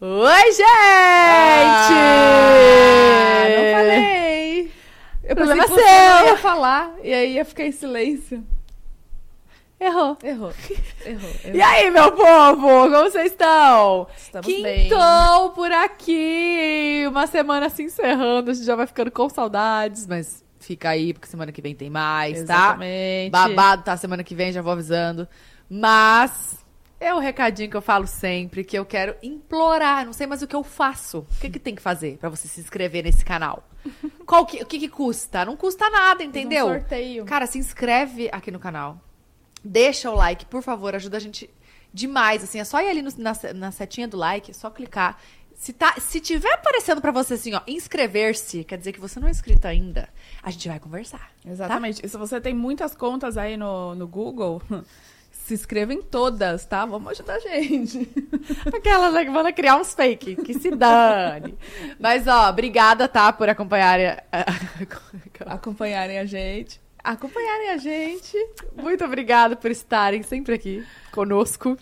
Oi, gente! Ah, não falei. Eu pensei Problema que você seu. não ia falar. E aí ia ficar em silêncio. Errou. Errou. Errou. errou. E aí, meu povo, como vocês estão? Estamos bem. Quintou por aqui! Uma semana se encerrando, a gente já vai ficando com saudades, mas fica aí, porque semana que vem tem mais, Exatamente. tá? Babado, tá? Semana que vem, já vou avisando. Mas é o recadinho que eu falo sempre, que eu quero implorar, não sei mais o que eu faço. O que, que tem que fazer pra você se inscrever nesse canal? Qual que, o que, que custa? Não custa nada, entendeu? Um sorteio. Cara, se inscreve aqui no canal. Deixa o like, por favor, ajuda a gente demais. Assim, é só ir ali no- na, se- na setinha do like, é só clicar. Se, tá, se tiver aparecendo pra você assim, ó, inscrever-se, quer dizer que você não é inscrito ainda, a gente vai conversar. Tá. Exatamente. E se você tem muitas contas aí no, no Google, se inscreva em todas, tá? Vamos ajudar a gente. Aquela né, que manda criar uns fake, que se dane. Mas, ó, obrigada, tá, por acompanhar. Acompanharem a gente. Acompanharem a gente. Muito obrigada por estarem sempre aqui conosco.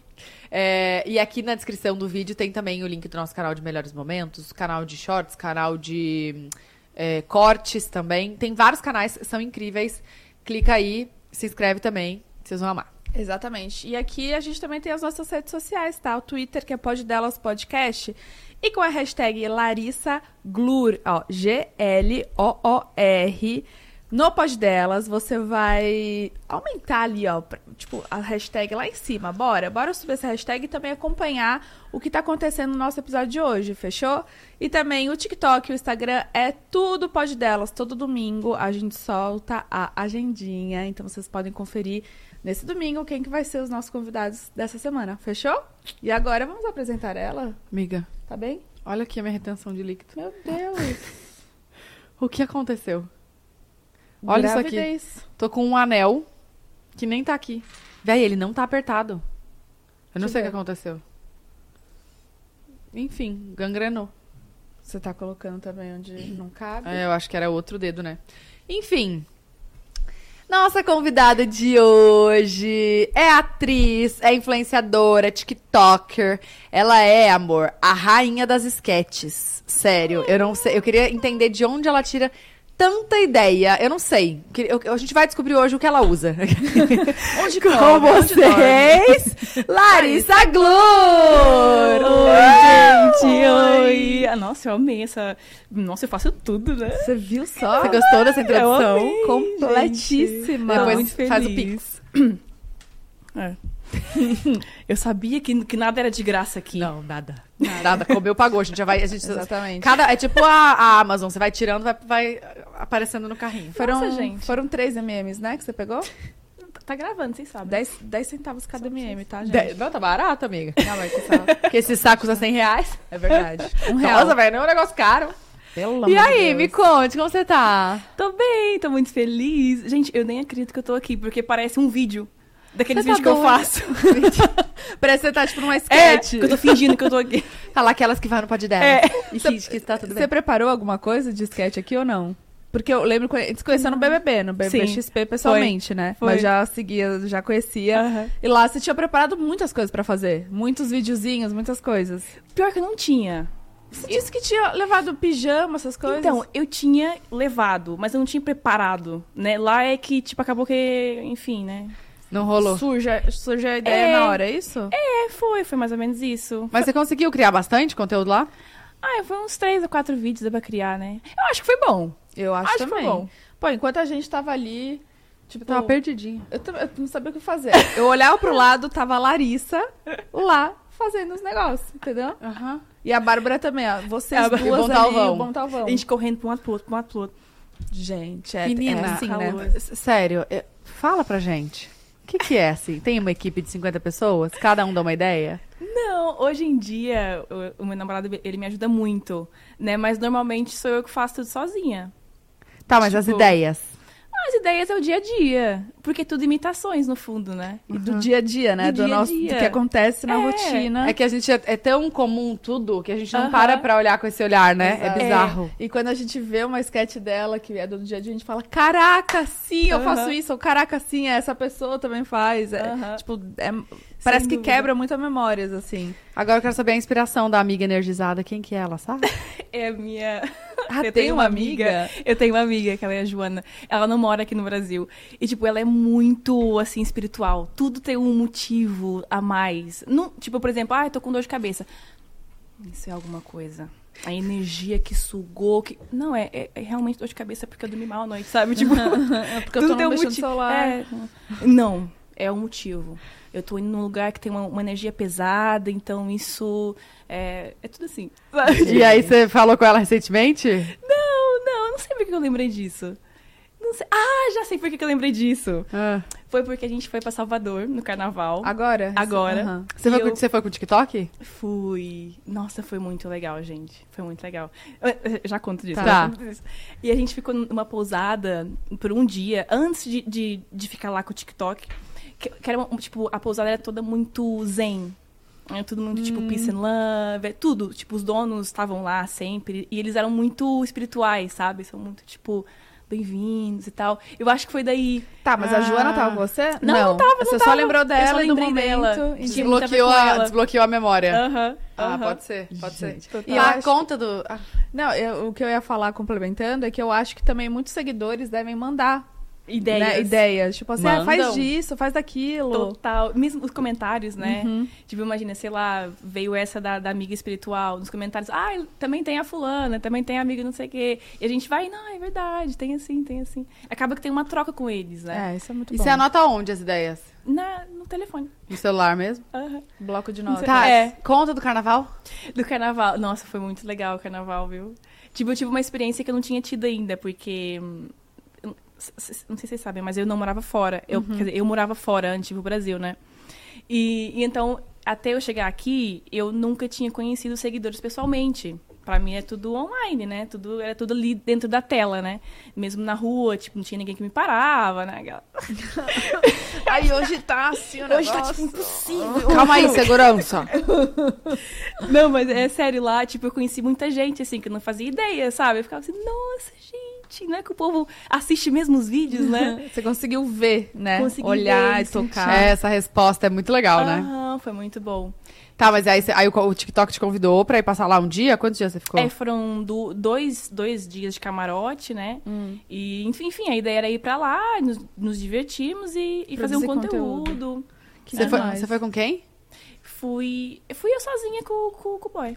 É, e aqui na descrição do vídeo tem também o link do nosso canal de melhores momentos, canal de shorts, canal de é, cortes também. Tem vários canais, são incríveis. Clica aí, se inscreve também, vocês vão amar. Exatamente. E aqui a gente também tem as nossas redes sociais, tá? O Twitter, que é Pod Delas Podcast. E com a hashtag Larissa Glur, ó, G-L-O-O-R. No Pod Delas, você vai aumentar ali, ó, pra- tipo, a hashtag lá em cima. Bora, bora subir essa hashtag e também acompanhar o que tá acontecendo no nosso episódio de hoje, fechou? E também o TikTok, o Instagram, é tudo Pod Delas. Todo domingo a gente solta a agendinha, então vocês podem conferir nesse domingo quem que vai ser os nossos convidados dessa semana, fechou? E agora vamos apresentar ela, Amiga, tá bem? olha aqui a minha retenção de líquido. Meu Deus! O que aconteceu? Olha isso aqui. Gravidez. Tô com um anel que nem tá aqui. Véi, ele não tá apertado. Eu não Deixa eu sei o que ver. aconteceu. Enfim, gangrenou. Você tá colocando também onde não cabe. É, eu acho que era outro dedo, né? Enfim. Nossa convidada de hoje é atriz, é influenciadora, é TikToker. Ela é, amor, a rainha das esquetes. Sério, eu não sei. Eu queria entender de onde ela tira tanta ideia. Eu não sei. Que- eu- a gente vai descobrir hoje o que ela usa. Onde Com come, onde dorme. vocês, Larissa Glur! Oi, gente! Oi! Ah, Nossa, eu amei essa. Nossa, eu faço tudo, né? Você viu só? Você gostou dessa introdução? amei, Completíssima. Depois muito feliz. faz o pix. É. eu sabia que, que nada era de graça aqui. Não, nada. Nada. Comeu, pagou. A gente já vai. A gente, Exatamente. cada, é tipo a, a Amazon, você vai tirando, vai, vai aparecendo no carrinho. Foram, Nossa, gente. foram três MMs, né? Que você pegou? Tá gravando, vocês sabem. 10, centavos cada MM, tá, gente? De- Não, tá barato, amiga. Não, vai custar. Porque esse saco custa 100 reais. É verdade. Um real. Nossa, velho, não é um negócio caro. Pelo e amor aí, de me Deus. conte, como você tá? Tô bem, tô muito feliz. Gente, eu nem acredito que eu tô aqui, porque parece um vídeo. Daqueles Você tá vídeos que eu doida? faço. Parece que você tá, tipo, numa É, sketch. que eu tô fingindo que eu tô aqui. Tá lá aquelas que vai no pod dela. É. E finge que tá tudo Você bem. preparou alguma coisa de sketch aqui ou não? Porque eu lembro que a gente se conheceu no BBB, no BBXP pessoalmente, né? Foi. Mas já seguia, já conhecia. Aham. E lá você tinha preparado muitas coisas pra fazer. Muitos videozinhos, muitas coisas. Pior que eu não tinha. Você disse que tinha levado pijama, essas coisas. Então, eu tinha levado, mas eu não tinha preparado, né? Lá é que, tipo, acabou que, enfim, né? Não rolou. surge, a- surge a ideia É. na hora, é isso? É, foi, foi mais ou menos isso. Mas você conseguiu criar bastante conteúdo lá? Ah, foi uns três ou quatro vídeos dá pra criar, né? Eu acho que foi bom. Eu acho, Acho que foi também. bom. Pô, enquanto a gente tava ali, tipo, Tava perdidinha. Eu, tam- eu não sabia o que fazer. Eu olhava pro lado, tava a Larissa lá fazendo os negócios, entendeu? Aham. E a Bárbara também, ó. Vocês É, a Bárbara- e duas o ali, Montalvão. o Montalvão. A gente correndo pra um lado pro outro, pra um lado pro outro. Gente, é, Menina, é assim, calor. né? S- Sério, eu- fala pra gente. O que, que é assim? Tem uma equipe de 50 pessoas? Cada um dá uma ideia? Não, hoje em dia, o, o meu namorado, ele me ajuda muito, né? Mas normalmente sou eu que faço tudo sozinha. Tá, mas as Tipo- ideias. Ah, As ideias é o dia a dia, porque é tudo imitações, no fundo, né? E do dia a dia, né? Do Do, dia a nosso, do dia. que acontece na É. rotina. É que a gente é, é tão comum tudo que a gente não Aham. para pra olhar com esse olhar, né? Exato. É bizarro. E quando a gente vê uma sketch dela, que é do dia a dia, a gente fala, caraca, sim, eu Aham. faço isso. Ou, caraca, sim, essa pessoa também faz. É, Aham. Tipo, é Parece que dúvida. quebra muito a memórias, assim. Agora eu quero saber a inspiração da amiga energizada. Quem que é ela, sabe? É a minha. Ah, eu tenho uma amiga. Eu tenho uma amiga, que ela é a Joana. Ela não mora aqui no Brasil. E, tipo, ela é muito, assim, espiritual. Tudo tem um motivo a mais. Não, tipo, por exemplo, ah, eu tô com dor de cabeça. Isso é alguma coisa. A energia que sugou. Que... Não, é, é- é realmente dor de cabeça porque eu dormi mal à noite, sabe? Tipo, É porque eu tô não mexendo no celular. é. Não, é um motivo. Eu tô indo num lugar que tem uma, uma energia pesada, então isso é, é tudo assim. E aí, você falou com ela recentemente? Não, não, eu não sei por que eu lembrei disso. Não sei. Ah, já sei por que que eu lembrei disso. Ah, Foi porque a gente foi pra Salvador no carnaval. Agora? Agora. Aham. Você, E foi, com- eu você foi com o TikTok? Fui. Nossa, foi muito legal, gente. Foi muito legal. Eu- eu já conto disso. Tá. já conto disso. E a gente ficou numa pousada por um dia, antes de, de, de ficar lá com o TikTok. Que, que era, um- tipo, a pousada era toda muito zen. Era tudo muito, Hum. tipo, peace and love. é Tudo. Tipo, os donos estavam lá sempre. E eles eram muito espirituais, sabe? São muito, tipo, bem-vindos e tal. Eu acho que foi daí. Tá, mas a Ah. Joana tava com você? Não, não tava, não Você só tava. lembrou Eu só dela e do lembrei momento. dela. e- Tinha muito a ver Desbloqueou com a, ela. desbloqueou a memória. Aham. Ah, aham. pode ser, pode ser. Total. E Eu a acho- conta do. ah, Não, eu- o que eu ia falar complementando é que eu acho que também muitos seguidores devem mandar né, Ideias. ideias. Tipo assim, ah, faz Mandam. disso, faz daquilo. Uhum. Total. Mesmo os comentários, né? Tipo, imagina, sei lá, veio essa da, da amiga espiritual nos comentários. Ah, também tem a fulana, também tem a amiga não sei o quê. E a gente vai, não, é verdade, tem assim, tem assim. Acaba que tem uma troca com eles, né? É, isso é muito E bom. você anota onde as ideias? Na, no telefone. No celular mesmo? Aham. Bloco de notas. Tá, É. conta do carnaval? Do carnaval. Nossa, foi muito legal o carnaval, viu? Tipo, eu tive uma experiência que eu não tinha tido ainda, porque. hum, eu- s- s- Não sei se vocês sabem, mas eu não morava fora. Eu, quer dizer, eu morava fora antes do Brasil, né? E, e então, até eu chegar aqui, eu nunca tinha conhecido os seguidores pessoalmente. Pra mim é tudo online, né? Tudo, era tudo ali dentro da tela, né? Mesmo na rua, tipo, não tinha ninguém que me parava, né? Aquela- Aí hoje tá assim o Hoje negócio. tá, tipo, impossível. Calma aí, segurança. Não, mas é sério, lá, tipo, eu conheci muita gente, assim, que eu não fazia ideia, sabe? Eu ficava assim, nossa, gente, não é que o povo assiste mesmo os vídeos, né? Você conseguiu ver, né? Consegui Olhar ver, e tocar. É, essa resposta é muito legal, né? Aham, foi muito bom. Tá, mas aí, cê- aí o, co- o TikTok te convidou pra ir passar lá um dia? Quantos dias você ficou? É, foram do- dois, dois dias de camarote, né? Hum. E, enfim, enfim, a ideia era ir pra lá, nos, nos divertirmos e, e fazer um Produzir conteúdo. Que você, foi, demais. você foi com quem? Fui, fui eu sozinha com, com, com o boy.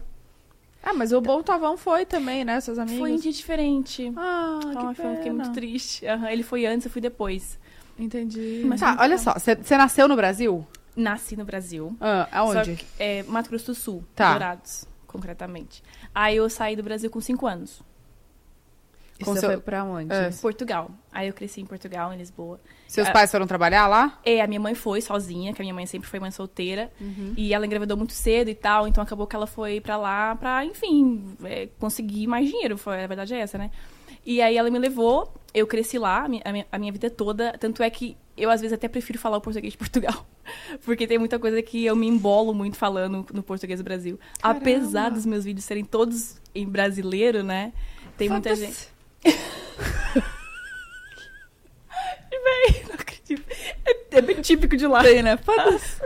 Ah, mas o Bom Tavão foi também, né? Seus amigos. Foi um dia diferente. Ah, Ai, que foi- eu pena. fiquei muito triste. Aham, ele foi antes, eu fui depois. Entendi. Mas- tá, então. olha só, você- você nasceu no Brasil? Nasci no Brasil. Ah, aonde? Só que, é, Mato Grosso do Sul, Tá. Dourados, concretamente. Aí eu saí do Brasil com 5 anos, E com você seu- foi pra onde? É. Portugal. Aí eu cresci em Portugal, em Lisboa. Seus Ah. pais foram trabalhar lá? É, a minha mãe foi sozinha, que a minha mãe sempre foi mãe solteira. Uhum. E ela engravidou muito cedo e tal, então acabou que ela foi pra lá pra, enfim, é, conseguir mais dinheiro. Foi, a verdade é essa, né? E aí ela me levou, eu cresci lá a mi- a minha, a minha vida toda. Tanto é que eu, às vezes, até prefiro falar o português de Portugal. Porque tem muita coisa que eu me embolo muito falando no português do Brasil. Apesar dos meus vídeos serem todos em brasileiro, né? Tem muita Foda-se. gente. Véi, não acredito. É, é bem típico de lá. Tem, né? Foda-se.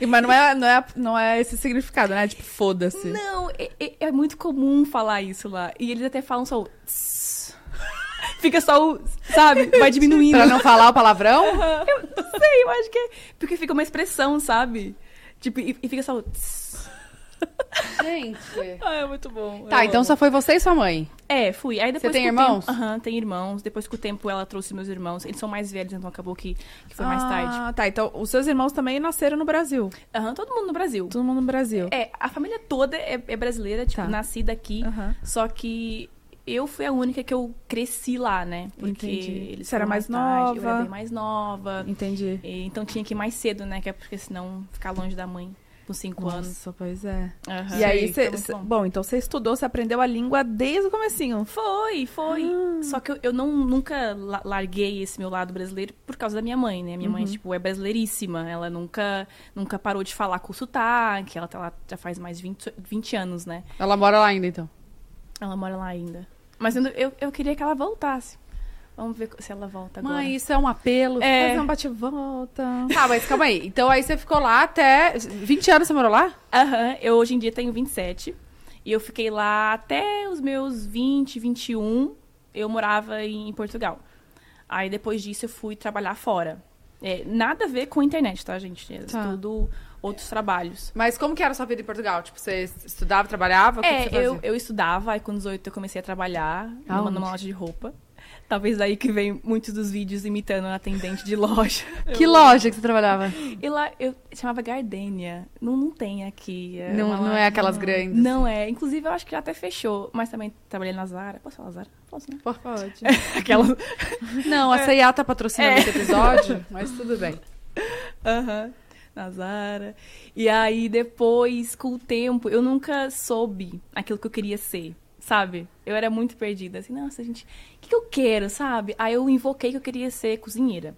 E, Mas não é, não, é, não é esse significado, né? Tipo, foda-se. Não, é, é- é muito comum falar isso lá. E eles até falam só o tss. Fica só o, sabe? Vai diminuindo. Pra não falar o palavrão? Eu não sei, eu acho que é. Porque fica uma expressão, sabe? Tipo, e, e fica só o tss. Gente. Ah, é muito bom. Tá, então só. só foi você e sua mãe. É, fui. Aí depois tem com o irmãos? tempo- Aham, tem irmãos. Depois com o tempo ela trouxe meus irmãos. Eles são mais velhos, então acabou que, que foi mais tarde. Ah, tá. Então, os seus irmãos também nasceram no Brasil. Aham, todo mundo no Brasil. Todo mundo no Brasil. É, a família toda é, é brasileira, tipo, Tá. nascida aqui. Aham. Só que eu fui a única que eu cresci lá, né? Porque Entendi. eles Você era foram mais tarde, Eu nova? era bem mais nova. Entendi. E, então tinha que ir mais cedo, né? Que é porque senão ficar longe da mãe com cinco anos. Nossa, pois é. Aham. E aí, Sim, cê, foi muito cê- bom. bom, então você estudou, você aprendeu a língua desde o comecinho. Foi, foi. Ah. Só que eu, eu não, nunca la- larguei esse meu lado brasileiro por causa da minha mãe, né? Minha mãe, Uhum. tipo, é brasileiríssima. Ela nunca, nunca parou de falar com sotaque. Ela tá lá já faz mais de 20, 20 anos, né? Ela mora lá ainda, então. Ela mora lá ainda. Mas eu, eu, eu queria que ela voltasse. Vamos ver se ela volta agora. Mãe, isso é um apelo. É. Mas não bate e volta. Tá, mas calma aí. Então aí você ficou lá até. 20 anos você morou lá? Aham, eu hoje em dia tenho 27. E eu fiquei lá até os meus 20, 21. Eu morava em Portugal. Aí depois disso eu fui trabalhar fora. É, nada a ver com a internet, tá, gente? É Tá. Tudo outros trabalhos. Mas como que era a sua vida em Portugal? Tipo, você estudava, trabalhava? O que que você É, eu, fazia? eu estudava, aí com 18 eu comecei a trabalhar numa, Aonde? numa loja de roupa. Talvez daí que vem muitos dos vídeos imitando a atendente de loja. Que loja que você trabalhava? E lá eu chamava Gardênia. Não, não tem aqui. é Não, uma não loja- é aquelas grandes. Não é. Inclusive, eu acho que já até fechou. Mas também trabalhei na Zara. Posso falar Zara? Posso, né? Pode. Aquela... Não, a CIA tá patrocinando É. esse episódio, mas tudo bem. Aham. Na Zara. E aí, depois, com o tempo, eu nunca soube aquilo que eu queria ser, sabe? Eu era muito perdida. Assim, nossa, gente, o que, que eu quero, sabe? Aí eu invoquei que eu queria ser cozinheira.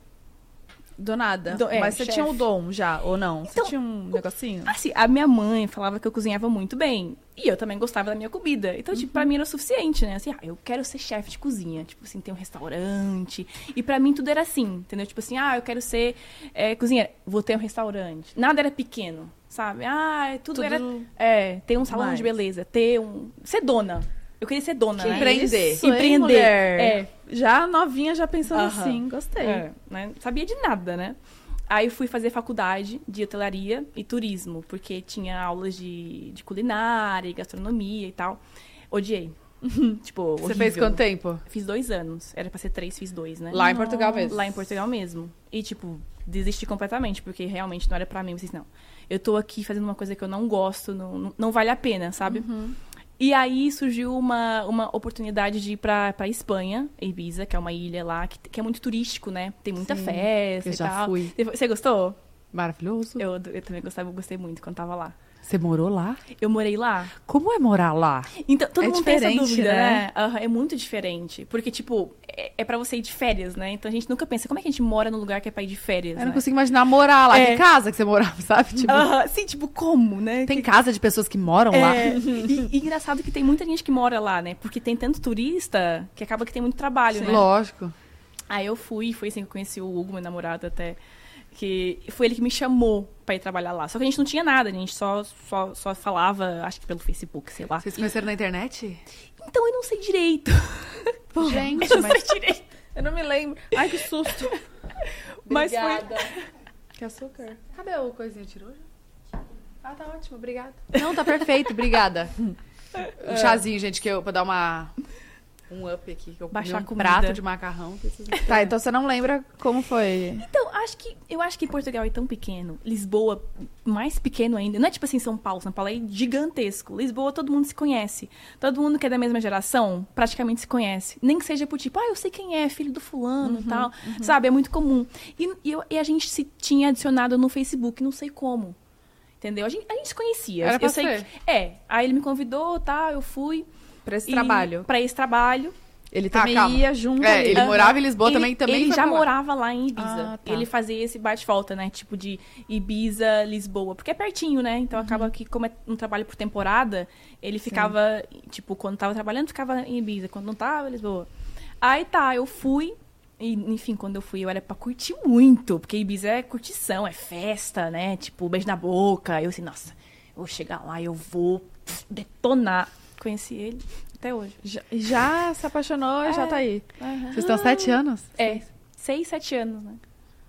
Do nada. Do- é, Mas você chefe. tinha o dom já, ou não? Então, você tinha um negocinho? Assim, a minha mãe falava que eu cozinhava muito bem. E eu também gostava da minha comida. Então, tipo, pra mim era o suficiente, né? Assim, ah, eu quero ser chefe de cozinha. Tipo assim, ter um restaurante. E pra mim tudo era assim, entendeu? Tipo assim, ah, eu quero ser é, cozinheira. Vou ter um restaurante. Nada era pequeno, sabe? Ah, tudo, Tudo era... É, ter um salão mais. de beleza. Ter um... Ser dona. Eu queria ser dona, Que né? empre- Empreender. Isso, hein, Empreender. mulher? É. Já novinha, já pensando Aham. assim. Gostei. É, né? Sabia de nada, né? Aí fui fazer faculdade de hotelaria e turismo, porque tinha aulas de, de culinária e gastronomia e tal. Odiei. tipo, Você fez horrível. quanto tempo? Fiz dois anos. Era pra ser três, fiz dois, né? Lá em Portugal mesmo. Lá em Portugal mesmo. E, tipo, desisti completamente, porque realmente não era pra mim. Eu disse, não, eu tô aqui fazendo uma coisa que eu não gosto, não, não- não vale a pena, sabe? E aí surgiu uma, uma oportunidade de ir pra, pra Espanha, Ibiza, que é uma ilha lá, que, que é muito turístico, né? Tem muita Sim, festa eu e já tal. fui. Você- Você gostou? Maravilhoso. Eu, ado- eu também gostava, eu gostei muito quando tava lá. Você morou lá? Eu morei lá. Como é morar lá? Então, todo É mundo tem essa diferente, dúvida, né? né? Aham, é muito diferente. Porque, tipo, é, é pra você ir de férias, né? Então a gente nunca pensa, como é que a gente mora num lugar que é pra ir de férias, Eu né? não consigo imaginar morar lá. É. Que casa que você morava, sabe? Tipo, Aham, sim, tipo, como, né? tem casa de pessoas que moram lá. É, e, e engraçado que tem muita gente que mora lá, né? Porque tem tanto turista que acaba que tem muito trabalho, né? Lógico. Aí eu fui, foi assim que eu conheci o Hugo, meu namorado até. Que foi ele que me chamou pra ir trabalhar lá. Só que a gente não tinha nada, né? a gente só, só, só falava, acho que pelo Facebook, sei lá. Vocês conheceram na internet? Então eu não sei direito. Gente, Eu não sei direito. Eu não me lembro. Ai, que susto. Mas foi. que açúcar. Cadê o coisinho tirou? Ah, tá ótimo, obrigada. Não, tá perfeito, obrigada. Um chazinho, gente, que eu pra dar uma um up aqui, que eu Baixar comi um a comida. prato de macarrão. que vocês- Tá, então você não lembra como foi. Então, acho que eu acho que Portugal é tão pequeno, Lisboa mais pequeno ainda. Não é tipo assim São Paulo, São Paulo é gigantesco. Lisboa todo mundo se conhece. Todo mundo que é da mesma geração praticamente se conhece. Nem que seja por tipo, ah, eu sei quem é, filho do fulano Uhum, e tal. Sabe, é muito comum. E, e eu- e a gente se tinha adicionado no Facebook, não sei como. Entendeu? A gente, a gente se conhecia. Era eu pra sei ser. que- é, aí ele me convidou, tá, eu fui Pra esse E- trabalho. Pra esse trabalho. Ele Tá, também calma. ia junto. É, ali. ele Aham. morava em Lisboa ele, também, também Ele foi já pra lá. morava lá em Ibiza. Ah, tá. Ele fazia esse bate-volta, né? Tipo de Ibiza, Lisboa. Porque é pertinho, né? Então acaba que, como é um trabalho por temporada, ele ficava, tipo, quando tava trabalhando, ficava em Ibiza. Quando não tava, Lisboa. Aí tá, eu fui. E, enfim, quando eu fui, eu era pra curtir muito. Porque Ibiza é curtição, é festa, né? Tipo, beijo na boca. Eu assim, nossa, eu vou chegar lá, eu vou pff, detonar. Conheci ele até hoje. Já, já se apaixonou, É. já tá aí. Vocês estão sete anos? É, seis, sete anos, né?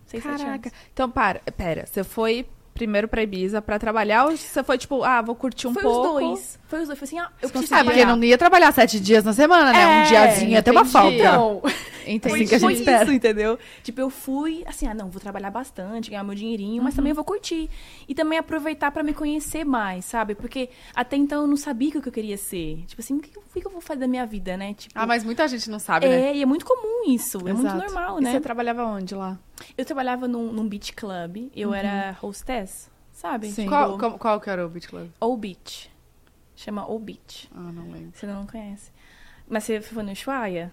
Seis, sete Caraca. anos. Então, para, pera, você foi primeiro pra Ibiza pra trabalhar ou você foi tipo, ah, vou curtir um foi pouco? os dois. Foi os dois. Foi assim, ah, eu Vocês preciso conseguiram? É, porque trabalhar. não ia trabalhar sete dias na semana, né? um É, diazinho até uma entendi. falta. Então, Entendi. foi, assim que a gente foi espera. isso, entendeu? Tipo, eu fui, assim, ah, não, vou trabalhar bastante, ganhar meu dinheirinho, Uhum. mas também eu vou curtir. E também aproveitar pra me conhecer mais, sabe? Porque até então eu não sabia o que eu queria ser. Tipo assim, o que, eu- o que eu vou fazer da minha vida, né? Tipo, Ah, mas muita gente não sabe, né? é, e é muito comum isso, é muito Exato. normal, E né? você trabalhava onde lá? Eu trabalhava num, num beach club, eu era hostess, sabe? Tipo, Sim. Uhum. Qual, qual, qual que era o Beach Club? O Beach. Chama O Beach. Ah, não lembro. Você não conhece. Mas você foi no Ushuaia?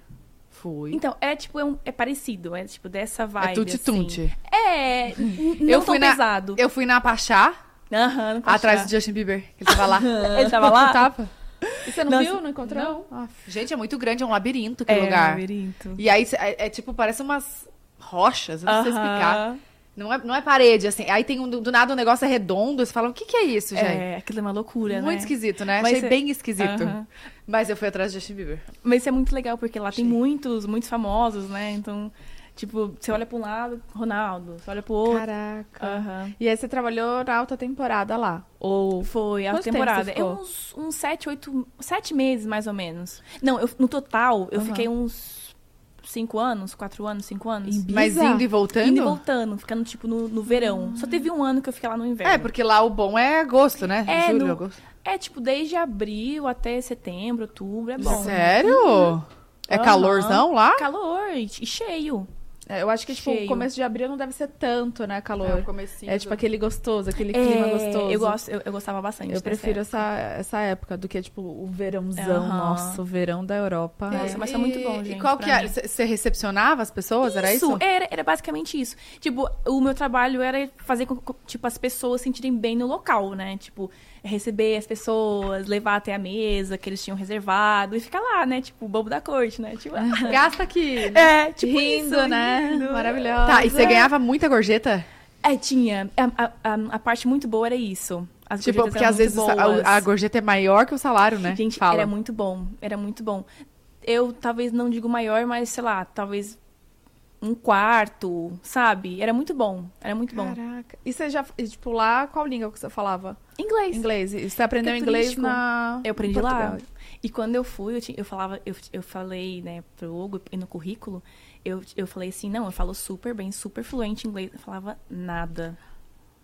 Fui. Então, é tipo, é, um- é parecido. É tipo, dessa vibe, é tutti-tunti. assim. É, n- não Eu tão fui na- pesado. Eu fui na Pachá, Aham, não posso atrás achar. do Justin Bieber. que Ele tava lá. Ah. Ele tava lá? Tava. E você não Nossa, viu? Não encontrou? Não. Gente, é muito grande, é um labirinto aquele É, lugar. labirinto. E aí cê- é, é tipo, parece umas rochas, eu não sei explicar. Aham. Não é, não é parede, assim. Aí tem um, do do nada um negócio é redondo, você fala, o que que é isso, gente? É, aquilo é uma loucura, né? muito esquisito, né? Mas Achei cê- bem esquisito. Aham. Mas eu fui atrás de Justin Bieber. Mas isso é muito legal, porque lá Achei. tem muitos, muitos famosos, né? Então, tipo, você olha pra um lado, Ronaldo. Você olha pro outro. Caraca. Aham. E aí você trabalhou na alta temporada lá. Ou. Foi a Quanto tempo você temporada. ficou? Eu, uns, uns sete, oito. Sete meses, mais ou menos. Não, eu, no total, eu Aham. fiquei uns cinco anos, quatro anos, cinco anos. Em Ibiza? Mas indo e voltando? Indo e voltando, ficando, tipo, no, no verão. Ah. Só teve um ano que eu fiquei lá no inverno. É, porque lá o bom é agosto, né? É, Julho, no- agosto. É, tipo, desde abril até setembro, outubro, é bom. Uhum. Sério? É Aham. calorzão lá? Calor e e cheio. É, Eu acho que, tipo, o Cheio. começo de abril não deve ser tanto, né, calor. comecinho. É, tipo aquele gostoso, aquele clima É, gostoso. Eu, gosto, eu, eu gostava bastante. tá Eu dessa prefiro época. essa, essa época do que, tipo, o verãozão, Aham. nosso, o verão da Europa. Nossa, mas foi muito bom, E gente, qual pra que é? mim. Você recepcionava as pessoas? Era isso? Era, era basicamente isso. Tipo, o meu trabalho era fazer com que tipo, as pessoas se sentirem bem no local, né? Tipo, receber as pessoas, levar até a mesa que eles tinham reservado e ficar lá, né? Tipo, o bobo da corte, né? Tipo, Gasta aqui. é, tipo Rindo, isso, né? rindo. Maravilhosa. Tá, e você ganhava muita gorjeta? É, tinha. A, a- a- a parte muito boa era isso. As Tipo, gorjetas porque eram às vezes o é muito sa- boas. a, a gorjeta é maior que o salário, né? Gente, Fala. era muito bom. Era muito bom. Eu talvez não digo maior, mas sei lá, talvez um quarto, sabe? Era muito bom. Era muito bom. Caraca. E você já, e, tipo, lá, qual língua que você falava? Inglês. Inglês. E você aprendeu Porque é inglês turístico. na... Eu aprendi em Portugal. lá. E quando eu fui, eu, tinha- eu falava, eu, eu falei, né, pro Hugo e no currículo, eu, eu falei assim, não, eu falo super bem, super fluente em inglês. Eu falava nada.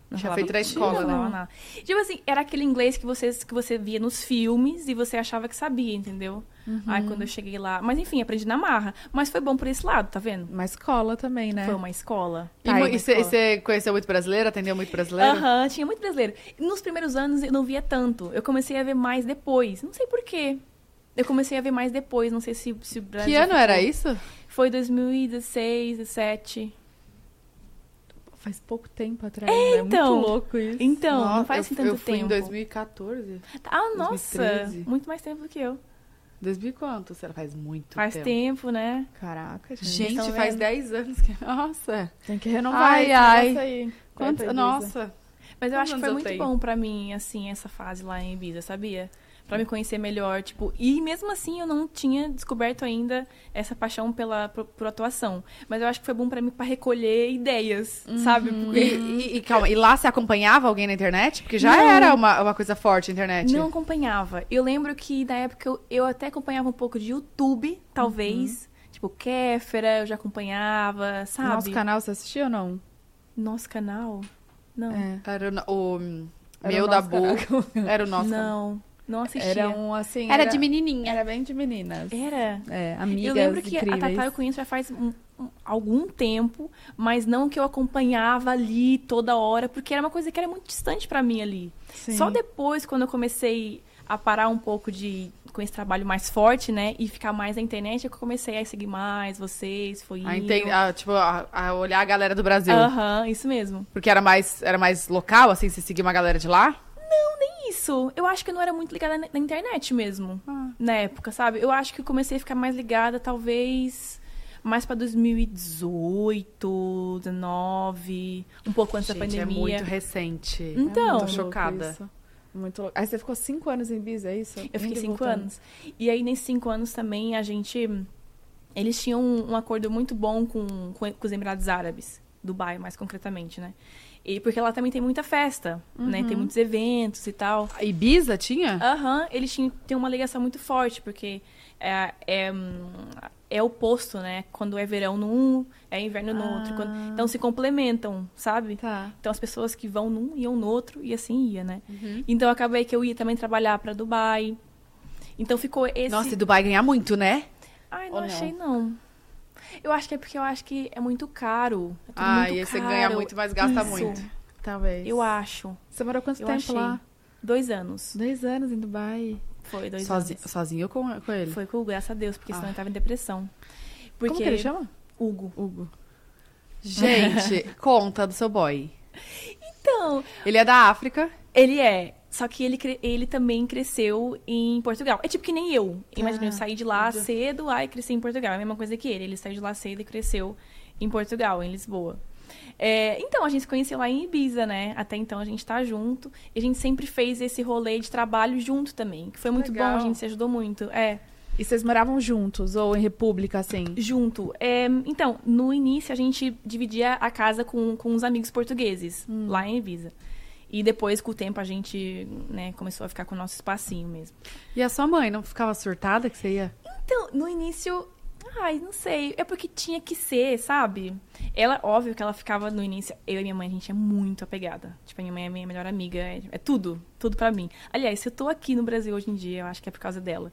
Não Já feito da mentira, escola, não né? falava nada. Tipo assim, era aquele inglês que você, que você via nos filmes e você achava que sabia, entendeu? Aí Uhum. quando eu cheguei lá. Mas enfim, aprendi na marra. Mas foi bom por esse lado, tá vendo? Uma escola também, né? Foi uma escola. E Tá, mu- e na e você conheceu muito brasileiro? Atendeu muito brasileiro? Aham, tinha muito brasileiro. Nos primeiros anos eu não via tanto. Eu comecei a ver mais depois. Não sei porquê. Eu comecei a ver mais depois. Não sei se, se o Brasil. Que ano ficou- era isso? Foi 2016, 17. Faz pouco tempo atrás, né? então. Muito louco isso. Então, Nossa, não faz assim eu, tanto eu fui tempo. em 2014. Ah, nossa! 2013. Muito mais tempo do que eu. 2000 e quanto? Será faz muito faz tempo, né? Então, é. Caraca, gente. então é Gente, Estão faz vendo? 10 anos que. Nossa! Tem que renovar Ai, esse ai. negócio aí. Quanto- É, Vai pra Ibiza. Nossa! Mas Quantos eu acho que anos foi eu muito tenho? bom pra mim, assim, essa fase lá em Ibiza, sabia? Pra me conhecer melhor, tipo... E mesmo assim eu não tinha descoberto ainda essa paixão pela, por, por atuação. Mas eu acho que foi bom pra mim pra recolher ideias, Uhum. sabe? E, Porque e- e calma, e lá você acompanhava alguém na internet? Porque já Não. era uma, uma coisa forte a É internet. Não acompanhava. Eu lembro que na época eu, eu até acompanhava um pouco de YouTube, talvez. Tipo, Kéfera, eu já acompanhava, sabe? Uhum. Nosso canal, você assistiu ou não? Nosso canal? Não. É. Era o, no- o Era meu o da nosso Bu. Era o nosso. Não. Não assistia. Era um, assim... Era de menininha. Era bem de meninas. Era? É, amigas eu lembro que incríveis. a Tatá eu conheço já faz um- um- algum tempo, mas não que eu acompanhava ali toda hora, porque era uma coisa que era muito distante pra mim ali. Sim. Só depois, quando eu comecei a parar um pouco de com esse trabalho mais forte, né, e ficar mais na internet, é que eu comecei a seguir mais vocês, foi A, indo. inte- a, tipo, a, a olhar a galera do Brasil. Aham, isso mesmo. Porque era mais, era mais local, assim, você seguia uma galera de lá? Isso, eu acho que eu não era muito ligada na, na internet mesmo, Ah. na época, sabe? Eu acho que eu comecei a ficar mais ligada, talvez, mais pra 2018, 19, um pouco antes Gente, da pandemia. é muito é recente. Hum. Então. muito Tô chocada. louco isso. Muito louco. Aí você ficou cinco anos em Ibiza, é isso? Eu fiquei Indo e cinco voltando. anos. E aí, nesses cinco anos também, a gente. Eles tinham um, um acordo muito bom com, com, com os Emirados Árabes, Dubai, mais concretamente, né? E porque lá também tem muita festa, né? Uhum. Tem muitos eventos e tal. Ibiza tinha? Aham, eles tinham, têm uma ligação muito forte, porque é, é, hum, é oposto, né? Quando é verão num, é inverno no outro. Quando- Ah. então se complementam, sabe? Tá. Então as pessoas que vão num iam no outro e assim ia, né? Uhum. Então acabei que eu ia também trabalhar pra Dubai. Então ficou esse. Nossa, e Dubai ganhar muito, né? Ai, Ou não não? achei não. Eu acho que é porque eu acho que é muito caro. É tudo Ah, muito e você caro. ganha muito, mas gasta Isso. muito. Talvez. Eu acho. Você morou quanto Eu tempo achei. lá? Dois anos. Dois anos em Dubai. Foi dois Sozinho, anos. sozinho ou com, com ele? Foi com o Hugo, graças a Deus, porque senão Ah. eu tava em depressão. Porque Como que ele chama? Hugo. Hugo. Gente, conta do seu boy. Então, Ele é da África. ele é. Só que ele, cre- ele também cresceu em Portugal. É tipo que nem eu. Ah, Imagina, eu saí de lá cedo, aí cresci em Portugal. É a mesma coisa que ele. Ele saiu de lá cedo e cresceu em Portugal, em Lisboa. É, então, a gente se conheceu lá em Ibiza, né? Até então a gente tá junto. E a gente sempre fez esse rolê de trabalho junto também. Que foi muito Legal. bom, a gente se ajudou muito. É. E vocês moravam juntos ou em república, assim? Junto. É, então, no início a gente dividia a casa com, com uns amigos portugueses, lá em Ibiza. E depois, com o tempo, a gente né, começou a ficar com o nosso espacinho mesmo. E a sua mãe não ficava surtada que você ia? Então, no início. Ai, não sei. É porque tinha que ser, sabe? Ela, óbvio que ela ficava no início. Eu e minha mãe, a gente é muito apegada. Tipo, a minha mãe é minha melhor amiga. É, é tudo. Tudo pra mim. Aliás, se eu tô aqui no Brasil hoje em dia, eu acho que é por causa dela.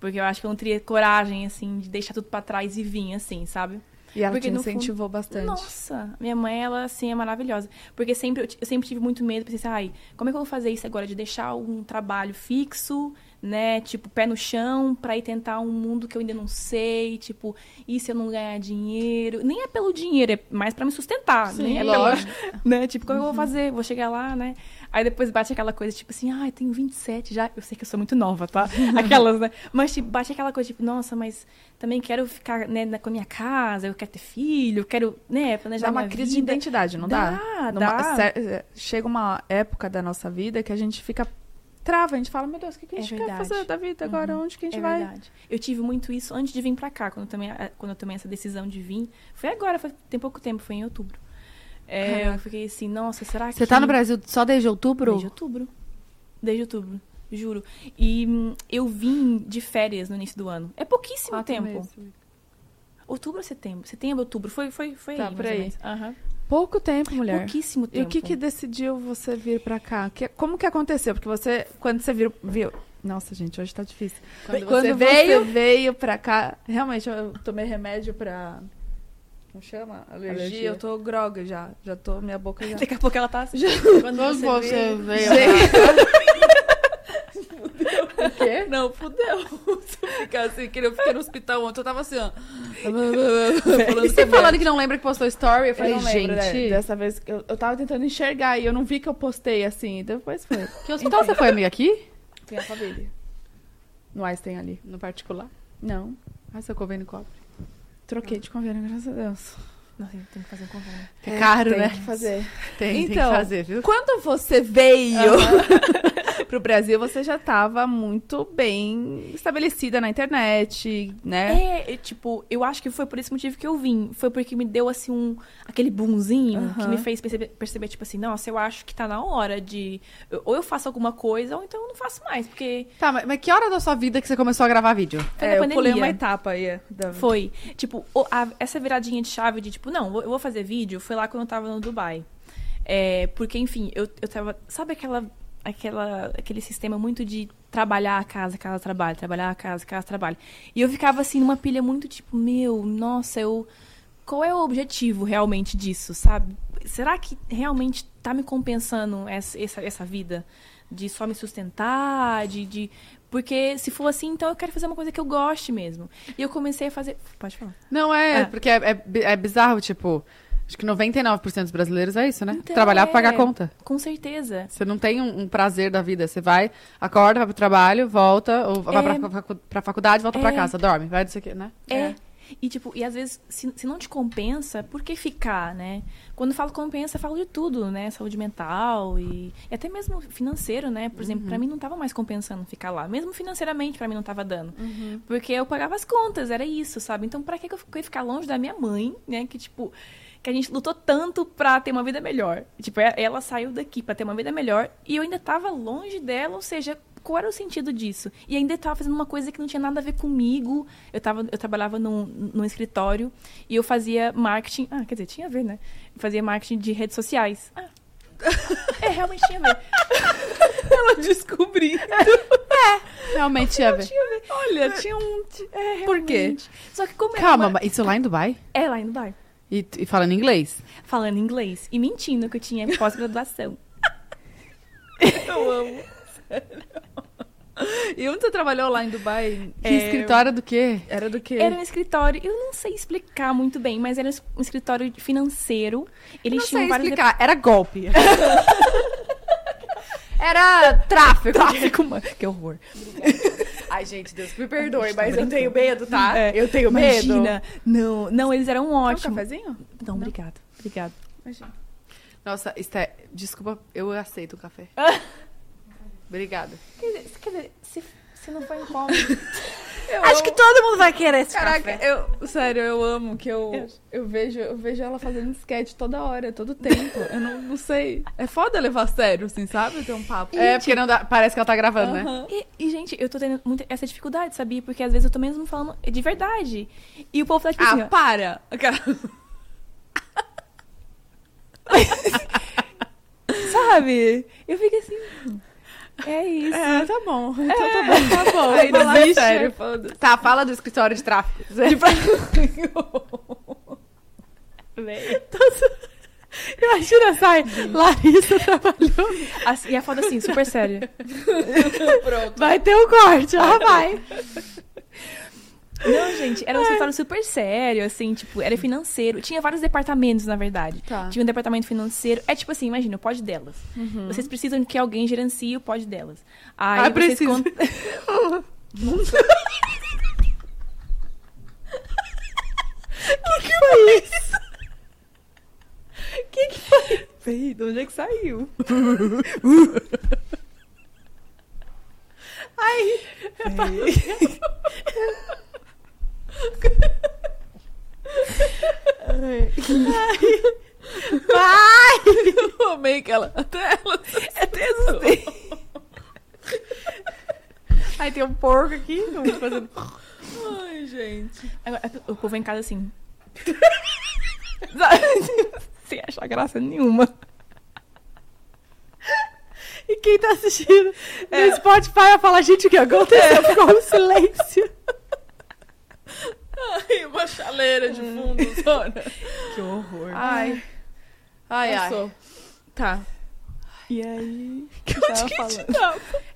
Porque eu acho que eu não teria coragem, assim, de deixar tudo pra trás e vir, assim, sabe? E ela Porque te no fundo- incentivou bastante. Nossa, minha mãe, ela assim é maravilhosa. Porque sempre, eu, ti- eu sempre tive muito medo, pensei assim, ai, como é que eu vou fazer isso agora de deixar um trabalho fixo, né? Tipo, pé no chão, pra ir tentar um mundo que eu ainda não sei, tipo, e se eu não ganhar dinheiro? Nem é pelo dinheiro, é mais pra me sustentar. Sim, nem é pelo- né? Tipo, como Uhum. eu vou fazer? Vou chegar lá, né? Aí depois bate aquela coisa, tipo assim, ai, tenho 27 já. Eu sei que eu sou muito nova, tá? Aquelas, né? Mas tipo, bate aquela coisa, tipo, nossa, mas também quero ficar né, na- com a minha casa, eu quero ter filho, eu quero, né, planejar Dá é uma minha crise de vida. identidade, não dá? É Dá, Numa- dá. se- Chega uma época da nossa vida que a gente fica trava, a gente fala, meu Deus, o que, que a É gente quer verdade. fazer da vida agora? Onde que a gente É vai? verdade. Eu tive muito isso antes de vir pra cá, quando eu tomei, a- quando eu tomei essa decisão de vir. Foi agora, foi, tem pouco tempo, foi em outubro. É, eu fiquei assim, nossa, será que... Você tá no Brasil só desde outubro? Desde outubro. Desde outubro, juro. E hum, eu vim de férias no início do ano. É um pouquíssimo Quatro tempo. meses. Outubro ou setembro? Setembro, outubro. Foi, foi, foi Tá, aí, por mais ou aí. menos. Aham. Pouco tempo, mulher. Pouquíssimo E tempo. o que que decidiu você vir pra cá? Que- como que aconteceu? Porque você, quando você vir- viu... Nossa, gente, hoje tá difícil. Quando você veio... veio- veio pra cá... Realmente, eu tomei remédio pra... Como chama? Alergia. Alergia. Eu tô groga já. Já tô... Minha boca já... Daqui a pouco ela tá assim. Quando você vê- veio? O quê? Não, fudeu. Se eu ficar assim, que eu fiquei no hospital ontem, eu tava assim, ó. Falando E você tá falando que um não lembra que postou story? Eu falei, Eu não gente. lembro, né? Dessa vez eu, eu tava tentando enxergar e eu não vi que eu postei assim. e Depois foi. Que hospital você foi, amiga? Aqui? Tem a família. No Einstein ali. No particular? Não. Ah, seu convênio cobre. Troquei de convênio, graças a Deus. Nossa, eu tenho que fazer um convênio. É caro, Tem né? que fazer. Tem, tem Então, que fazer, viu? Quando você veio pro Brasil, você já tava muito bem estabelecida na internet, né? É, é, tipo, eu acho que foi por esse motivo que eu vim. Foi porque me deu, assim, um, aquele boomzinho que Aham. me fez perceber, perceber, tipo assim, nossa, eu acho que tá na hora de... eu- Ou eu faço alguma coisa, ou então eu não faço mais, porque... Tá, mas, mas que hora da sua vida que você começou a gravar vídeo? Foi É, eu na pulei pandemia. uma etapa aí. Da... Foi. Tipo, o- a- essa viradinha de chave de, tipo, não, vou- eu vou fazer vídeo, foi lá quando eu tava no Dubai. É, porque, enfim, eu, eu tava. Sabe aquela, aquela, aquele sistema muito de trabalhar a casa, casa, trabalho, trabalhar a casa, casa, trabalho. E eu ficava assim numa pilha muito tipo, meu, nossa, eu. Qual é o objetivo realmente disso, sabe? Será que realmente tá me compensando essa, essa, essa vida? De só me sustentar, de, de. Porque se for assim, então eu quero fazer uma coisa que eu goste mesmo. E eu comecei a fazer. Pode falar. Não, é, Ah. porque é, é bi- é bizarro, tipo, acho que 99% dos brasileiros é isso, né? Então, Trabalhar pra pagar é. a conta. Com certeza. Você não tem um, um prazer da vida. Você vai, acorda, vai pro trabalho, volta, ou vai É. pra, facu- pra faculdade, volta pra É. casa, dorme, vai disso aqui, né? É. E, tipo, e às vezes, se, se não te compensa, por que ficar, né? Quando eu falo compensa, eu falo de tudo, né? Saúde mental e, e até mesmo financeiro, né? Por exemplo, pra mim não tava mais compensando ficar lá. Mesmo financeiramente, pra mim não tava dando. Porque eu pagava as contas, era isso, sabe? Então, pra que que eu fiquei ficar longe da minha mãe, né? Que, tipo, que a gente lutou tanto pra ter uma vida melhor. Tipo, e- ela saiu daqui pra ter uma vida melhor e eu ainda tava longe dela, ou seja, qual era o sentido disso? E ainda tava fazendo uma coisa que não tinha nada a ver comigo. Eu, tava, eu trabalhava num, num escritório e eu fazia marketing. Ah, quer dizer, tinha a ver, né? Eu fazia marketing de redes sociais. Ah. É, realmente tinha a ver. Ela descobri. Realmente é, tinha a ver. Tinha a ver. Olha, tinha um. É, Por quê? realmente. Só que como era Calma, uma- mas isso lá em Dubai? É lá em Dubai. E, e falando inglês? Falando inglês. E mentindo que eu tinha pós-graduação. Eu amo. E onde você trabalhou lá em Dubai? É, Que escritório do quê? Era do quê? Era um escritório, eu não sei explicar muito bem, mas era um escritório financeiro. Eles um não tinham sei vários explicar, era golpe. Era tráfico. Tráfico, mano. Que horror. Ai, gente, Deus que me perdoe, mas eu brincando. tenho medo, tá? É, Eu tenho medo. Imagina. Não, não, eles eram Quer um ótimos. cafezinho? Não, obrigado. Obrigado. Imagina. Nossa, Esté, desculpa, eu aceito o café. Obrigada. Quer dizer, quer dizer, se, se não foi incômodo. Acho que todo mundo vai querer esse Caraca, café. eu. Sério, eu amo que eu, eu, vejo, eu vejo ela fazendo sketch toda hora, todo tempo. Eu não, não sei. É foda levar a sério, assim, sabe? Ter um papo. É, porque não dá, parece que ela tá gravando, né? Aham. E, e, gente, eu tô tendo muita, essa dificuldade, sabia? Porque às vezes eu tô mesmo falando de verdade. E o povo tá tipo assim, Ah, ó, para! sabe? Eu fico assim. É isso. É, tá bom. tá bom. Aí não Fala existe. sério. Tá, fala do escritório de tráfico. Imagina, sai. Larissa trabalhou. e a foto assim, super séria. Pronto. Vai ter um corte, ó, vai. Não, gente, era um escritório super sério, assim, tipo, era financeiro. Tinha vários departamentos, na verdade. Tipo, Tá. Tinha um departamento financeiro. É tipo assim, imagina, o pod delas. Uhum. Vocês precisam que alguém gerencie o pod delas. Aí Ah, vocês precisa. con- que que foi isso? que que foi? Peraí, de onde é que saiu? Ai, Eu amei que ela. Até ela. até assustei. Aí tem um porco aqui. um Ai, gente. Agora, o povo em casa assim. Sem achar graça nenhuma. E quem tá assistindo no Spotify vai falar, gente, o que aconteceu? Ficou um silêncio. Ai, uma chaleira de fundo, Sônia. Que horror. Ai, Ai, ai. passou. Tá. E aí?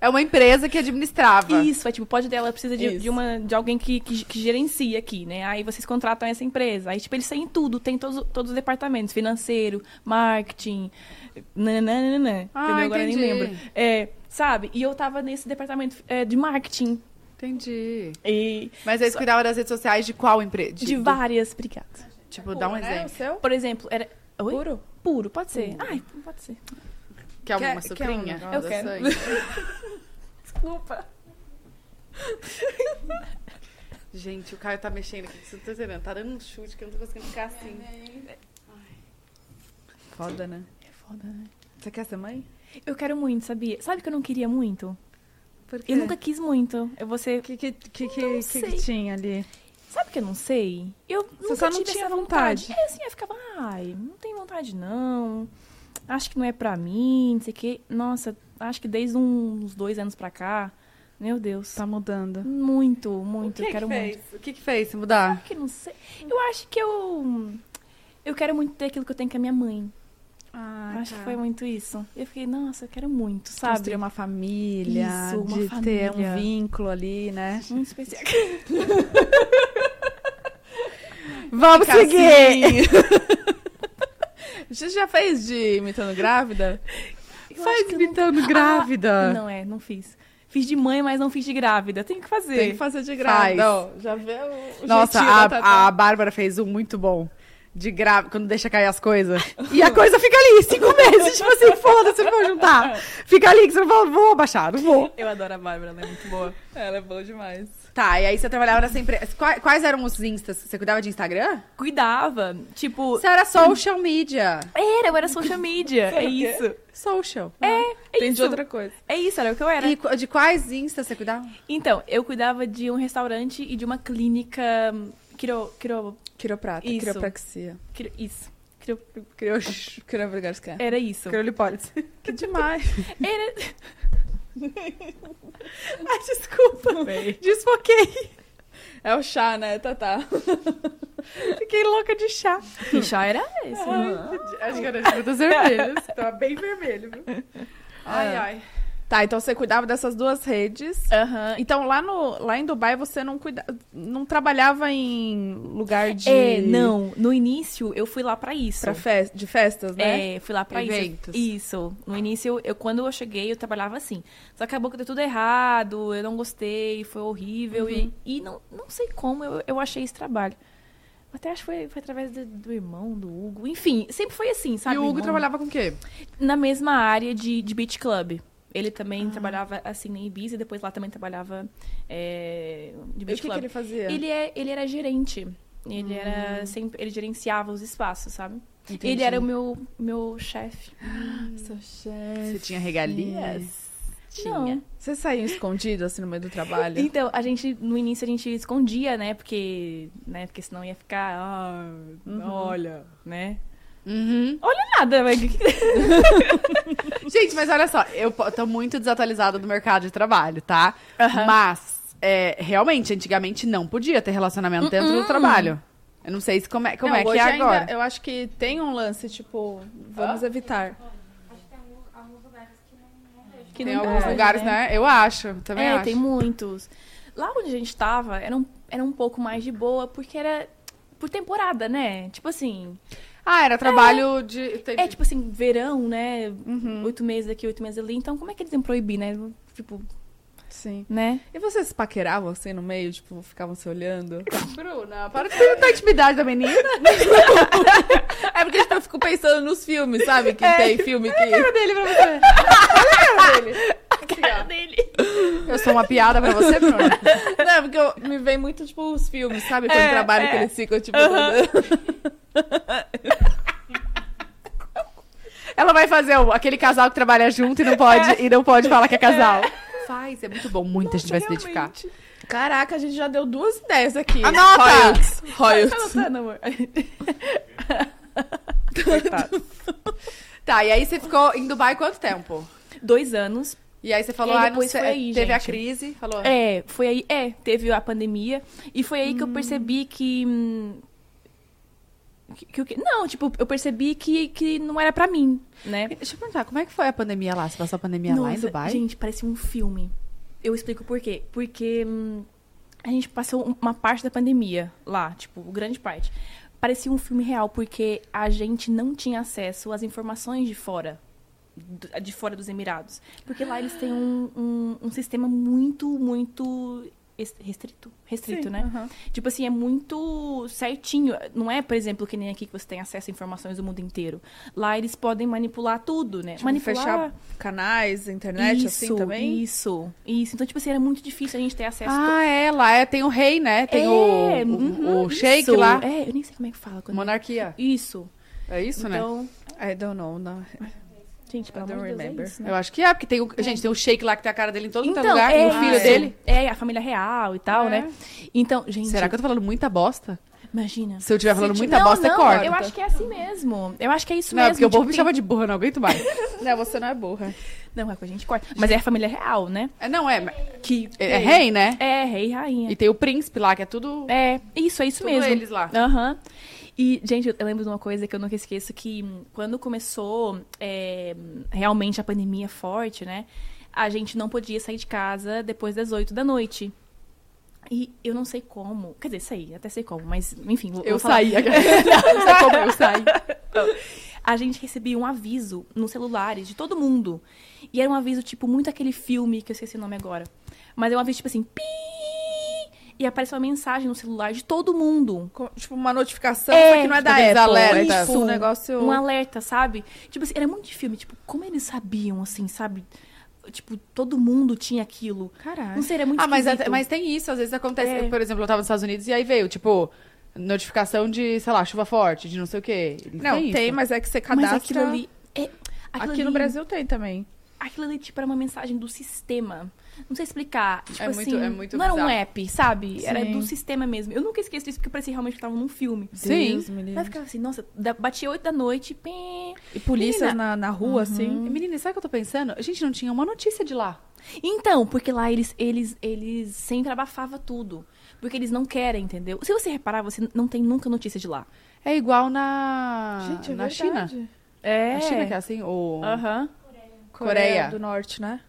É uma empresa que administrava. Isso, é tipo, pode dela precisa de, Isso. de uma, de alguém que, que, que gerencia aqui, né? Aí vocês contratam essa empresa. Aí, tipo, eles têm tudo, tem todos, todos os departamentos, financeiro, marketing, nananana. Ah, entendeu? Agora entendi. nem lembro. É, sabe? E eu tava nesse departamento é, de marketing. Entendi. E Mas eles cuidavam das redes sociais de qual empresa? de, várias, obrigada. Tipo, dá um Né, exemplo. O seu? Por exemplo, era. Oi? Puro? Puro, pode ser. Ai, pode ser. Quer uma Quer- sucrinha? quer um Eu quero. Desculpa. Gente, o Caio tá mexendo aqui, você não tá entendendo. Tá dando um chute que eu não tô conseguindo ficar assim. Foda, né? É foda, né? Você quer ser mãe? Eu quero muito, sabia? Sabe que eu não queria muito? Por quê? Eu nunca quis muito. Eu vou ser. O que que, que, que, que, sei. que tinha ali? Sabe que eu não sei? Eu nunca só não tive tinha essa vontade. É assim, eu ficava, ai, não tenho vontade não. Acho que não é pra mim, não sei o quê. Nossa, acho que desde uns dois anos pra cá, meu Deus. Tá mudando. Muito, muito, eu quero muito. fez? O que que fez se mudar? Que não sei. Eu acho que eu eu quero muito ter aquilo que eu tenho com a minha mãe. Ah, acho que foi muito isso. Eu fiquei, nossa, eu quero muito, sabe? Construir uma família, Isso, uma de ter família. um vínculo ali, né? Muito especial. Vamos seguir. Você assim. já fez de imitando grávida? Eu acho que eu não- Ah, grávida. Não é, não fiz. Fiz de mãe, mas não fiz de grávida. Tenho que fazer. Tem que fazer de grávida. Faz. ó. já vê o, o Nossa, jeitinho a, da Tatá. a Bárbara fez um muito bom. De grávida, quando deixa cair as coisas. E a coisa fica ali, cinco meses. Tipo assim, foda-se, eu não vou juntar. Fica ali que você não fala, vou abaixar, não vou. Eu adoro a Bárbara, ela é muito boa. Ela é boa demais. Tá, e aí você trabalhava nessa empresa. Quais, quais eram os instas? Você cuidava de Instagram? Cuidava, tipo... Você era social media. Era, eu era social media, é isso. Social. É Tem de isso. outra coisa. É isso, era o que eu era. E qu- de quais instas você cuidava? Então, eu cuidava de um restaurante e de uma clínica... hum, Quiro... quiro, Quiroprata, Isso. quiropraxia. quiro isso. Quiro, Quiro... Quirobrigarsca. era isso. Criolipólis. Que demais. Era... Ai, desculpa. Desfoquei. É o chá, né, Tatá? Fiquei louca de chá. Que chá era esse? Acho que era de frutas vermelhas. Tava bem vermelho, viu? Ai, ai. Tá, então você cuidava dessas duas redes. Aham. Então lá, no, lá em Dubai você não cuida, não trabalhava em lugar de É, não. No início, eu fui lá pra isso. pra fes- de festas, né? É, fui lá pra Eventos. isso. Isso. No início, eu, quando eu cheguei, eu trabalhava assim. Só que acabou que deu tudo errado, eu não gostei, foi horrível. E, e não, não sei como eu, eu achei esse trabalho. Até acho que foi, foi através do, do irmão, do Hugo. Enfim, sempre foi assim, sabe? E o Hugo irmão? trabalhava com o quê? Na mesma área de, de beach club. Ele também trabalhava assim na Ibiza e depois lá também trabalhava é, de E o beach que, que club. ele fazia? Ele, é, ele era gerente. Ele Hum. era sempre. Ele gerenciava os espaços, sabe? Ele era o meu, meu chefe. Seu chefe. Você tinha regalias? Não. Vocês saíam escondidos assim no meio do trabalho? Então, a gente, no início a gente escondia, né? Porque. Né? Porque senão ia ficar. Ah, Uhum. olha, né? é Uhum. Nada, mas. Gente, mas olha só, eu po- tô muito desatualizada do mercado de trabalho, tá? Mas, é, realmente, antigamente não podia ter relacionamento dentro Uhum. do trabalho. Eu não sei se como é, como Não, é que hoje é ainda agora. eu acho que tem um lance, tipo, vamos evitar. que Tem não alguns pode, lugares, né? né? Eu acho, também É, acho. tem muitos. Lá onde a gente tava, era um, era um pouco mais de boa, porque era por temporada, né? Tipo assim, Ah, era trabalho de... tem- é tipo assim, verão, né? Uhum. Oito meses aqui, oito meses ali. Então, como é que eles iam proibir, né? Tipo, Sim. né? E vocês paqueravam assim no meio, tipo, ficavam se olhando? Bruna, para de perguntar a intimidade da menina. É porque tipo, eu fico pensando nos filmes, sabe? É. Que tem filme que. dele pra você. Cara dele. Eu sou uma piada pra você, Bruna? Não, é porque eu- me vem muito, tipo, os filmes, sabe? um Quando É, trabalho é. que eles ficam, tipo, Ela vai fazer o- aquele casal que trabalha junto e não pode, e não pode falar que é casal. Faz, é muito bom. Muita gente vai se identificar. Caraca, a gente já deu duas ideias aqui. Ah, Anota! Royals. Tá Royals. notando, amor? Tá, e aí você ficou em Dubai quanto tempo? Dois anos. E aí você falou, E aí ah, não depois sei, é, foi aí, teve a gente. crise, falou. né? É, foi aí. É, teve a pandemia. E foi aí que eu percebi que. hum, que- que o quê? não, tipo, eu percebi que, que não era pra mim, né? Deixa eu perguntar, como é que foi a pandemia lá? Você passou a pandemia lá em Nossa, Dubai? Gente, parecia um filme. Eu explico por quê. Porque hum, a gente passou um, uma parte da pandemia lá, tipo, grande parte. Parecia um filme real, porque a gente não tinha acesso às informações de fora. do- De fora dos Emirados. Porque lá eles têm um, um- um sistema muito, muito es- restrito. Restrito, né? Tipo assim, é muito certinho. Não é, por exemplo, que nem aqui que você tem acesso a informações do mundo inteiro. Lá eles podem manipular tudo, né? manipular Tipo, fechar canais, internet, assim também? isso, isso. Então, tipo assim, era muito difícil a gente ter acesso. Ah, é, lá é, tem o rei, né? Tem É, o, o, uhum, o sheik isso. lá. É, eu nem sei como é que fala. Quando... Monarquia. Isso. É isso, né? então, I don't know, não. gente, pelo I don't amor de Deus, é remember. isso, né? Eu acho que é, porque tem o. Gente, tem o Sheik lá que tem a cara dele em todo então, Então, lugar. é o filho isso. dele. É. É, a família real e tal, né? Então, gente, Será que eu tô falando muita bosta? imagina. Se eu estiver falando muita não, bosta, não, corta. Eu acho que é assim mesmo. Eu acho que é isso não, é mesmo. porque o tipo, povo me tem- chama de burra, não aguento mais. Não, você não é burra. Não, é que a gente corta. Mas é a família real, né? É, não, é. Que... É, é rei, né? É, rei e rainha. E tem o príncipe lá, que é tudo. É, isso, é isso Tudo mesmo. eles lá. Aham. E, gente, eu lembro de uma coisa que eu nunca esqueço, que hum, quando começou é, realmente a pandemia forte, né? A gente não podia sair de casa depois das 8 da noite. E eu não sei como. Quer dizer, saí, até sei como, mas enfim, vou, eu vou falar. é saí. Sabe como eu saí? A gente recebia um aviso nos celulares de todo mundo. E era um aviso, tipo, muito aquele filme, que eu esqueci o nome agora. Mas é um aviso, tipo assim, pi! E apareceu uma mensagem no celular de todo mundo. Com- tipo, uma notificação, É, só que não é tipo, da aqueles Apple. alertas. É tipo um negócio... um alerta, sabe? Tipo assim, era muito de filme. Tipo, como eles sabiam, assim, sabe? Tipo, todo mundo tinha aquilo. Caralho. Não sei, era muito Ah, mas, esquisito. até- mas tem isso, às vezes acontece. É. Eu, Por exemplo, eu tava nos Estados Unidos e aí veio, tipo, notificação de, sei lá, chuva forte, de não sei o quê. Eles Não, têm tem, isso. mas é que você Mas cadastra... aquilo ali... é- aquilo Aqui no ali- Brasil tem também. Aquilo ali, tipo, era uma mensagem do sistema. Não sei explicar. Tipo É assim, muito- é muito não era um bizarro. app, sabe? Era Sim. do sistema mesmo. Eu nunca esqueço disso, porque parecia realmente que tava num filme. Sim. Deus me livre. Mas eu ficava assim, nossa, da- batia 8 da noite, pim. E polícia na, na é rua, assim. Uhum. Menina, sabe o que eu tô pensando? A gente não tinha uma notícia de lá. Então, porque lá eles, eles, eles sempre abafavam tudo. Porque eles não querem, entendeu? Se você reparar, você não tem nunca notícia de lá. É igual na. Gente, é Ah, na verdade. China. É. Na China que é assim, ou. Aham. Coreia. Coreia. do Norte, né?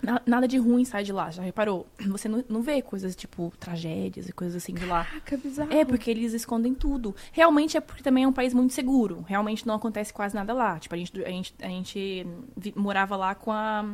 na- Nada de ruim sai de lá, já reparou? Você não, não vê coisas tipo tragédias e coisas assim de lá. Caraca, bizarro. É, porque eles escondem tudo. Realmente é porque também é um país muito seguro. Realmente não acontece quase nada lá. Tipo, a gente, a gente, a gente vi- morava lá com a,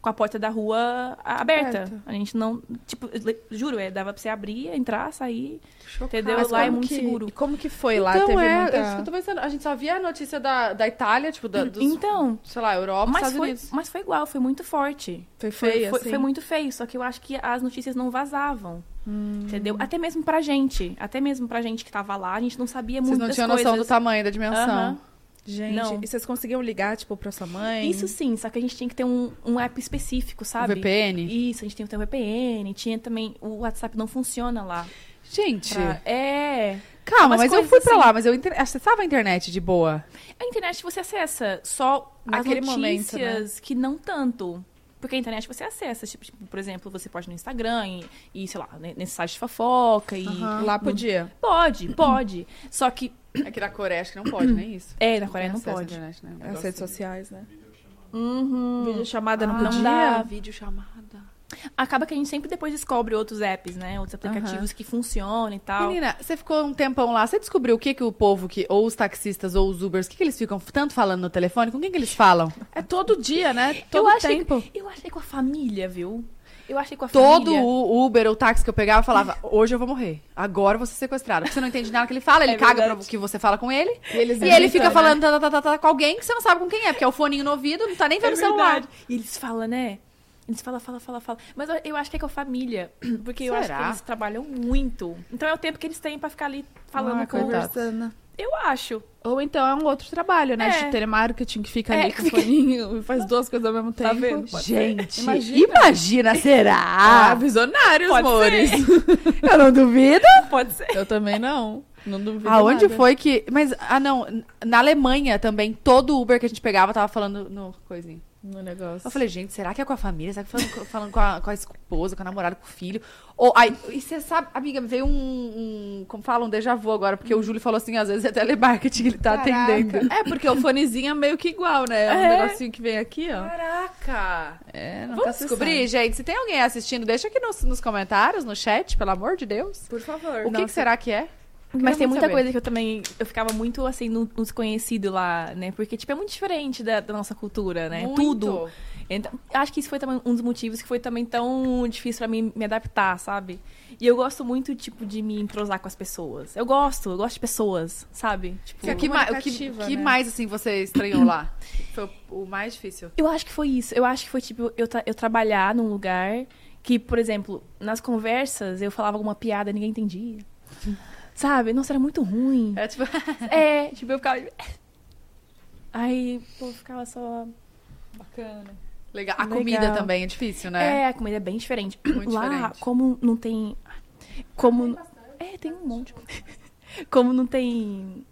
com a porta da rua a- aberta. Aberta. A gente não. Tipo, le- juro, é, dava pra você abrir, entrar, sair. Chocada. entendeu? Mas Lá é como muito que- seguro. e Como que foi lá? então Teve é, muita- é isso que eu tô pensando. A gente só via a notícia da, da Itália, tipo, da, dos, Então. sei lá, Europa, Mas Estados foi, Unidos. mas foi igual, foi muito forte. Foi Foi, feio, foi- assim? foi muito feio, só que eu acho que as notícias não vazavam. Hum. Entendeu? Até mesmo pra gente. Até mesmo pra gente que tava lá, a gente não sabia Vocês muito não das tinham coisas. noção do tamanho, da dimensão. Aham. Gente, Não. e vocês conseguiam ligar, tipo, pra sua mãe? Isso sim, só que a gente tinha que ter um, um app específico, Um sabe? VPN. Isso, a gente tem um o teu VPN, tinha também. O WhatsApp não funciona lá. Gente, pra- É. calma, umas mas eu coisas fui pra assim. lá, mas eu inter... acessava a internet de boa. A internet você acessa só Naquele as momento, notícias né? que não tanto. Porque a internet você acessa, tipo, tipo, por exemplo, você pode no Instagram e, e, sei lá, né, nesse site de fofoca e. Lá podia. Pode, pode. Só que. Aqui na Coreia acho que não pode, nem isso. É, na Coreia não Acesso à pode. internet, né? Nas redes sociais, né? Uhum. Vídeo chamada não Ah, não podia? dá. vídeo chamada. Acaba que a gente sempre depois descobre outros apps, né? Outros aplicativos que funcionam e tal. Menina, você ficou um tempão lá, você descobriu o que que o povo, que ou os taxistas ou os Ubers, o que que eles ficam tanto falando no telefone? Com quem que eles falam? É todo dia, né? Todo eu acho tempo. Que, eu achei com a família, viu? Eu achei com a Todo família. o Uber ou táxi que eu pegava eu falava, hoje eu vou morrer. Agora eu vou ser sequestrada. Porque você não entende nada que ele fala, ele É caga verdade. pro que você fala com ele. E, eles ele inventam, fica né? falando tá, tá, tá, tá, com alguém que você não sabe com quem é, porque é o foninho no ouvido, não tá nem É vendo o celular. E eles falam, né? Eles falam, falam, falam, falam. Mas eu, eu acho que é com a família. Porque eu acho Será? que eles trabalham muito. Então é o tempo que eles têm pra ficar ali falando Ah, com conversando. Eu acho. Ou então é um outro trabalho, né? É. De telemarketing que fica É, ali que com o fica- foninho e faz duas coisas ao mesmo tempo. vendo? Gente, imagina, Imagina. Ah, será? visionários, Pode amores. eu não duvido. Pode ser. Eu também não. Não duvido Aonde nada. foi que... Mas, ah não, na Alemanha também, todo Uber que a gente pegava tava falando no coisinho. No negócio. Eu falei, gente, será que é com a família? Será que falando, com- falando com, a, com a esposa, com a namorada, com o filho? Ou, aí, e você sabe, amiga, me veio um, um- Como fala, um déjà vu agora, porque o Júlio falou assim, às vezes é telemarketing, ele tá Caraca. atendendo. É, porque o fonezinho é meio que igual, né? É um É. negocinho que vem aqui, ó. Caraca! É, nunca Vamos se descobrir, gente. tá Se tem alguém assistindo, deixa aqui nos, nos comentários, no chat, pelo amor de Deus. Por favor. O que que, será que é? Mas tem muito muita saber. coisa que eu também. Eu ficava muito assim, no, no desconhecido lá, né? Porque, tipo, é muito diferente da, da nossa cultura, né? Muito. Tudo. Então, acho que isso foi também um dos motivos que foi também tão difícil pra mim me adaptar, sabe? E eu gosto muito, tipo, de me entrosar com as pessoas. Eu gosto, eu gosto de pessoas, sabe? Tipo, O que, ma- o que, comunicativa, que né? mais, assim, você estranhou lá? Foi o o mais difícil. Eu acho que foi isso. Eu acho que foi, tipo, eu, tra- eu trabalhar num lugar que, por exemplo, nas conversas eu falava alguma piada e ninguém entendia. Sabe? Nossa, era muito ruim. É tipo... É, tipo, eu ficava. Aí, pô, eu ficava só. Bacana. Legal. A Legal. comida também é difícil, né? É, a comida é bem diferente. Muito Lá, diferente. como não tem. Como. É, tem um monte. Como não tem.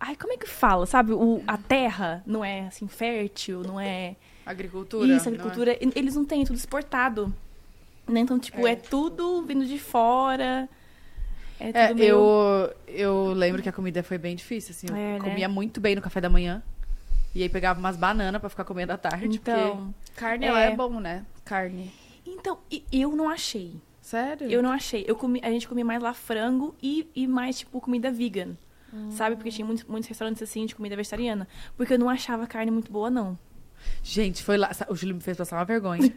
Ai, como é que fala? Sabe, o, a terra não é assim fértil, não é. Agricultura. Isso, não é? agricultura. E- Eles não têm, é tudo exportado. Né? Então, tipo, é. tudo vindo de fora. É tudo É, meio... eu, eu lembro que a comida foi bem difícil, assim. Eu É, né? comia muito bem no café da manhã. E aí pegava umas bananas pra ficar comendo à tarde. Porque... Então, Carne É. lá é bom, né? Carne. então e- eu não achei. Sério? Eu não achei. Eu comi, a gente comia mais lá frango e, e mais, tipo, comida vegan. Sabe? Porque tinha muitos, muitos restaurantes assim de comida vegetariana. Porque eu não achava carne muito boa, não. Gente, foi lá. sa- O Júlio me fez passar uma vergonha.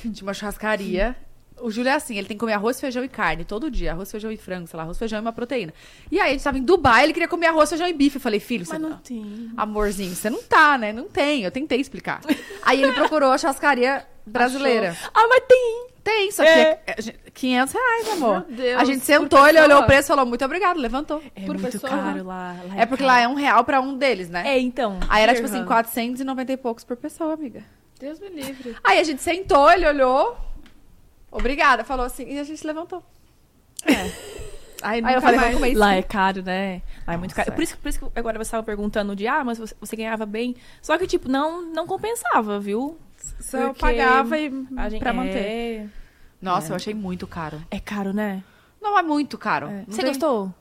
Tinha uma churrascaria. O Júlio é assim, ele tem que comer arroz, feijão e carne todo dia. Arroz, feijão e frango, sei lá, arroz, feijão e uma proteína. E aí a gente tava em Dubai, ele queria comer arroz, feijão e bife. Eu falei, filho, você tá-" Mas não tem. Amorzinho, você não tá, né? Não tem. Eu tentei explicar. Aí ele procurou a churrascaria brasileira. Ah, mas tem! Tem, só que É. é. é, gente, 500 reais, amor. Meu Deus, a gente por sentou, ele pessoa. olhou o preço, falou muito obrigado, levantou. É Por muito pessoa? caro lá. É porque lá é um real pra um deles, né? É, então. Aí era tipo assim, Irra. 490 e poucos por pessoa, amiga. Deus me livre. Aí a gente sentou, ele olhou, obrigada, falou assim, e a gente levantou. Ai, É. Aí nunca eu falei, mais. vamos comer isso. Lá é caro, né? Lá é muito Nossa, caro. Por isso, por isso que agora você estava perguntando de, ah, mas você, você ganhava bem. Só que, tipo, não, não compensava, viu? Só Porque pagava e A gente- pra é- manter. Nossa, eu achei muito caro. É caro, né? Não é muito caro. Não Você tem- gostou?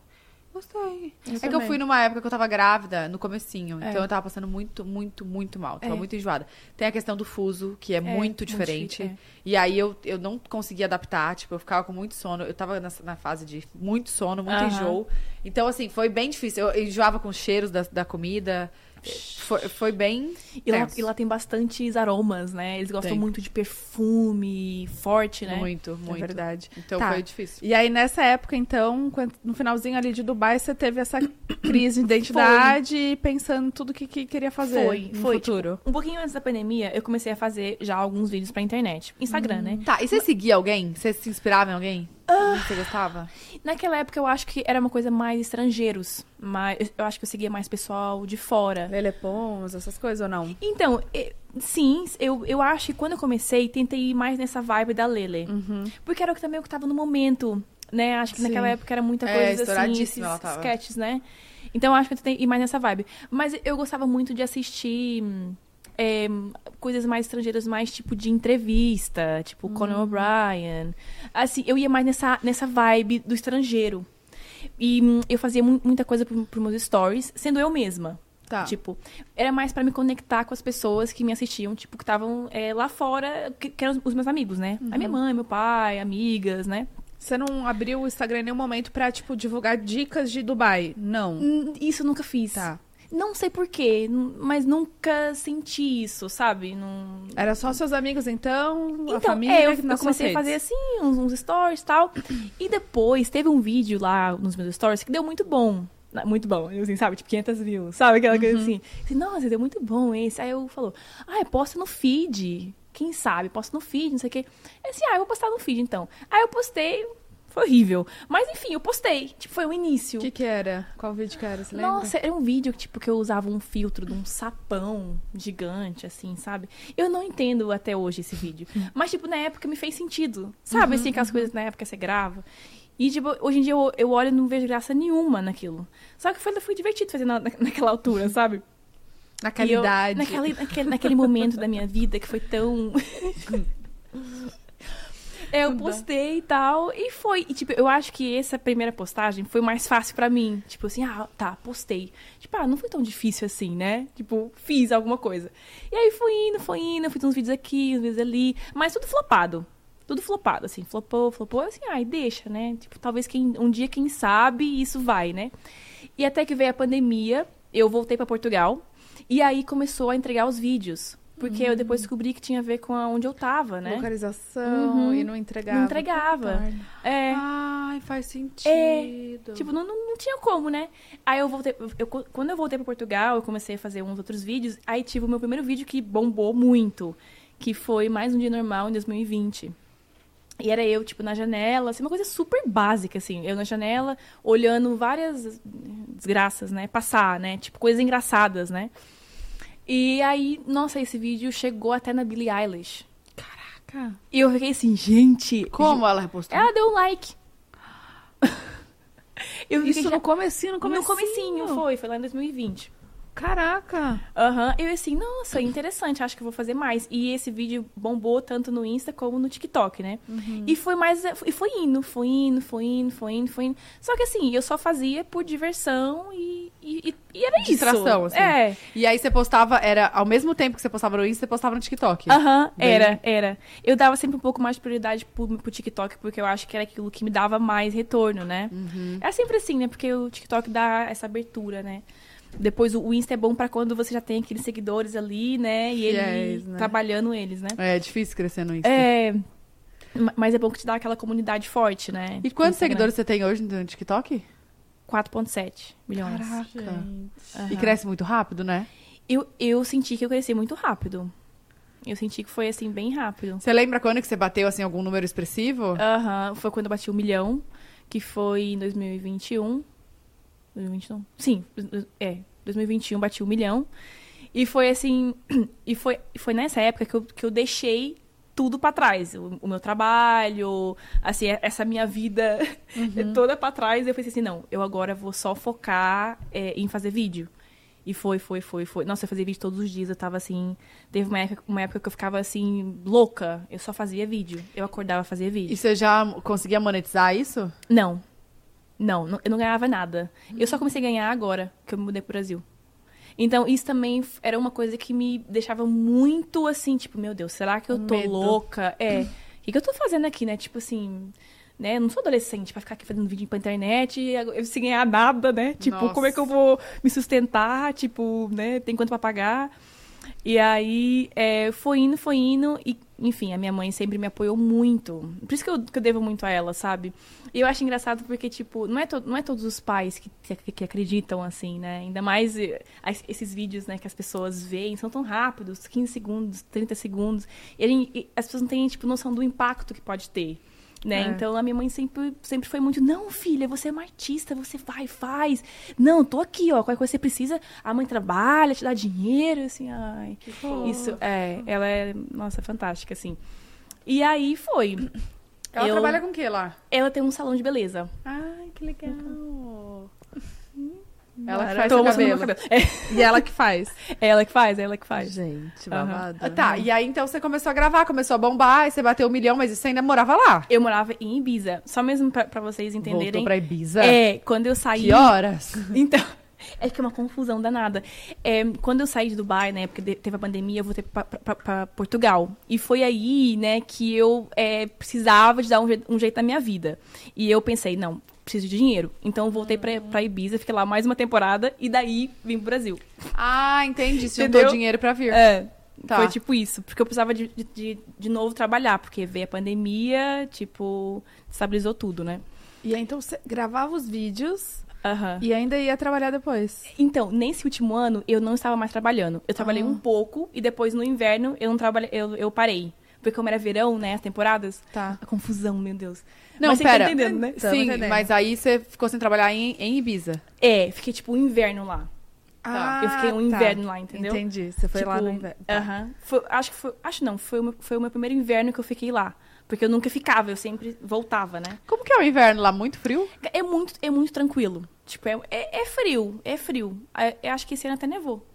Gostei. Eu é que eu também. fui numa época que eu tava grávida, no comecinho. É. Então eu tava passando muito, muito, muito mal. Tava É. muito enjoada. Tem a questão do fuso, que é, muito muito diferente. é. difícil, E aí eu, eu não conseguia adaptar, tipo, eu ficava com muito sono. Eu tava nessa- na, fase de muito sono, muito Aham. enjoo. Então, assim, foi bem difícil. Eu enjoava com os cheiros da, da comida. Foi, foi bem. E lá, tenso. e lá tem bastantes aromas, né? Eles gostam É. Tem. muito de perfume forte, né? Muito, É muito. verdade. então Tá. foi difícil. E aí, nessa época, então, quando- no finalzinho ali de Dubai, você teve essa crise de identidade e pensando em tudo que, que queria fazer Foi, no foi, futuro. Um pouquinho antes da pandemia, eu comecei a fazer já alguns vídeos pra internet. Instagram, né? Tá, e você seguia alguém? Você se inspirava em alguém? Ah. Você gostava? Naquela época eu acho que era uma coisa mais estrangeiros. Mas eu acho que eu seguia mais pessoal de fora. Lele Pons, essas coisas ou não? Então, e- sim, eu, eu acho que quando eu comecei, tentei ir mais nessa vibe da Lele. Uhum. Porque era o que também o que tava no momento, né? Acho que Sim. naquela época era muita É, coisa assim, estouradíssima esses ela tava. sketches, né? Então acho que eu tentei ir mais nessa vibe. Mas eu gostava muito de assistir hum, é, coisas mais estrangeiras, mais tipo de entrevista, tipo Uhum. Conan O'Brien. Assim, eu ia mais nessa, nessa vibe do estrangeiro. E hum, eu fazia mu- muita coisa pro, pros meus stories, sendo eu mesma. Tá. Tipo, era mais pra me conectar com as pessoas que me assistiam, tipo, que estavam é, lá fora, que, que eram os meus amigos, né? A minha mãe, meu pai, amigas, né? Você não abriu o Instagram em nenhum momento pra, tipo, divulgar dicas de Dubai? Não. Hum, Isso eu nunca fiz. Tá. Não sei porquê, mas nunca senti isso, sabe? Não... Era só seus amigos, então? a Então, família? é, eu, nas eu comecei a suas fazer redes. assim, uns, uns stories e tal. E depois teve um vídeo lá nos meus stories que deu muito bom. Na- Muito bom, eu, assim, sabe? Tipo, 500 views, sabe? Aquela coisa Uhum. assim. assim. Nossa, deu muito bom esse. Aí eu falou, ah, eu posto no feed. Quem sabe? Posto no feed, não sei o quê. Eu assim, ah, eu vou postar no feed então. Aí eu postei, foi horrível. Mas enfim, eu postei. Tipo, foi o início. O que que era? Qual vídeo que era, você lembra? Nossa, era um vídeo que, tipo, que eu usava um filtro de um sapão gigante, assim, sabe? Eu não entendo até hoje esse vídeo. Hum. Mas, tipo, na época me fez sentido. Sabe, Uhum, assim, aquelas coisas que na época você grava. E, tipo, hoje em dia eu, eu olho e não vejo graça nenhuma naquilo. Só que foi, foi divertido fazer na- na- naquela altura, sabe? Naquela E eu- idade. naquela- naquele, naquele momento da minha vida que foi tão. É, eu postei e tal, e foi. E, tipo, eu acho que essa primeira postagem foi mais fácil pra mim. Tipo assim, ah, tá, postei. Tipo, ah, não foi tão difícil assim, né? Tipo, fiz alguma coisa. E aí fui indo, foi indo, fiz uns vídeos aqui, uns vídeos ali, mas tudo flopado. Tudo flopado, assim, flopou, flopou, assim, ai, deixa, né? Tipo, talvez quem, um dia, quem sabe, isso vai, né? E até que veio a pandemia, eu voltei pra Portugal, e aí começou a entregar os vídeos. Porque eu depois descobri que tinha a ver com a- onde eu tava, né? Localização Uhum. e não entregava. Não entregava. É. Ai, faz sentido. Tipo, não, não, não tinha como, né? Aí eu voltei. Eu, quando eu voltei pra Portugal, eu comecei a fazer uns outros vídeos. Aí tive o meu primeiro vídeo que bombou muito. Que foi mais um dia normal em 2020. E era eu, tipo, na janela, assim, uma coisa super básica, assim. Eu na janela, olhando várias desgraças, né? Passar, né? Tipo, coisas engraçadas, né? E aí, nossa, esse vídeo chegou até na Billie Eilish. Caraca. E eu fiquei assim, gente. Como ela repostou? Ela deu um like. Eu fiquei Isso no comecinho, no comecinho. no comecinho, foi, foi lá em 2020. Caraca. Aham, eu assim, nossa, interessante, acho que eu vou fazer mais. E esse vídeo bombou tanto no Insta como no TikTok, né? E foi mais, e foi indo, foi indo, foi indo, foi indo, foi indo. Só que assim, eu só fazia por diversão e, e, e- e era Distração, isso. assim. É, E aí você postava, era ao mesmo tempo que você postava no Insta, você postava no TikTok. aham, Bem- era, era. Eu dava sempre um pouco mais de prioridade pro, pro TikTok, porque eu acho que era aquilo que me dava mais retorno, né? Uhum. É sempre assim, né? Porque o TikTok dá essa abertura, né? Depois o- o Insta é bom pra quando você já tem aqueles seguidores ali, né? E ele Fiéis, né? trabalhando eles, né? É difícil crescer no Insta. É. ma- Mas é bom que te dá aquela comunidade forte, né? E quantos Instagram. seguidores você tem hoje no TikTok? 4,7 milhões. E Aham. cresce muito rápido, né? Eu, eu senti que eu cresci muito rápido. Eu senti que foi assim, bem rápido. Você lembra quando que você bateu, assim, algum número expressivo? Aham, foi quando eu bati um milhão, que foi em 2021. 2021? Sim, é. 2021 bati um milhão. E foi assim. E foi, foi nessa época que eu, que eu deixei tudo pra trás. O, o meu trabalho, assim, e- essa minha vida toda pra trás. Eu pensei assim, não, eu agora vou só focar é, em fazer vídeo. E foi, foi, foi, foi. Nossa, eu fazia vídeo todos os dias, eu tava assim. Teve uma época, uma época que eu ficava assim, louca. Eu só fazia vídeo. Eu acordava, fazia vídeo. E você já conseguia monetizar isso? Não. Não, não- eu não ganhava nada. Eu só comecei a ganhar agora, que eu me mudei pro Brasil. Então, isso também f- era uma coisa que me deixava muito assim, tipo, meu Deus, será que eu tô Medo. louca? É. O que, que eu tô fazendo aqui, né? Tipo assim, né? Eu não sou adolescente pra ficar aqui fazendo vídeo pra internet e ag- eu sem ganhar nada, né? Tipo, como é que eu vou me sustentar? Tipo, né? Tem quanto pra pagar? E aí, é, foi indo, foi indo. E, enfim, a minha mãe sempre me apoiou muito. Por isso que eu, que eu devo muito a ela, sabe? E eu acho engraçado porque, tipo, não é, to- não é todos os pais que, que, que acreditam assim, né? Ainda mais eh, as- esses vídeos, né, que as pessoas veem, são tão rápidos 15 segundos, 30 segundos. E, a gente- e as pessoas não têm, tipo, noção do impacto que pode ter. É. Né? Então a minha mãe sempre, sempre foi muito, não, filha, você é uma artista, você vai, faz. Não, tô aqui, ó. Qualquer coisa que você precisa, a mãe trabalha, te dá dinheiro, assim, ai. Isso, é, ela é, nossa, fantástica, assim. E aí foi. Ela Eu- trabalha com o que lá? Ela tem um salão de beleza. Ai, que legal. Ela que Maravilha. faz Tô o mostrando cabelo. meu cabelo. É, E ela que faz. ela que faz, ela que faz. Gente, Aham. babado. Ah, Tá, e aí então você começou a gravar, começou a bombar, aí você bateu um milhão, mas você ainda morava lá. Eu morava em Ibiza. Só mesmo pra, pra vocês Voltou entenderem. pra Ibiza. É, quando eu saí. Que horas? Então, é que é uma confusão danada. É, quando eu saí de Dubai, né, porque de- teve a pandemia, eu voltei pra, pra- pra- pra Portugal. E foi aí, né, que eu é, precisava de dar um, je- um jeito na minha vida. E eu pensei, não, preciso de dinheiro. Então, eu voltei pra, pra Ibiza, fiquei lá mais uma temporada e daí vim pro Brasil. Ah, entendi. Se juntou Entendeu? dinheiro pra vir. É. Tá. Foi tipo isso, porque eu precisava de, de- de, de novo trabalhar, porque veio a pandemia, tipo, estabilizou tudo, né? E aí, então você gravava os vídeos Aham. e ainda ia trabalhar depois. Então, nesse último ano, eu não estava mais trabalhando. Eu trabalhei Ah. um pouco e depois no inverno eu não trabalhei, eu, eu parei. Porque como era verão, né, as temporadas, Tá. a confusão, meu Deus. Não, Mas você pera. tá entendendo, né? Tamo Sim, entendendo. mas aí você ficou sem trabalhar em, em Ibiza. É, fiquei tipo o inverno lá. Ah, eu fiquei um tá. inverno lá, entendeu? Ah, tá. Entendi. Você foi lá Tipo, no inverno. Tá. aham. Foi- acho que foi, acho não, foi o, meu, foi o meu primeiro inverno que eu fiquei lá. Porque eu nunca ficava, eu sempre voltava, né? Como que é o inverno lá? Muito frio? É muito, é muito tranquilo. Tipo, é, é, é frio, é frio. É- eu acho que esse ano até nevou.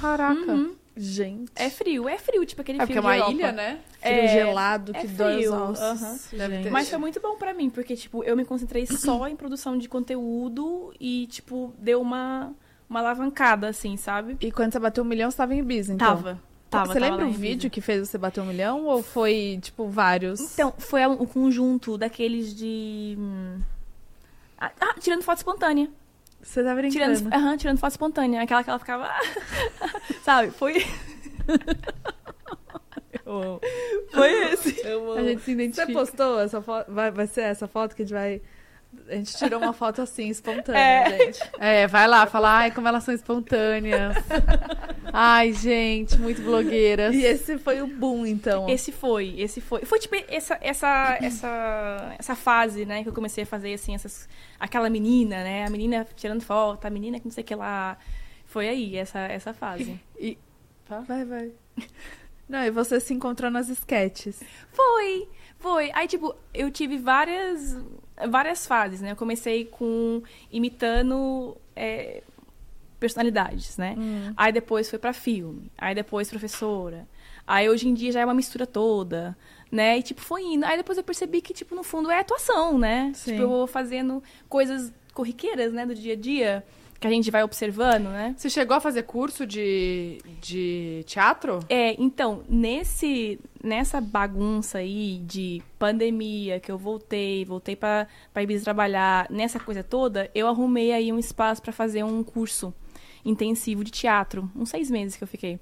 Caraca. Uhum. Gente. É frio, é frio, tipo aquele É frio porque é uma de Europa. ilha, né? Frio É, gelado que é dói os frio, ossos. aham. Deve Gente. ter. Mas foi muito bom pra mim, porque, tipo, eu me concentrei só em produção de conteúdo e, tipo, deu uma, uma alavancada, assim, sabe? E quando você bateu um milhão, você tava em Ibiza, então? Tava. Tava. você tava lembra lá o em vídeo que fez você bater um milhão? Ou foi, tipo, vários? Então, foi um conjunto daqueles de. hum, Ah, ah, tirando foto espontânea. Você tá brincando. Tirando, aham, tirando foto espontânea. Aquela que ela ficava. sabe? Foi. foi esse. A gente se identifica. Você postou essa foto? Vai, vai ser essa foto que a gente vai... A gente tirou uma foto assim, espontânea, gente. É, vai lá, fala, ai, como elas são espontâneas. ai, gente, muito blogueiras. E esse foi o boom, então. Esse foi, esse foi. Foi tipo essa, essa, essa, essa fase, né, que eu comecei a fazer, assim, essas, aquela menina, né? A menina tirando foto, a menina que não sei o que lá. Foi aí, essa, essa fase. Vai, vai. Não, e você se encontrou nas sketches. Foi, foi. Aí, tipo, eu tive várias, várias fases, né? Eu comecei com imitando é, personalidades, né? Aí depois foi pra filme, aí depois professora. Aí hoje em dia já é uma mistura toda, né? E tipo, foi indo. Aí depois eu percebi que, tipo, no fundo é atuação, né? Sim. Tipo, eu vou fazendo coisas corriqueiras, né, do dia a dia, que a gente vai observando, né? Você chegou a fazer curso de, de teatro? É, então, nesse, nessa bagunça aí de pandemia, que eu voltei, voltei pra, pra Ibiza trabalhar, nessa coisa toda, eu arrumei aí um espaço pra fazer um curso intensivo de teatro. Uns seis meses que eu fiquei.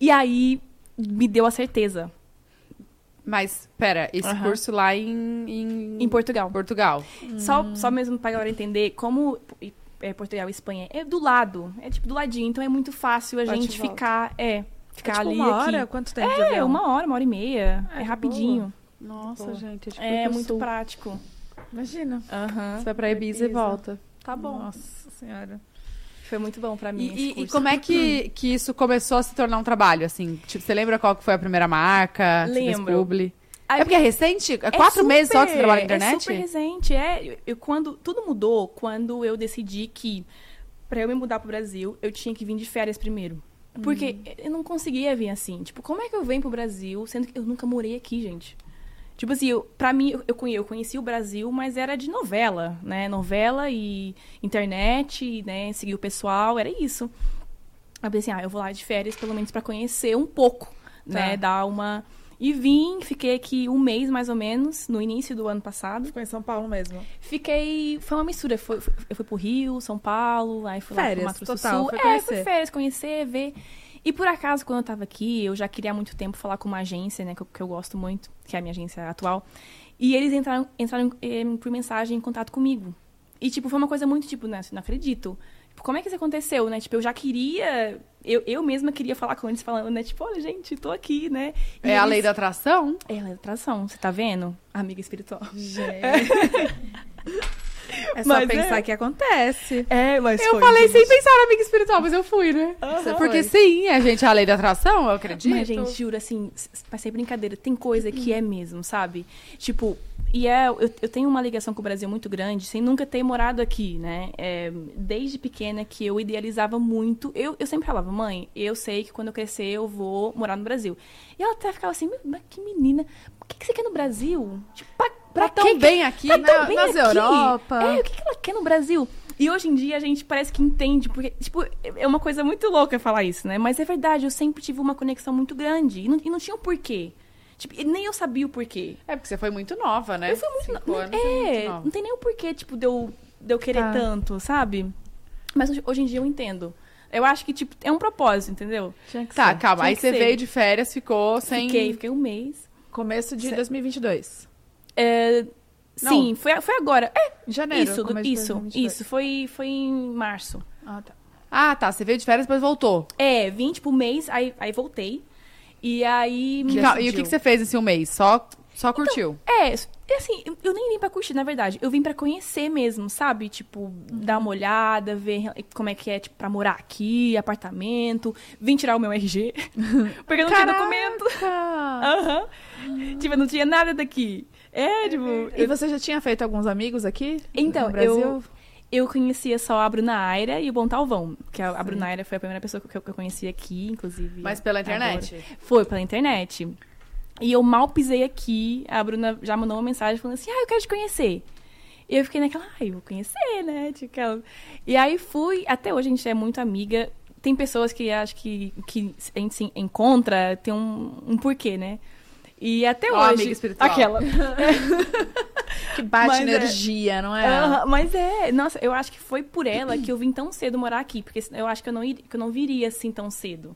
E aí, me deu a certeza. Mas, pera, esse Aham. curso lá em, em... Em Portugal. Portugal. Só, Hum. só mesmo pra galera entender como e- é, Portugal e Espanha é do lado. É tipo do ladinho, então é muito fácil a Bate e gente volta. ficar... É, ficar É, tipo, ali uma aqui. hora? Quanto tempo de É, avião? uma hora, uma hora e meia. é rapidinho. Nossa, gente, tipo É pro muito sul. prático. Imagina. Aham. Você vai pra Ibiza, e Ibiza. volta. Tá bom. Nossa senhora. Foi muito bom pra E, mim. esse e- e curso. como é que, que isso começou a se tornar um trabalho, assim? Tipo, você lembra qual que foi a primeira marca? que você fez Lembro. publi? Aí- é porque é recente? É É quatro super- meses só que você trabalha na É internet? super recente, é. Eu, eu- quando, tudo mudou quando eu decidi que pra eu me mudar pro Brasil, eu tinha que vir de férias primeiro. Hum. Porque eu não conseguia vir assim. Tipo, como é que eu venho pro Brasil, sendo que eu nunca morei aqui, gente? Tipo assim, eu, pra mim, eu, eu conhe- eu conheci o Brasil, mas era de novela, né? Novela e internet, né? Seguir o pessoal, era isso. Aí eu pensei assim, ah, eu vou lá de férias, pelo menos pra conhecer um pouco, né? Dar uma... E vim, fiquei aqui um mês, mais ou menos, no início do ano passado. Ficou em São Paulo mesmo. Fiquei. Foi uma mistura. Foi, foi- eu fui pro Rio, São Paulo, aí fui Férias, lá pro Mato Grosso do total, Sul. foi é, conhecer. fui férias, conhecer, ver. E por acaso, quando eu tava aqui, eu já queria há muito tempo falar com uma agência, né, que eu, que eu gosto muito, que é a minha agência atual. E eles entraram, entraram em- por mensagem em contato comigo. E, tipo, foi uma coisa muito, tipo, né, não acredito. Tipo, como é que isso aconteceu, né? Tipo, eu já queria. Eu, eu mesma queria falar com eles, falando, né? Tipo, olha, gente, tô aqui, né? E É a eles- lei da atração? É a lei da atração, você tá vendo? Amiga espiritual. É só Mas pensar é. que acontece. É, mas Eu falei sem pensar na amiga espiritual, mas eu fui, né? Porque sim, a gente é a lei da atração, eu acredito. Mas, gente, juro, assim, s- s- mas sem brincadeira, tem coisa que é mesmo, sabe? Tipo, e é, eu, eu tenho uma ligação com o Brasil muito grande, sem nunca ter morado aqui, né? É, desde pequena que eu idealizava muito. Eu, eu sempre falava, mãe, eu sei que quando eu crescer eu vou morar no Brasil. E ela até ficava assim, "Meu, mas que menina, por que, que você quer no Brasil? Tipo, pra, pra tá tão quê? bem aqui, Tá né? tão bem nas aqui. Europa. É, o que, que ela quer no Brasil? E hoje em dia a gente parece que entende, porque, tipo, é uma coisa muito louca falar isso, né? Mas é verdade, eu sempre tive uma conexão muito grande. E não, e não tinha o porquê. Tipo, e nem eu sabia o porquê. É porque você foi muito nova, né? Eu fui muito. Cinco no- anos, você foi muito é, nova. não tem nem o porquê, tipo, de eu, de eu querer tanto, sabe? Mas hoje, hoje em dia eu entendo. Eu acho que, tipo, é um propósito, entendeu? É. Tá, calma. Tinha Aí que você ser. veio de férias, ficou sem. Fiquei, fiquei um mês. Começo de Cê- 2022. É, Não. Sim, foi, foi agora. É, Em Janeiro. isso, do- começo de isso, 2022. isso. Foi, foi em março. Ah, tá. Ah, tá. Você veio de férias, depois voltou. É, vim, tipo, um mês, aí, aí voltei. E aí. E, me calma, e decidiu. o que, que você fez esse um mês? Só, só curtiu. É, é assim, eu- eu nem vim pra curtir, na verdade. Eu vim pra conhecer mesmo, sabe? Tipo, dar uma olhada, ver como é que é, tipo, pra morar aqui, apartamento. Vim tirar o meu RG. porque eu não tinha documento. Aham. Tipo, eu não tinha nada daqui. É, tipo. E você já tinha feito alguns amigos aqui? Então, no Brasil? eu, eu conhecia só a Bruna Aira e o Bom Talvão. Que a, a Bruna Aira foi a primeira pessoa que eu, que eu conheci aqui, inclusive. Mas pela internet. Foi pela internet. E eu mal pisei aqui, a Bruna já mandou uma mensagem falando assim: ah, eu quero te conhecer. E eu fiquei naquela, ai, eu vou conhecer, né? Tipo, aquela- E aí fui, até hoje a gente é muito amiga. Tem pessoas que acho que, que a gente se encontra, tem um, um porquê, né? E até Ó, hoje. amiga espiritual. Aquela. Que bate Mas é- energia, não é? Aham, mas é, nossa, eu acho que foi por ela que eu vim tão cedo morar aqui, porque eu acho que eu não, ir, que eu não viria assim tão cedo.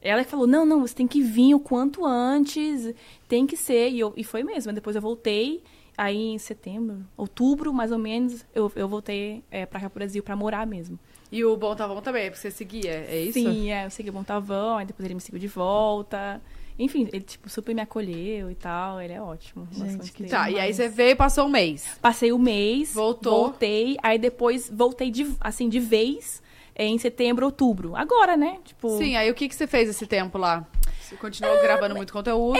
Ela que falou, não, não, você tem que vir o quanto antes, tem que ser, e, eu- e foi mesmo. Depois eu voltei, aí em setembro, outubro, mais ou menos, eu, eu voltei é, pra cá pro Brasil pra morar mesmo. E o Bom Tá Bom também, é porque você seguia, é isso? Sim, é, eu segui o Montavão, aí depois ele me seguiu de volta. Enfim, ele, tipo, super me acolheu e tal, ele é ótimo. eu gosto Gente, muito que dele. Tá, e aí você veio e passou um mês. Passei o mês. Voltou. Voltei. Aí depois voltei de, assim, de vez eh, em setembro, outubro. Agora, né? Tipo. Sim, aí o que, que você fez esse tempo lá? Você Ah, continuou gravando muito conteúdo?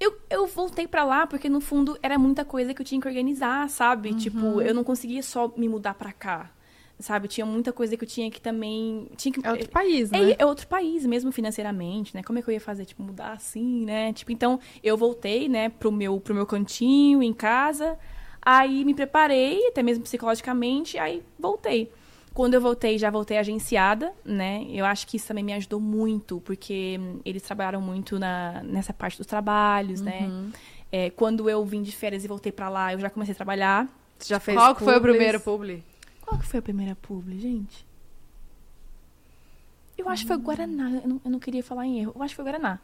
Eu, eu voltei pra lá porque, no fundo, era muita coisa que eu tinha que organizar, sabe? Uhum. Tipo, eu não conseguia só me mudar pra cá. Sabe? Tinha muita coisa que eu tinha que também. Tinha que, É outro país, né? É, é outro país, mesmo financeiramente, né? Como é que eu ia fazer? Tipo, mudar assim, né? Tipo, então eu voltei, né, pro meu, pro meu cantinho, em casa. Aí me preparei, até mesmo psicologicamente, aí voltei. Quando eu voltei, já voltei agenciada, né? Eu acho que isso também me ajudou muito, porque hum, eles trabalharam muito na, nessa parte dos trabalhos, Uhum. né? É, quando eu vim de férias e voltei pra lá, eu já comecei a trabalhar. Você já fez Qual que foi o publis? primeiro publi? Qual que foi a primeira publi, gente? Eu acho que foi Guaraná. Eu não, eu não queria falar em erro. Eu acho que foi Guaraná.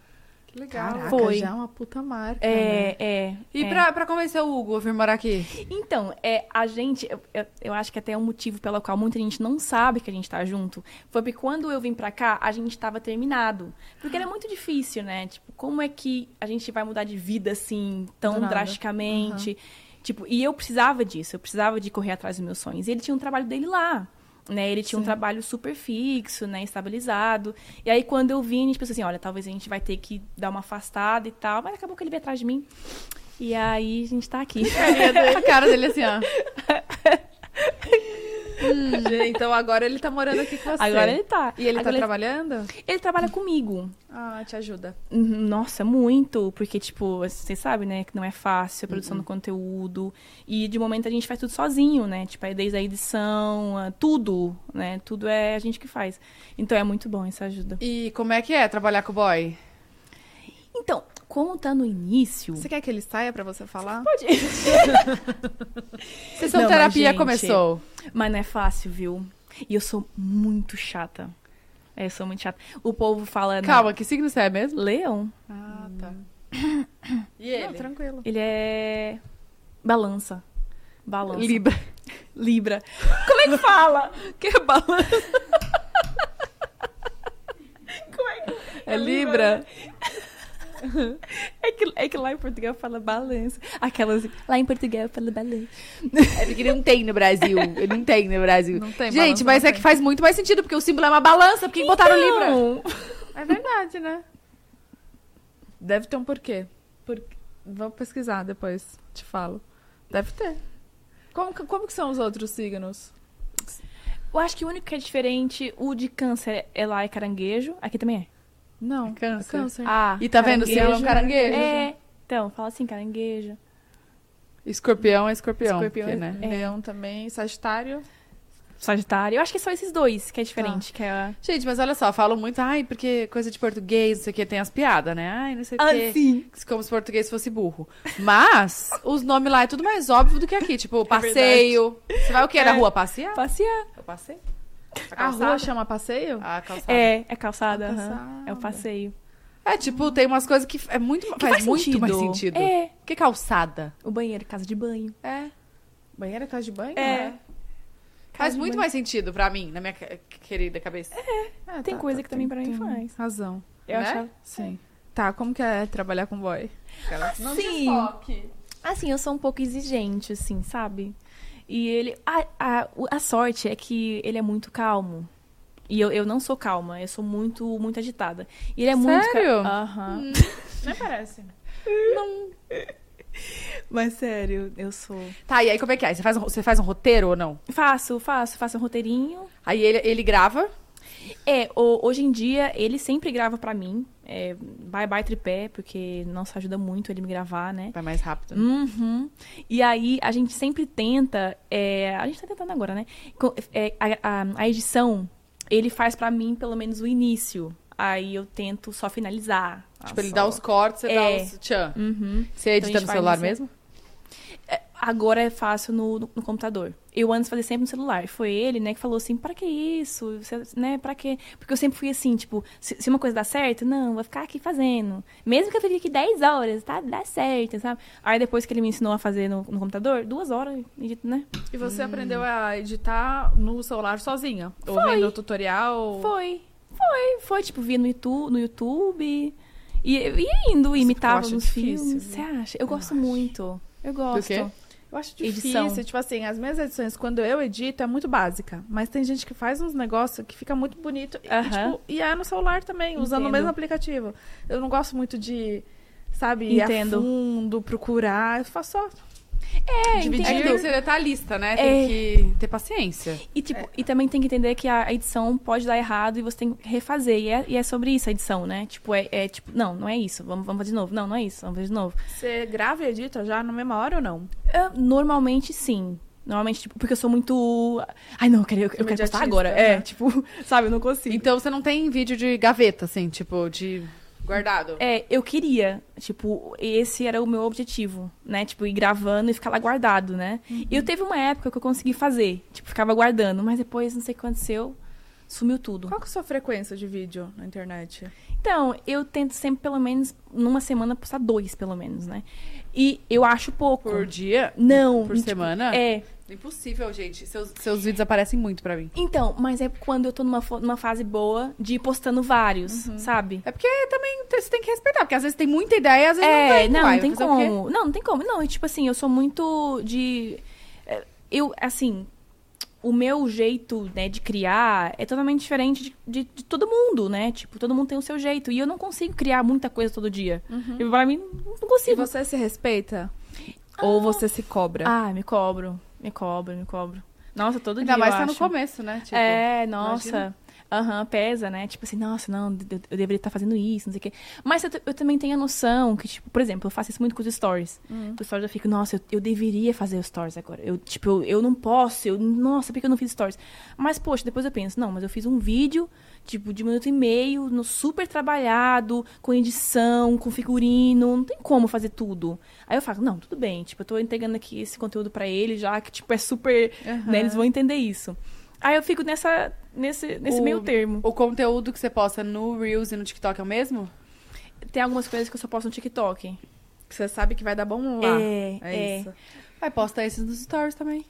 Que legal. Caraca, Foi. já é uma puta marca, né? É, é. E é. pra, pra convencer o Hugo a vir morar aqui? Então, é, a gente, eu, eu- eu acho que até é um motivo pelo qual muita gente não sabe que a gente tá junto. Foi porque quando eu vim pra cá, a gente tava terminado. Porque era muito difícil, né? Tipo, como é que a gente vai mudar de vida assim, Do tão nada. drasticamente? Tipo, e eu precisava disso, eu precisava de correr atrás dos meus sonhos. E ele tinha um trabalho dele lá. Né, ele tinha um trabalho super fixo, né, estabilizado. E aí, quando eu vim, a gente pensou assim: olha, talvez a gente vai ter que dar uma afastada e tal. Mas acabou que ele veio atrás de mim. E aí, a gente tá aqui. A cara dele assim, ó. Gente, Então agora ele tá morando aqui com você. Agora ele tá. E ele Agora tá trabalhando? ele trabalha comigo. Ah, te ajuda. Nossa, muito. Porque, tipo, vocês sabem, né? Que não é fácil a produção do conteúdo. E de momento a gente faz tudo sozinho, né? Tipo, aí desde a edição, a- tudo, né? Tudo é a gente que faz. Então é muito bom essa ajuda. E como é que é trabalhar com o boy? Então, como tá no início. Você quer que ele saia pra você falar? pode. Sessão Não, mas, terapia gente, começou. Mas não é fácil, viu? E eu sou muito chata. É, eu sou muito chata. O povo fala. né? Calma, que signo você é mesmo? Leão, Ah, tá. E Não, tranquilo. ele é. Balança. Balança. Libra. Libra. Como é que fala? que é balança? Como é que. É Libra? né? É que, é que lá em Portugal fala balança. Aquelas. Lá em Portugal fala balança. É porque não tem no Brasil. Ele não tem no Brasil. Não tem Gente, balança, mas não é tem. que faz muito mais sentido, porque o símbolo é uma balança. Por que que Tá botaram Libra? É verdade, né? Deve ter um porquê. Por... Vou pesquisar depois, te falo. Deve ter. Como, que- como que são os outros signos? Eu acho que o único que é diferente, o de câncer, é lá é caranguejo. Aqui também é. Não. É câncer. câncer. Ah. E tá vendo? O símbolo é um caranguejo. É. Então, fala assim, caranguejo. Escorpião é escorpião. Escorpião, porque, né? leão também, sagitário. Sagitário. Eu acho que são esses dois que é diferente. Que é... Gente, mas olha só, falam muito, ai, porque coisa de português, não sei o que, tem as piadas, né? Ai, não sei o que. Ah, sim. Como se português fosse burro. Mas os nomes lá é tudo mais óbvio do que aqui. Tipo, passeio. Você vai o quê? Na É. rua passear? Passear. Eu passei. A rua chama passeio? A calçada. É. É, é calçada. É aham. calçada. É o passeio. tipo, tem umas coisas que é muito, faz, muito mais sentido. É. Que calçada. O banheiro, casa de banho. É. Banheiro é casa de banho? É. Faz de muito banho. mais sentido pra mim, na minha que- querida cabeça. É, Tá, Tem coisa que também pra mim faz. Razão. Eu Né? achava. Sim. Tá, como que é trabalhar com boy? Sim. Assim, eu sou um pouco exigente, assim, sabe? E ele. A, a, o- a sorte é que ele é muito calmo. E eu, eu não sou calma, eu sou muito, muito agitada. E ele é muito. ca- Sério? Aham. Hum. Nem parece. Mas sério, eu sou. Tá, e aí como é que é? Você faz um, você faz um roteiro ou não? Faço, faço, faço um roteirinho. Aí ele, ele grava. É, o- hoje em dia ele sempre grava pra mim. É, bye bye tripé, porque nossa, ajuda muito ele me gravar, né? Vai mais rápido. Uhum. E aí a gente sempre tenta, é, a gente tá tentando agora, né? Co- é, a, a- a edição ele faz pra mim pelo menos o início. Aí eu tento só finalizar. Ah, Tipo, ele só- dá os cortes, você dá É. os tchan. Uhum. Você Então, a edita gente no faz celular isso. mesmo? Agora é fácil no, no- no computador. Eu antes fazia sempre no celular. Foi ele, né, que falou assim, pra que isso? Você, né, pra quê? Porque eu sempre fui assim, tipo, se, se uma coisa dá certo, não, vou ficar aqui fazendo. Mesmo que eu fique aqui 10 horas, tá? Dá certo, sabe? Aí depois que ele me ensinou a fazer no, no computador, duas horas, edito, né? E você aprendeu a editar no celular sozinha? Ouvindo o tutorial? Foi. Foi, foi, tipo, via no YouTube, no YouTube e, e indo, imitava acho nos difícil, filmes. viu? Você acha? Eu, gosto muito. Eu gosto. quê? Eu acho difícil. Edição. Tipo assim, as minhas edições, quando eu edito, é muito básica. Mas tem gente que faz uns negócios que fica muito bonito. E, Aham. tipo, e é no celular também, usando o Entendo. mesmo aplicativo. Eu não gosto muito de, sabe, ir Entendo. a fundo, procurar. Eu faço só. É, Dividir então entendo. tem que ser detalhista, né? É. Tem que ter paciência. E, tipo, e também tem que entender que a a edição pode dar errado e você tem que refazer. E é, e é sobre isso a edição, né? Tipo, é, é tipo, não, não é isso. Vamos, vamos fazer de novo. Não, não é isso. Vamos fazer de novo. Você grava e edita já na mesma hora ou não? Eu, normalmente, sim. Normalmente, tipo, porque eu sou muito. Ai, não, eu quero, eu, eu quero Imediatista, postar agora. né? É, tipo, sabe, eu não consigo. Então você não tem vídeo de gaveta, assim, tipo, de guardado. É, eu queria, tipo, esse era o meu objetivo, né? Tipo, ir gravando e ficar lá guardado, né? E Uhum. eu teve uma época que eu consegui fazer, tipo, ficava guardando, mas depois, não sei o que aconteceu, sumiu tudo. Qual que é a sua frequência de vídeo na internet? Então, eu tento sempre, pelo menos, numa semana, postar dois, pelo menos, né? E eu acho pouco. Por dia? Não. Por tipo, semana? É. Impossível, gente. Seus, seus vídeos aparecem muito pra mim. Então, mas é quando eu tô numa, fo- numa fase boa de ir postando vários, sabe? É porque também te- você tem que respeitar, porque às vezes tem muita ideia e às vezes não É, tem. não, Uai, não tem fazer o quê? como. Não, não tem como. Não, e tipo assim, eu sou muito de. é, Eu, assim, o meu jeito, né, de criar é totalmente diferente de, de- de todo mundo, né? Tipo, todo mundo tem o seu jeito. E eu não consigo criar muita coisa todo dia. Uhum. E pra mim, não E consigo. você se respeita? Ou você se cobra? Ah, me cobro, me cobro, me cobro. É. Nossa, todo dia. Ainda mais eu tá no acho. começo, né? Tipo, é, nossa. Aham, pesa, né? Tipo assim, nossa, não, eu, eu deveria estar fazendo isso, não sei o quê. Mas eu, t- eu também tenho a noção que, tipo, por exemplo, eu faço isso muito com os stories. Com os stories eu fico, nossa, eu, eu deveria fazer os stories agora. Eu, tipo, eu, eu não posso, eu, nossa, por que eu não fiz stories? Mas, poxa, depois eu penso, não, mas eu fiz um vídeo, tipo, de um minuto e meio, no super trabalhado, com edição, com figurino, não tem como fazer tudo. Aí eu falo, não, tudo bem, tipo, eu tô entregando aqui esse conteúdo pra eles já, que, tipo, é super, né, eles vão entender isso. Aí eu fico nessa, nesse, nesse O- meio termo. O conteúdo que você posta no Reels e no TikTok é o mesmo? Tem algumas coisas que eu só posto no TikTok. Que você sabe que vai dar bom lá. é, é. isso. Vai postar esses nos stories também.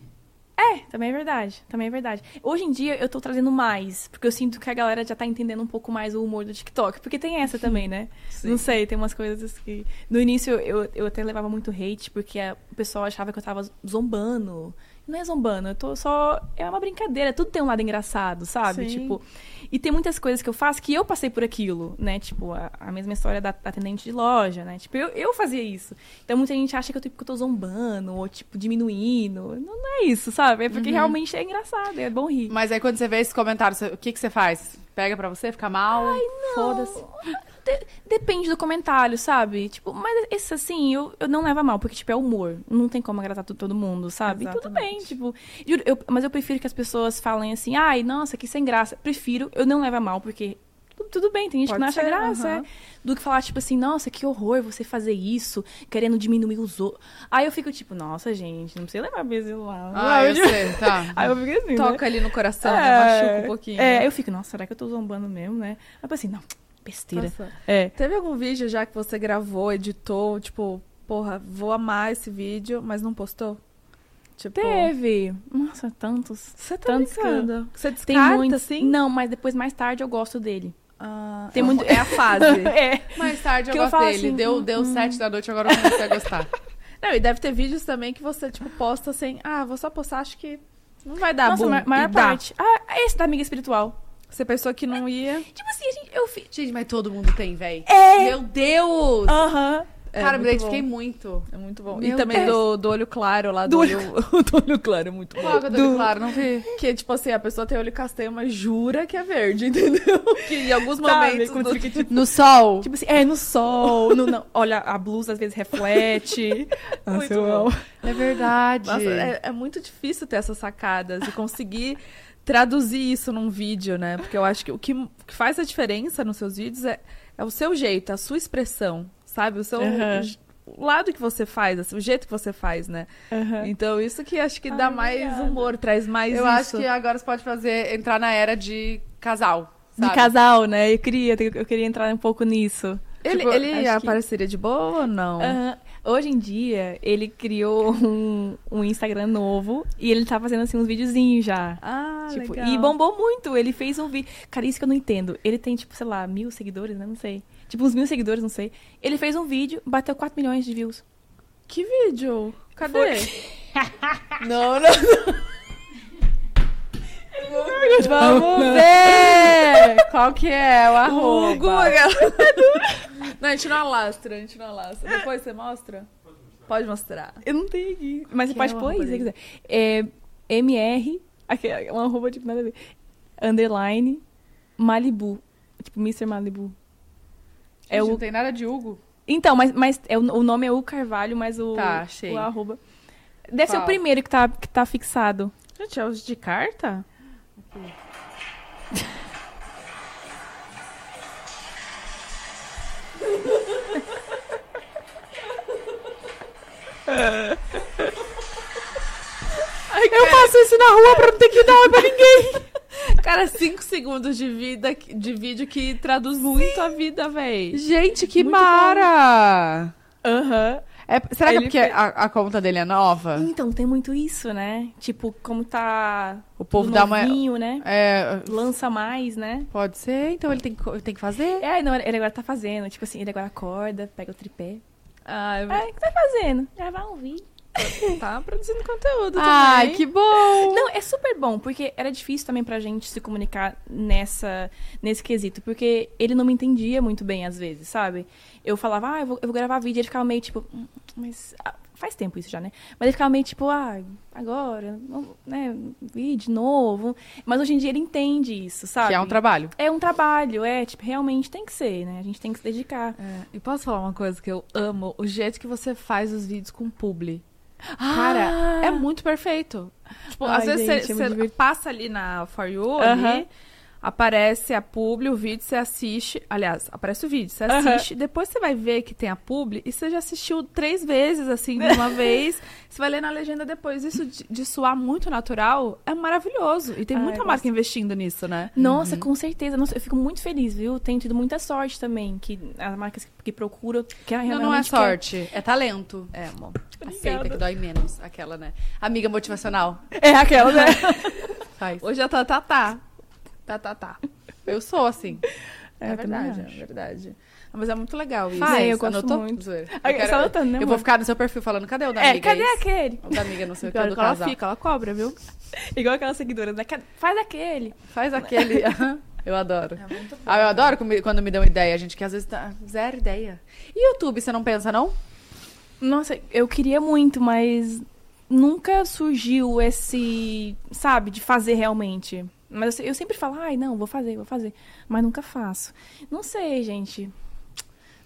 É, também é verdade. Também é verdade. Hoje em dia eu tô trazendo mais, porque eu sinto que a galera já tá entendendo um pouco mais o humor do TikTok. Porque tem essa também, né? Não sei, tem umas coisas que. No início eu, eu até levava muito hate, porque a- o pessoal achava que eu tava zombando. Não é zombando, eu tô só. É uma brincadeira, tudo tem um lado engraçado, sabe? Sim. Tipo. E tem muitas coisas que eu faço que eu passei por aquilo, né? Tipo, a, a mesma história da atendente de loja, né? Tipo, eu, eu fazia isso. Então muita gente acha que eu, tipo, que eu tô zombando, ou tipo, diminuindo. Não, não é isso, sabe? É porque realmente é engraçado, é bom rir. Mas aí quando você vê esse comentário, você- o que, que você faz? Pega pra você, fica mal? Ai, não. Foda-se. De- depende do comentário, sabe? Tipo, mas esse assim, eu, eu não levo a mal, porque, tipo, é humor. Não tem como agradar to- todo mundo, sabe? E Tudo bem, tipo. juro, eu- mas eu prefiro que as pessoas falem assim, ai, nossa, que sem graça. Prefiro, eu não levo a mal, porque. tu- Tudo bem, tem gente Pode que não acha ser, graça, aham. é. Do que falar, tipo assim, nossa, que horror você fazer isso, querendo diminuir os outros. Aí eu fico, tipo, nossa, gente, não precisa levar meu celular. Ah, eu sei, tá. Aí eu fico assim, né? Toca ali no coração, né? É. machuca um pouquinho. É, eu fico, nossa, será que eu tô zombando mesmo, né? Aí eu assim, não, besteira. Nossa. É. Teve algum vídeo já que você gravou, editou, tipo, porra, vou amar esse vídeo, mas não postou? Tipo, Teve. Nossa, tantos. você tá Tantos que eu- brincando. Você Tem descarta, muito. assim? Não, mas depois, mais tarde, eu gosto dele. Ah, Tem é um- muito- É a fase. É. Mais tarde eu Que eu gosto falo dele. assim, deu hum, deu hum. sete da noite, agora eu comecei a gostar. Não, e deve ter vídeos também que você, tipo, posta assim, ah, vou só postar, acho que não vai dar Nossa, boom. ma- maior E dá. parte. Ah, esse da amiga espiritual. Você pensou que não ia. Tipo assim, a gente, eu fiz. Gente, mas todo mundo tem, véi. É. Meu Deus! Aham. É, Cara, eu me muito bom. identifiquei muito. É muito bom. Meu e também Deus. do, do olho claro lá, do, olho... do olho claro, é muito bom. Logo, do... claro, não vi. Que, tipo assim, a pessoa tem olho castanho, mas jura que é verde, entendeu? Que em alguns momentos... Sabe, quando do- fica, tipo, No sol. tipo assim, é no sol. no- não. Olha, a blusa às vezes reflete. Nossa, eu amo. É verdade. Nossa, é, é muito difícil ter essas sacadas e conseguir traduzir isso num vídeo, né? Porque eu acho que o que, o que faz a diferença nos seus vídeos é, é o seu jeito, a sua expressão, sabe? O seu. Aham. o j- O lado que você faz, assim, o jeito que você faz, né? Aham. Então, isso que acho que dá É. Ai, mais obrigada. humor, traz mais Eu isso. acho é, que agora você pode fazer, entrar na era de casal. Sabe? De casal, né? Eu queria, eu queria entrar um pouco nisso. Ele, Tipo, ele acho que- apareceria de boa ou não? Aham. Hoje em dia, ele criou um, um Instagram novo e ele tá fazendo assim uns videozinhos já. Ah, Tipo, legal. e bombou muito. Ele fez um vídeo. Cara, isso que eu não entendo. Ele tem, tipo, sei lá, mil seguidores, né? Não sei. Tipo, uns mil seguidores, não sei. Ele fez um vídeo, bateu 4 milhões de views. Que vídeo? Cadê? Não, não. Vamos ver! Qual que é o arroba? tá Não, a gente não alastra, a gente não alastra. Depois você mostra? Pode mostrar. Eu não tenho aqui. Mas você Que pode é o pôr aí, se arroba você quiser. É, MR. Aqui, é uma arroba de nada a ver. Underline Malibu. Tipo, Mr. Malibu. É É o Não tem nada de Hugo. Então, mas, mas é, o o nome é o Carvalho, mas o, Tá, achei. o arroba. Deve ser Qual? o primeiro que tá, que tá fixado. Gente, é os de carta? eu faço isso na rua pra não ter que dar oi pra ninguém. Cara, 5 segundos de vida, de vídeo que traduz muito a vida, véi. Gente, que Muito mara! Aham. É- será que é Ele porque fez- a, a conta dele é nova? Então, tem muito isso, né? Tipo, como tá O o povo dá uma. novinho, né? É, Lança mais, né? pode ser, então ele tem, que co- tem que fazer. É, não, ele agora tá fazendo. Tipo assim, ele agora acorda, pega o tripé. Ai, É, o que tá fazendo? Gravar um vídeo. tá produzindo conteúdo também. Ai, que bom! Não, é super bom, porque era difícil também pra gente se comunicar nessa, nesse quesito, porque ele não me entendia muito bem às vezes, sabe? Eu falava, ah, eu vou, eu vou gravar vídeo, ele ficava meio tipo, "Hum, mas ah, faz tempo isso já, né? Mas ele ficava meio tipo, ah, agora, não- né, vídeo novo. Mas hoje em dia ele entende isso, sabe? Que é um trabalho. É um trabalho, é, tipo, realmente tem que ser, né? A gente tem que se dedicar. É, e posso falar uma coisa que eu amo? O jeito que você faz os vídeos com publi. Cara, é muito perfeito. Tipo, Ah! Ai, às vezes gente, você é muito você divertido. passa ali na For You, Aham. ali, aparece a publi, o vídeo, você assiste. Aliás, aparece o vídeo, você assiste. Depois você vai ver que tem a publi e você já assistiu três vezes, assim, de uma vez. Você vai ler na legenda depois. Isso de, de soar muito natural é maravilhoso. E tem Ai, muita eu marca investindo nisso, né? Uhum. Nossa, com certeza. Nossa, eu fico muito feliz, viu? Tenho tido muita sorte também, que as marcas que, que procuram... Que Não, não é realmente quer- sorte, é talento. É, amor. Aceita que dói menos. Aquela, né? Amiga motivacional. É aquela, né? Faz. Hoje a Tatá tá. Tá, tá, tá. Eu sou assim. É, verdade, é verdade. Ah, Mas é muito legal isso. Faz. eu gosto anotou? muito. Zoeira. Eu, Ai, só quero... anotando, né, eu vou amor? ficar no seu perfil falando, cadê o da É, amiga? cadê Isso. aquele? O da amiga, não sei o que, Pior do que é ela casal. fica, ela cobra, viu? Igual aquela seguidora, né? Cadê- faz aquele. Faz aquele... Eu adoro. ah, eu adoro comi- quando me dão ideia, gente, que às vezes tá zero ideia. E YouTube, você não pensa, não? Nossa, eu queria muito, mas nunca surgiu esse, sabe, de fazer realmente. Mas eu se- eu, sempre falo, ai, não, vou fazer, vou fazer. Mas nunca faço. Não sei, gente.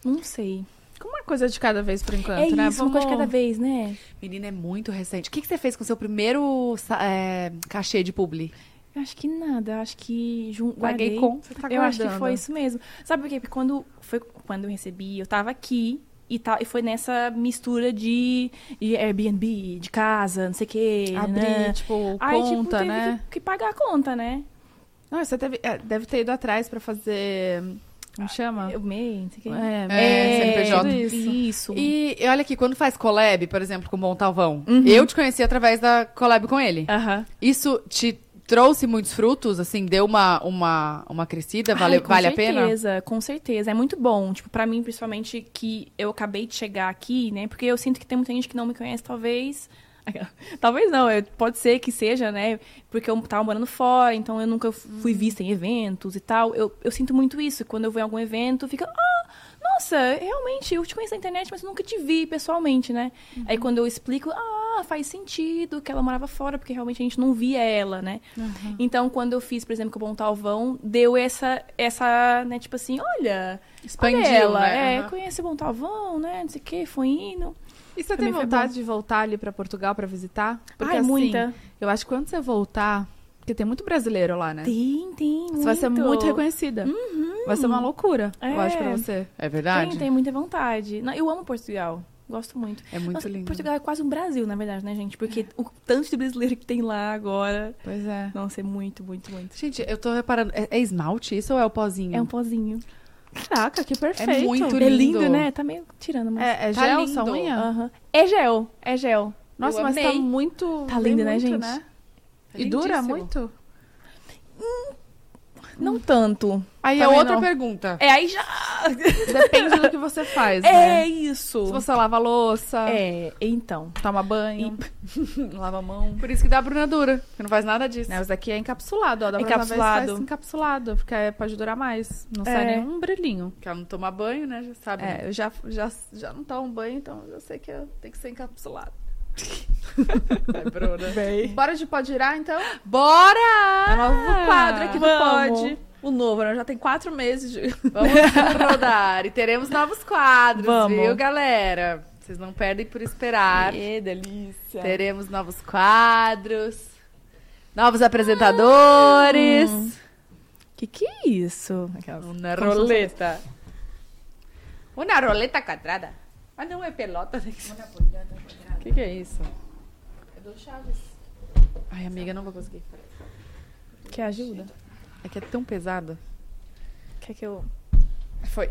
Não sei. Com uma coisa de cada vez por enquanto, é né? isso, uma coisa de cada vez, né? Menina, é muito recente. O que, que você fez com o seu primeiro sa- é, cachê de publi? Eu Acho que nada, eu acho que jun... guardei. Paguei com, você tá eu acho que guardando. foi isso mesmo. Sabe por quê? Porque quando, foi quando eu recebi, eu tava aqui e, tal, e foi nessa mistura de, de Airbnb, de casa, não sei o quê. Abrir, né? tipo, Aí, tipo, conta, teve né? Que, que pagar a conta, né? Não, você teve- é, deve ter ido atrás pra fazer. Como chama? Eu MEI, não sei o quê. É, CNPJ. tudo isso. Isso. E olha aqui, quando faz collab, por exemplo, com o Bom Talvão, Uhum. eu te conheci através da collab com ele. Aham. Isso te trouxe muitos frutos, assim, deu uma, uma, uma crescida, vale, Ai, com vale a pena? certeza, com certeza. É muito bom. Tipo, pra mim, principalmente, que eu acabei de chegar aqui, né? Porque eu sinto que tem muita gente que não me conhece, talvez. Talvez não, eu- pode ser que seja, né? Porque eu tava morando fora, então eu nunca fui Uhum. vista em eventos e tal. Eu, eu sinto muito isso. Quando eu vou em algum evento, fica. Ah, nossa, realmente, eu te conheço na internet, mas eu nunca te vi pessoalmente, né? Uhum. Aí quando eu explico, ah, faz sentido que ela morava fora, porque realmente a gente não via ela, né? Então, quando eu fiz, por exemplo, com o Bom Talvão, deu essa, essa, né, tipo assim, olha, Expandiu, olha ela, né? é, Aham. conhece o Bom Talvão, né, não sei o que, foi indo. E você Pra tem mim foi vontade de voltar ali pra Portugal pra visitar? Porque Ai, assim, é muita. eu acho que quando você voltar, porque tem muito brasileiro lá, né? Tem, tem, Você vai ser muito Uhum. reconhecida. Vai ser uma loucura, eu É. acho, pra você. É Tem, verdade? tem muita vontade. Não, eu amo Portugal, gosto muito. É muito Nossa, lindo. Portugal é quase um Brasil, na verdade, né, gente? Porque o tanto de brasileiro que tem lá agora. Pois é. Nossa, é muito, muito, muito. Gente, eu tô reparando, é, é esmalte isso ou é o pozinho? É um pozinho. Caraca, que perfeito. muito É lindo, Lindo. né? Tá meio tirando, mas. É, é Tá gel lindo. sua unha? Aham. É gel, é gel. Nossa, Eu mas tá amei. muito. Tá bem lindo, né, muito, gente? É E dura lindíssimo. muito? Não tanto. Aí é Também outra Tá não. pergunta. É, aí já. Depende do que você faz, né? É isso. Se você lava a louça, É, então. toma banho, lava a mão. Por isso que dá a Bruna dura, que não faz nada disso. Né, mas daqui é encapsulado, ó. Dá pra Encapsulado. lavar esse- esse encapsulado, porque aí pode durar mais. Não sai É. nenhum brilhinho. Porque ela não toma banho, né? Já sabe. né? É, eu já, já, já não tomo banho, então eu sei que eu tenho que ser encapsulado. Vai, É, Bruna. Bora de pode girar, então? Bora! É o novo quadro aqui do Ah, vamos. Pod. O novo, né? Já tem quatro meses de... Vamos rodar e teremos novos quadros, Vamos. viu, galera? Vocês não perdem por esperar. Que delícia. Teremos novos quadros, novos apresentadores, Que que é isso? Aquelas- uma roleta. Uma roleta quadrada. Ah, não, é pelota. O que, que é isso? Ai, amiga, não vou conseguir. Quer ajuda? É que é tão pesado. Quer que eu... Foi.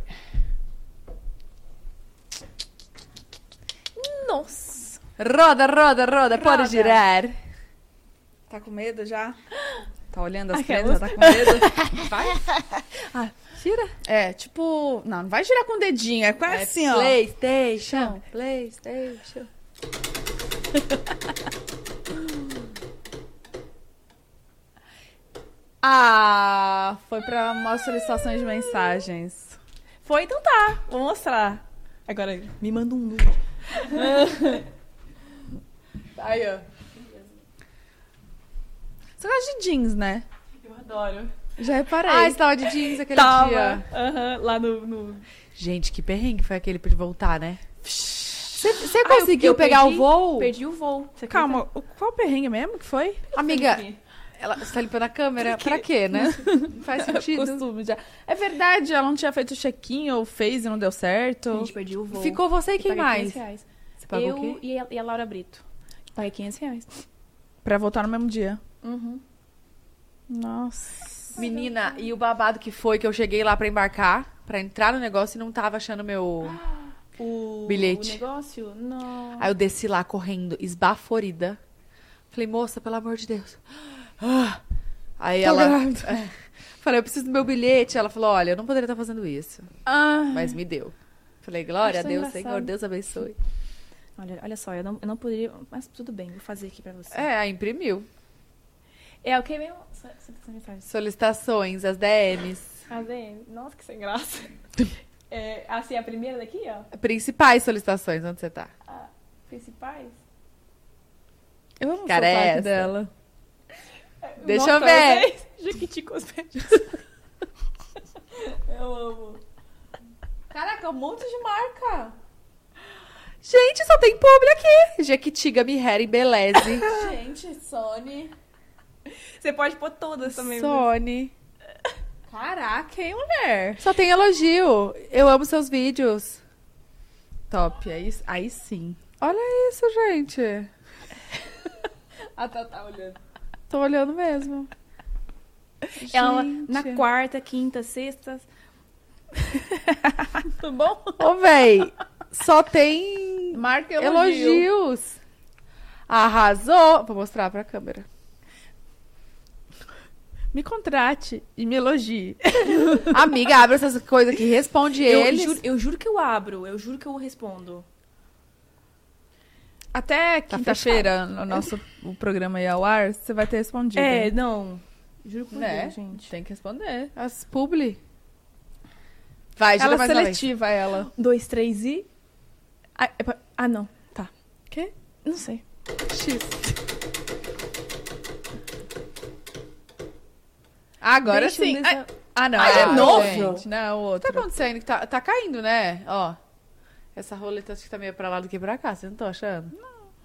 Nossa. Roda, roda, roda, pode girar. Tá com medo já? Tá olhando as Aquelas. coisas, tá com medo. É, tipo... Não, não vai girar É, com o dedinho, é quase assim, ó. PlayStation, PlayStation. Ah, foi pra mostra solicitações de mensagens. Foi, então tá. Vou mostrar. Agora, me manda um nude. Aí, ó. Você gosta de jeans, né? Eu adoro. Já reparei. Ah, você tava de jeans aquele Tava. dia. Aham, lá no... no- Gente, que perrengue foi aquele pra ele voltar, né? Você Ah, eu- conseguiu eu pegar perdi- o voo? Perdi o voo. Você Calma, o- qual perrengue mesmo que foi? Amiga, ela, você tá limpando a câmera? Pra quê, né? Não faz sentido. Costume já. É verdade, ela não tinha feito o check-in ou fez e não deu certo. Gente, perdi o voo. Ficou você e quem Paguei mais? 500 reais. Você pagou o Eu quê? e a, e a Laura Brito. Paguei 500 reais. Pra voltar no mesmo dia. Uhum. Nossa. Menina, e o babado que foi que eu cheguei lá pra embarcar, pra entrar no negócio e não tava achando meu... O Bilhete. o negócio? Não. Aí eu desci lá correndo, esbaforida. Falei, moça, pelo amor de Deus. Ah. Aí Tô ela. É. grávida. Falei, eu preciso do meu bilhete. Ela falou, olha, eu não poderia estar fazendo isso. Ah, Mas me deu. Falei, glória a Acho Deus, engraçado. Senhor, Deus abençoe. Olha, olha só, eu não, eu não poderia. Mas tudo bem, vou fazer aqui pra você. É, aí imprimiu. É o que mesmo? Só- só essa mensagem. Solicitações, as DMs. Ah, bem, Nossa, que sem graça. É, assim, a primeira daqui, ó. Principais solicitações, onde você tá? a- Principais. eu amo o Cara, é sotaque essa? dela. É, Deixa eu ver. né? Jequiti Cosméticos. eu amo. Caraca, um monte de marca. Gente, só tem publi aqui. Jequitiga, Mihere, Beleze, Gente, Sony. Você pode pôr todas também. viu? Sony. Caraca, hein, mulher? Só tem elogio. Eu amo seus vídeos. Top, é aí, aí sim. Olha isso, gente. A Tatá olhando. Tô tá olhando mesmo. Ela Gente. na quarta, quinta, sexta. Tá bom? Ô, véi, só tem Marca e elogio. elogios. Arrasou. Vou mostrar pra câmera. Me contrate e me elogie. Amiga, abre essas coisas aqui. Responde Eu eles. juro, eu juro que eu abro, eu juro que eu respondo. Até quinta-feira, no nosso o programa ir ao ar, você vai ter respondido. É, não. Juro por Né? Deus, gente. Tem que responder. As publi. Vai, gira Ela é mais uma vez. seletiva, ela. Dois, três e. Ah, é pra- ah, não. Tá. Quê? Não sei. X. Agora Deixa um sim. desa- Ah, não. Ah, de é novo? Gente, não, é o O que outro. tá acontecendo? Que tá, tá caindo, né? Ó. Essa roleta acho que tá meio pra lá do que pra cá. Você não tá achando?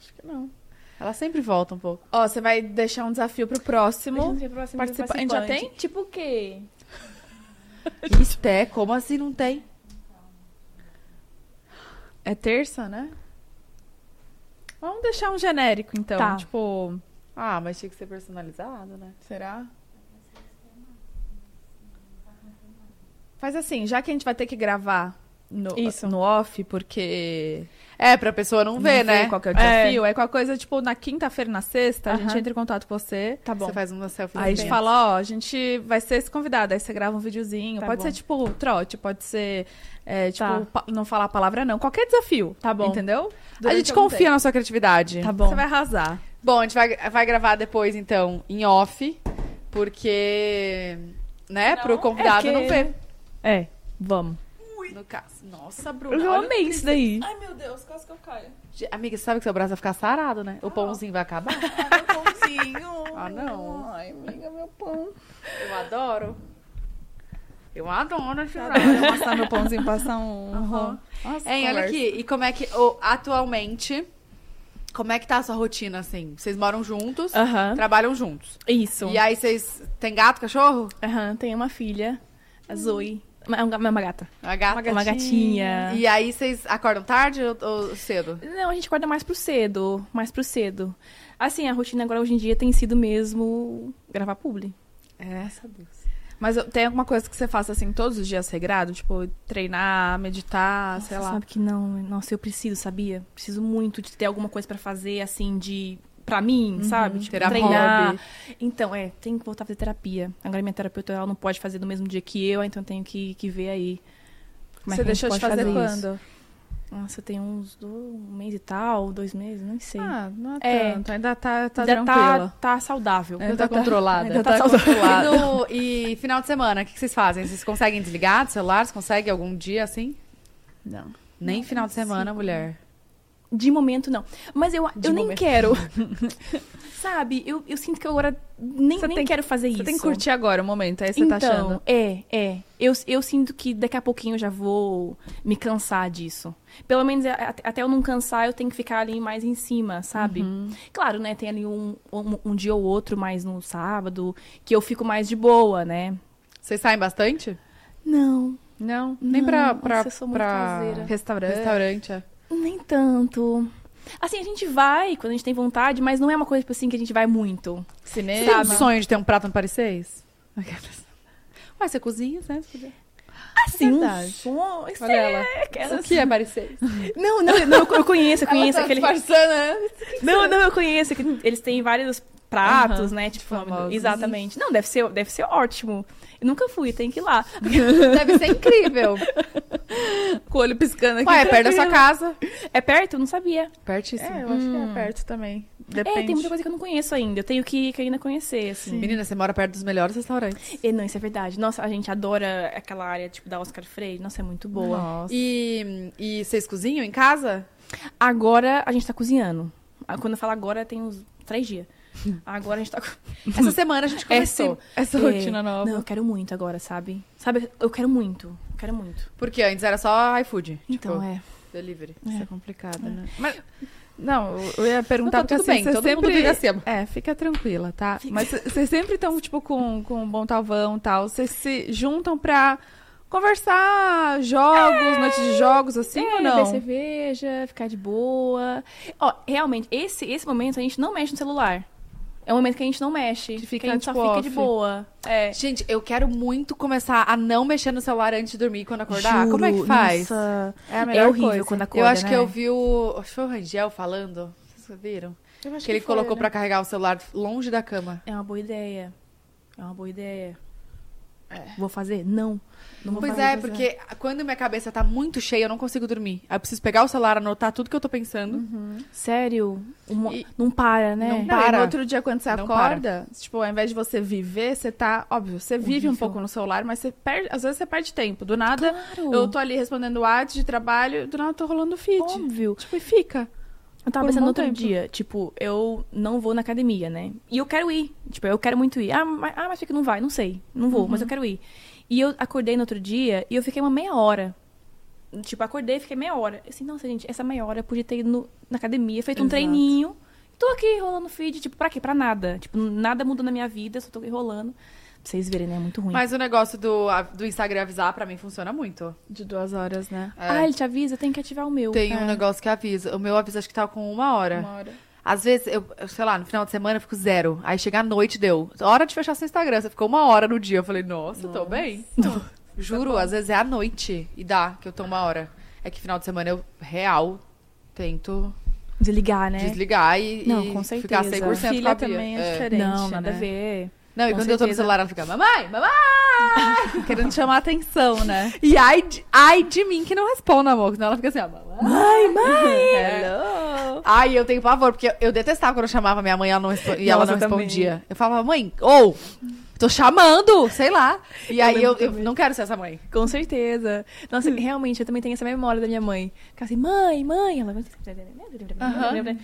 Acho que não. Ela sempre volta um pouco. Ó, você vai deixar um desafio pro próximo. Deixa eu ver o próximo participa- participante. a gente já tem? Tipo o quê? Isso é, como assim não tem? É terça, né? Vamos deixar um genérico, então. Tá. Tipo, Ah, mas tinha que ser personalizado, né? será? Faz assim, já que a gente vai ter que gravar no, Isso. no off, porque É, pra pessoa não ver, né? qual que é o É. desafio, é qualquer coisa, tipo, na quinta-feira, na sexta, a gente Aham. entra em contato com você. Tá bom. Você faz uma selfie. Aí a gente também. fala, ó, a gente vai ser esse convidado, aí você grava um videozinho. Tá pode bom. ser tipo trote, pode ser, é, tipo, Tá. pa- não falar a palavra não. Qualquer desafio. Tá bom. Entendeu? A Durante gente algum confia na sua criatividade. tempo. Tá bom. Você vai arrasar. Bom, a gente vai, vai gravar depois, então, em off, porque. Né? pro convidado é não porque- ver. É, vamos. No caso. Nossa, Bruna. Eu olha o amei isso daí. Ai, meu Deus, quase que eu caio. Ge- Amiga, você sabe que seu braço vai ficar sarado, né? O pãozinho vai acabar? Ah, não. Ai, amiga, meu pão. Eu adoro. Eu adoro esse braço. Vou passar meu pãozinho, passar um... Nossa, Hein, olha conversa. aqui. E como é que. ô, atualmente, como é que tá a sua rotina, assim? Vocês moram juntos, Aham. trabalham juntos. Isso. E aí, vocês. Tem gato, cachorro? Aham, tem uma filha, a Zoe. Uma- É uma, uma gata. Uma gata. Uma gatinha. E aí, vocês acordam tarde ou, ou cedo? Não, a gente acorda mais pro cedo, mais pro cedo. Assim, a rotina agora hoje em dia tem sido mesmo gravar publi. Graças a Deus. Mas eu- tem alguma coisa que você faça, assim, todos os dias regrado? Tipo, treinar, meditar, sei Você lá. Sabe que não, né? nossa, eu preciso, sabia? Preciso muito de ter alguma coisa pra fazer, assim, de... Pra mim, sabe? Tipo, Terapia. treinar. Então, é, tem que voltar a fazer terapia. Agora minha terapeuta, ela não pode fazer no mesmo dia que eu, então eu tenho que, que ver aí. como é você que a gente deixou de pode fazer, isso. quando? Nossa, tem uns do, um mês e tal, dois meses, não sei. Ah, não é, É. tanto. Ainda tá, tá Ainda tá, tranquila. tá saudável. Ainda tá controlada. Ainda tá controlada. E, no- e final de semana, o que, que vocês fazem? Vocês conseguem desligar do celular? Vocês conseguem algum dia assim? Não. Nem final de semana, mulher. De momento, não. Mas eu, eu nem momento. quero. Sabe? Eu, eu sinto que eu agora nem, Você nem tem- quero fazer isso. Você tem que curtir agora o momento, aí você então, tá achando. É, é. Eu, eu sinto que daqui a pouquinho eu já vou me cansar disso. Pelo menos a- a- até eu não cansar, eu tenho que ficar ali mais em cima, sabe? Uhum. Claro, né? Tem ali um, um, um dia ou outro, mais no sábado, que eu fico mais de boa, né? Vocês saem bastante? Não. Não. Nem não. pra, pra, Nossa, eu sou muito pra caseira. Restaurante. restaurante. é. Nem tanto. Assim, a gente vai quando a gente tem vontade, mas não é uma coisa, tipo assim, que a gente vai muito. Você Cinema. tem um sonho de ter um prato no Paris Ué, você cozinha, né? É Assim, um Verdade. som. Isso Olha é ela. aquelas- O tá que é Paris 6? Não, não, não, eu conheço, eu conheço aquele. Disfarçando, né? Não, não, eu conheço. que Eles têm vários pratos, Aham, né? Tipo, famosos. exatamente. Não, deve ser, deve ser ótimo. Eu nunca fui, tem que ir lá. Deve ser incrível. Com o olho piscando aqui. Ué, é perto da sua casa. É perto? Eu não sabia. Pertíssimo. É, eu acho que é perto também. Depende. É, tem muita coisa que eu não conheço ainda. Eu tenho que, que ainda conhecer, assim. Menina, você mora perto dos melhores restaurantes. E, não, isso é verdade. Nossa, a gente adora aquela área, tipo, da Oscar Freire. Nossa, é muito boa. Nossa. E, e vocês cozinham em casa? Agora a gente tá cozinhando. Ah, Quando eu falo agora, tem uns três dias. Agora a gente tá... co- Essa semana a gente Essa, começou. essa É, rotina nova. Não, eu quero muito agora, sabe? Sabe, eu quero muito. Eu quero muito. Porque antes era só iFood. Então, tipo, é... Delivery. Isso é complicado, né? Mas, não, eu- eu ia perguntar Não, tá porque tudo assim, bem, você todo mundo sempre... vive acima. É, fica tranquila, tá? Mas vocês sempre estão, tipo, com, com um bom talvão e tal. Vocês se juntam pra conversar jogos, noites de jogos, assim É, ou não? beber cerveja, ficar de boa. Ó, realmente, esse, esse momento a gente não mexe no celular. É um momento que a gente não mexe. Que Que, fica, a gente tipo, só off. fica de boa. É. Gente, eu quero muito começar a não mexer no celular antes de dormir quando acordar. Como é que faz? Nossa, É a melhor é horrível coisa. quando acorda, eu acho né? que eu vi o. Acho que foi o Rangel falando. Vocês viram? Que, né? ele colocou né? pra carregar o celular longe da cama. É uma boa ideia. É uma boa ideia. Vou fazer? Não. Não vou É. Pois fazer. é, porque quando minha cabeça tá muito cheia, eu não consigo dormir. Aí eu preciso pegar o celular, anotar tudo que eu tô pensando. Uhum. Sério, um- E- não para, né? Não É. Não, e para. no outro dia, quando você Não acorda, tipo, ao invés de você viver, você tá. Óbvio, você vive um Horrível. pouco no celular, mas você perde. Às vezes você perde tempo. Do nada, Claro. eu tô ali respondendo o ad de trabalho, do nada eu tô rolando feed. Óbvio. Tipo, e fica. Eu tava Por um pensando bom outro tempo. dia, tipo, eu não vou na academia, né? E eu quero ir. Tipo, eu quero muito ir. Ah, mas, ah, mas fica, não vai, não sei. Não vou, Uhum. mas eu quero ir. E eu acordei no outro dia e eu fiquei uma meia hora. Tipo, acordei e fiquei meia hora. Eu Assim, nossa, gente, essa meia hora eu podia ter ido no- na academia, feito um Exato. treininho. Tô aqui rolando feed, tipo, pra quê? Pra nada. Tipo, nada mudou na minha vida, só tô aqui rolando. Pra vocês verem, né? É muito ruim. Mas o negócio do, a- do Instagram avisar pra mim funciona muito. De duas horas, né? É. Ah, ele te avisa, tem que ativar o meu. Tem um É. negócio que avisa. O meu avisa acho que tá com uma hora. Uma hora. Às vezes, eu, eu, sei lá, no final de semana eu fico zero. Aí chega à noite, deu. Hora de fechar seu Instagram. Você ficou uma hora no dia. Eu falei, nossa, tô bem. Juro, às vezes é à noite e dá, que eu tô uma hora. É que final de semana eu, real, tento Desligar, né? desligar e, Não, e com ficar 100% É. certeza. com a Filha Bia. também é, É. diferente. Não, nada né? a ver. Não, e Com quando eu tô no certeza. celular, ela fica, mamãe, mamãe! Querendo chamar atenção, né? E ai de, ai de mim que não responde, amor. Senão ela fica assim, ó, mamãe. É. Hello! Ai, eu tenho pavor, porque eu, eu detestava quando eu chamava minha mãe e ela não, respo- e ela Nossa, não eu também. respondia. Eu falava, mãe, ou, tô chamando, sei lá. E aí eu, lembro eu não quero ser essa mãe. Com certeza. Hum. Nossa, realmente, eu também tenho essa memória da minha mãe. Ficava assim, mãe, mãe. Ela... assim,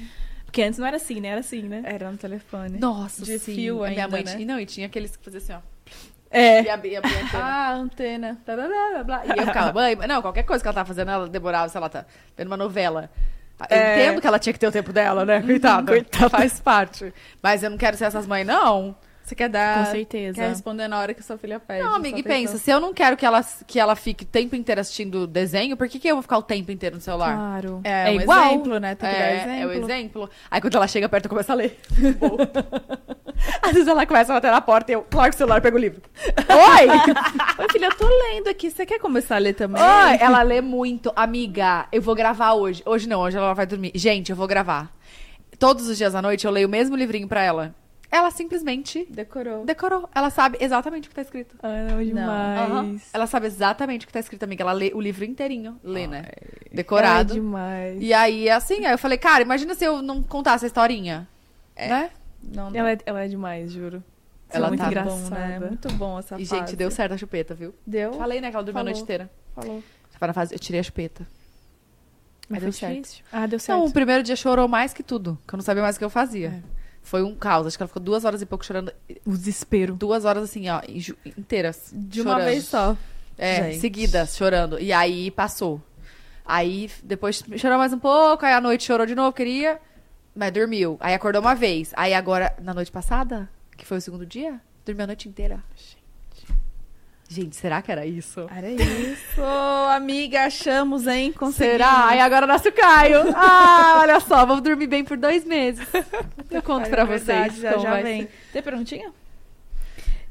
Porque antes não era assim, né? Era assim, né? Era no telefone. Nossa, De sim. fio A minha ainda, mãe né? tinha, não, e tinha aqueles que faziam assim, ó. É. E abria, abria, abria. Ah, antena. Blá, blá, blá, blá, blá. E eu ficava, mãe, mas não, qualquer coisa que ela tava fazendo, ela demorava, sei lá, tá vendo uma novela. Eu É. entendo que ela tinha que ter o tempo dela, né? Coitada. Coitada. Faz parte. Mas eu não quero ser essas mães, não. Você quer Ah, dar. Com certeza. Quer responder na hora que sua filha pede. Não, sua amiga, e atenção. pensa, se eu não quero que ela, que ela fique o tempo inteiro assistindo desenho, por que, que eu vou ficar o tempo inteiro no celular? Claro. É, É um igual. exemplo, né? Tem que dar exemplo. É, é o exemplo. Aí quando ela chega perto, eu começo a ler. Bom. Às vezes ela começa a bater na porta e eu largo o celular e pego o livro. Oi! Oi, filha, eu tô lendo aqui. Você quer começar a ler também? Oi! Ela lê muito. Amiga, eu vou gravar hoje. Hoje não, hoje ela vai dormir. Gente, eu vou gravar. Todos os dias à noite eu leio o mesmo livrinho pra ela. Ela simplesmente Decorou. decorou. Ela sabe exatamente o que tá escrito. Ai, não, demais. Aham. Ela sabe exatamente o que tá escrito, amiga. Ela lê o livro inteirinho. Lê, né? Ai, é Decorado. demais. E aí, assim, aí eu falei, cara, imagina se eu não contasse a historinha. É, Né? Não, não. Ela é, ela é demais, juro. Você Ela é muito tá engraçada. Bom, né? Muito bom tá essa E, fase. gente, deu certo a chupeta, viu? Deu? Oh, Falei, né, que ela dormiu a Falou. noite inteira. Falou. Tava na fase, eu tirei a chupeta. Mas deu certo. Ah, deu certo. Então, o primeiro dia chorou mais que tudo, que eu não sabia mais o que eu fazia. É. Foi um caos. Acho que ela ficou duas horas e pouco chorando. o desespero. Duas horas, assim, ó, inju- inteiras. De uma vez só. É, Gente. seguidas, chorando. E aí passou. Aí f- depois chorou mais um pouco, aí à noite chorou de novo, queria, mas dormiu. Aí acordou uma vez. Aí agora, na noite passada, que foi o segundo dia, dormiu a noite inteira. Gente, será que era isso? Era isso, amiga, achamos, hein? Conseguimos. Será? Aí agora nasce o Caio. Ah, olha só, vamos dormir bem por dois meses. Eu conto É pra verdade, vocês. Já, como já vai vem. ser. Tem perguntinha?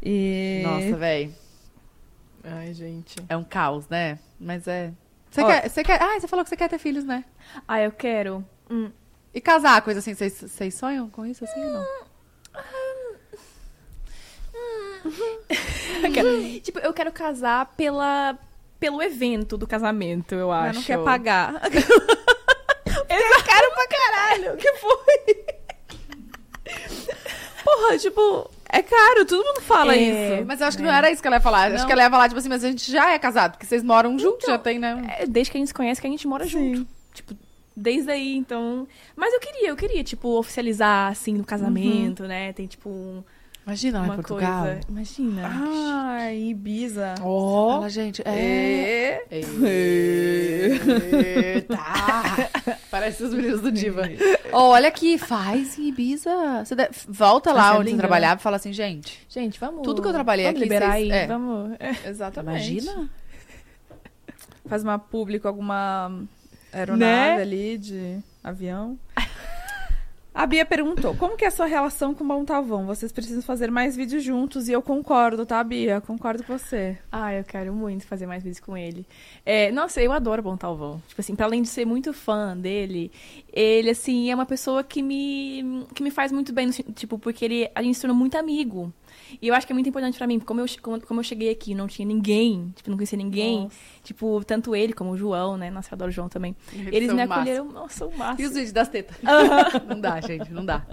E... Nossa, véi. Ai, gente. É um caos, né? Mas é. Você Ó. quer, você quer. Ah, você falou que você quer ter filhos, né? Ah, eu quero. E casar, coisa assim, vocês- vocês sonham com isso assim ou não? Eu quero- tipo, eu quero casar pela, pelo evento do casamento, eu acho. Mas não quer pagar. Eu quero pra caralho. O que foi? Porra, tipo, é caro, todo mundo fala É. isso. Mas eu acho que não era isso que ela ia falar. Acho Não. que ela ia falar, tipo assim, mas a gente já é casado, porque vocês moram juntos, já tem, né? É, desde que a gente se conhece, que a gente mora junto. Tipo, desde aí, então. Mas eu queria, eu queria, tipo, oficializar, assim, no casamento, Uhum. né? Tem, tipo, um- Imagina é lá em uma Portugal. coisa. Imagina. Ah. Ai, Ibiza. Ó. Fala, gente. É. É. Eita! Parece os meninos do Diva. Ó, olha aqui, faz em Ibiza. Você deve- Volta lá Nossa, é onde você lindo, trabalhava e fala assim, gente. Gente, vamos. Tudo que eu trabalhei vamos aqui, Liberar vocês- aí, é. vamos. Exatamente. Imagina? Faz uma público, alguma aeronave Né? ali de avião. A Bia perguntou, como que é a sua relação com o Montavão? Vocês precisam fazer mais vídeos juntos e eu concordo, tá, Bia? Concordo com você. Ah, eu quero muito fazer mais vídeos com ele. É, nossa, eu adoro Bom Talvão. Tipo assim, pra além de ser muito fã dele, ele, assim, é uma pessoa que me, que me faz muito bem, no sen- tipo, porque ele, a gente se tornou muito amigo. E eu acho que é muito importante pra mim, porque como eu, che- como, como eu cheguei aqui e não tinha ninguém, tipo, não conhecia ninguém, tipo, tanto ele como o João, né? Nossa, eu adoro o João também. Eles são me o máximo. acolheram, nossa, o máximo. E os vídeos das tetas? Não dá, gente, não dá.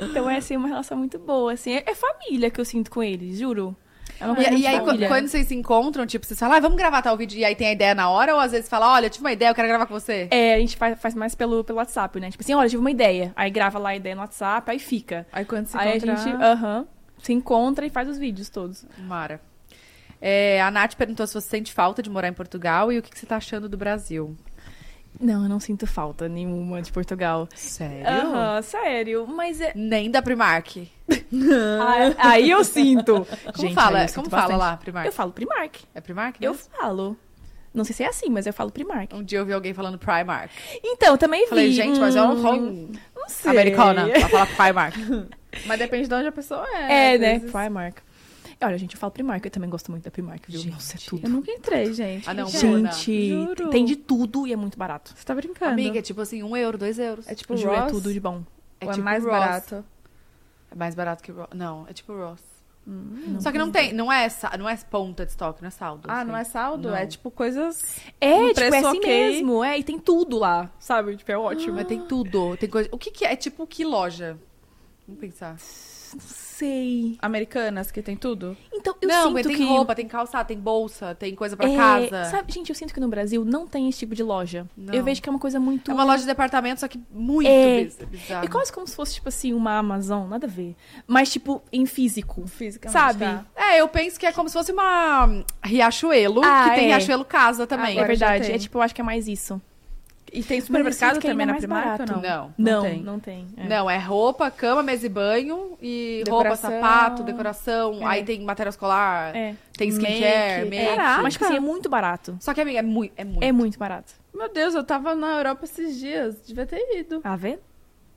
Então é, assim, uma relação muito boa, assim. É, é família que eu sinto com eles, juro. É uma coisa Ah, E, e muito aí, família. qu- quando vocês se encontram, tipo, vocês falam, ah, vamos gravar tal vídeo, e aí tem a ideia na hora, ou às vezes fala, olha, eu tive uma ideia, eu quero gravar com você. É, a gente faz, faz mais pelo, pelo WhatsApp, né? Tipo assim, olha, tive uma ideia. Aí grava lá a ideia no WhatsApp, aí fica. Aí quando se aí encontrar... a gente aham, se encontra e faz os vídeos todos. Mara. É, a Nath perguntou se você sente falta de morar em Portugal e o que, que você tá achando do Brasil. Não, eu não sinto falta nenhuma de Portugal. Sério? Aham, sério. Mas é... Nem da Primark. aí, aí eu sinto. Como Ah. Gente, aí fala, eu sinto como fala bastante. lá, Primark? Eu falo Primark. É Primark? Eu mesmo? falo. Não sei se é assim, mas eu falo Primark. Um dia eu vi alguém falando Primark. Então, também vi. Falei, gente, mas é um hum, home não sei. americana. Ela fala Primark. Mas depende de onde a pessoa é. É, às né? vezes. Primark. Olha, gente, eu falo Primark, eu também gosto muito da Primark, viu? Nossa, é tudo. Eu nunca entrei, gente. Ah, não, Bruna. Gente, Juro. tem de tudo e é muito barato. Você tá brincando. Amiga, é tipo assim, um euro, dois euros. é tipo Ju, Ross? é tudo de bom. É Ou é tipo mais Ross. barato? É mais barato que Ross. Não, é tipo Ross. Só que não tem, não é, sa- não é ponta de estoque, não é saldo. Ah, assim. não é saldo? Não. É tipo coisas... É, Um tipo, é preço assim ok. mesmo. É, e tem tudo lá, sabe? Tipo, é ótimo. Mas tem tudo. Tem coisa. O que, que é? É tipo que loja? Vamos pensar. Não sei. Americanas que tem tudo? Então, eu não, mas sinto tem que... roupa, tem calçado, tem bolsa, tem coisa pra é, casa. Sabe, gente, eu sinto que no Brasil não tem esse tipo de loja. Não. Eu vejo que é uma coisa muito... É uma loja de departamento, só que muito É. biz- bizarro. É quase como se fosse, tipo assim, uma Amazon, nada a ver. Mas, tipo, em físico. Fisicamente, Sabe? tá. É, eu penso que é como se fosse uma hum, Riachuelo, Ah, que tem é. Riachuelo casa também. é Agora já verdade. tem. É, tipo, eu acho que é mais isso. E tem Mas eu supermercado sinto que ainda também é na mais Primark ou barato. não? Não. Não Não, tem. não tem. é. Não, é roupa, cama, mesa e banho, e roupa, Decoração. sapato, decoração, É. aí tem material escolar, É. tem skincare, Make. make. É, mas, tipo assim, é muito barato. Só que, amiga, é muito, é muito. É muito barato. Meu Deus, eu tava na Europa esses dias. Devia ter ido. Tá vendo?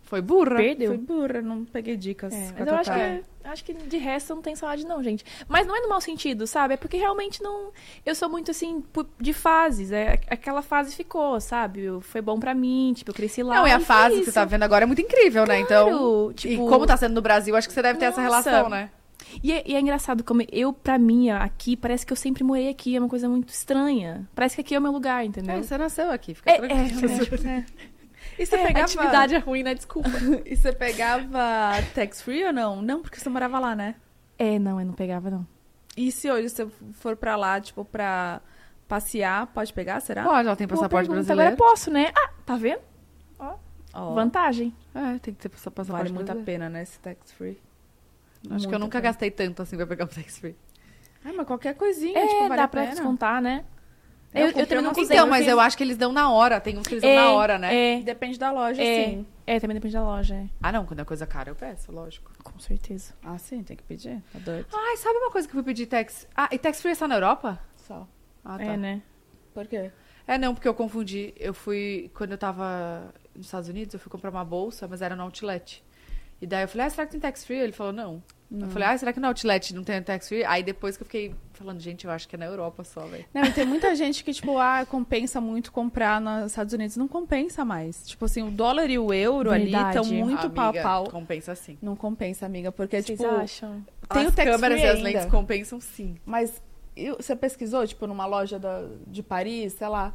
Foi burra. Perdeu. Fui burra, não peguei dicas. É, com a mas eu acho Tatá. que é, Acho que de resto não tem saudade, não, gente. Mas não é no mau sentido, sabe? É porque realmente não. Eu sou muito assim, pu- de fases. É, aquela fase ficou, sabe? Eu- Foi bom pra mim, tipo, eu cresci lá. Não, e a foi fase que você isso. tá vendo agora é muito incrível, né? Então. Claro, tipo, E como tá sendo no Brasil, acho que você deve ter essa Nossa. relação, né? E é, e é engraçado como eu, pra mim, aqui, parece que eu sempre morei aqui. É uma coisa muito estranha. Parece que aqui é o meu lugar, entendeu? É, você nasceu aqui, fica É, tranquilo. é, realmente, né? E você É, pegava... atividade é ruim, né? Desculpa. E você pegava tax-free ou não? Não, porque você morava lá, né? É, não, eu não pegava, não. E se hoje você for pra lá, tipo, pra passear, pode pegar, será? Pode, ela tem Boa passaporte pergunta, brasileiro. Agora posso, né? Ah, tá vendo? Ó, Vantagem. É, tem que ter passa- passaporte vale muito a brasileiro. pena, né, esse tax-free. Acho que eu muito a nunca pena. gastei tanto assim pra pegar um tax free. Ah, mas qualquer coisinha, É, tipo, vale dá a pra pena. descontar, né? Eu comprei uma não Pois Então, usei, mas tenho- eu acho que eles dão na hora. Tem uns que eles dão É, na hora, né? É, Depende da loja, assim. É. sim. é, também depende da loja, é. Ah, não, quando é coisa cara, eu peço, lógico. Com certeza. Ah, sim, tem que pedir. Tá doido. Ai, sabe uma coisa que eu fui pedir tax? Ah, e tax free é só na Europa? Só. Ah, tá. É, né? Por quê? É, não, porque eu confundi. Eu fui. Quando eu tava nos Estados Unidos, eu fui comprar uma bolsa, mas era no outlet. E daí eu falei, ah, será que tem tax free? Ele falou, não. Eu falei, ah, será que no outlet não tem tax free? Aí depois que eu fiquei falando, gente, eu acho que é na Europa só, velho. Não, e tem muita gente que, tipo, ah, compensa muito comprar nos Estados Unidos. Não compensa mais. Tipo assim, o dólar e o euro ali Verdade. estão muito pau a Amiga, pau. Compensa sim. Não compensa, amiga, porque, Vocês tipo, acham? tem as o tax câmeras free e as ainda. lentes compensam sim. Mas e- você pesquisou, tipo, numa loja da- de Paris, sei lá?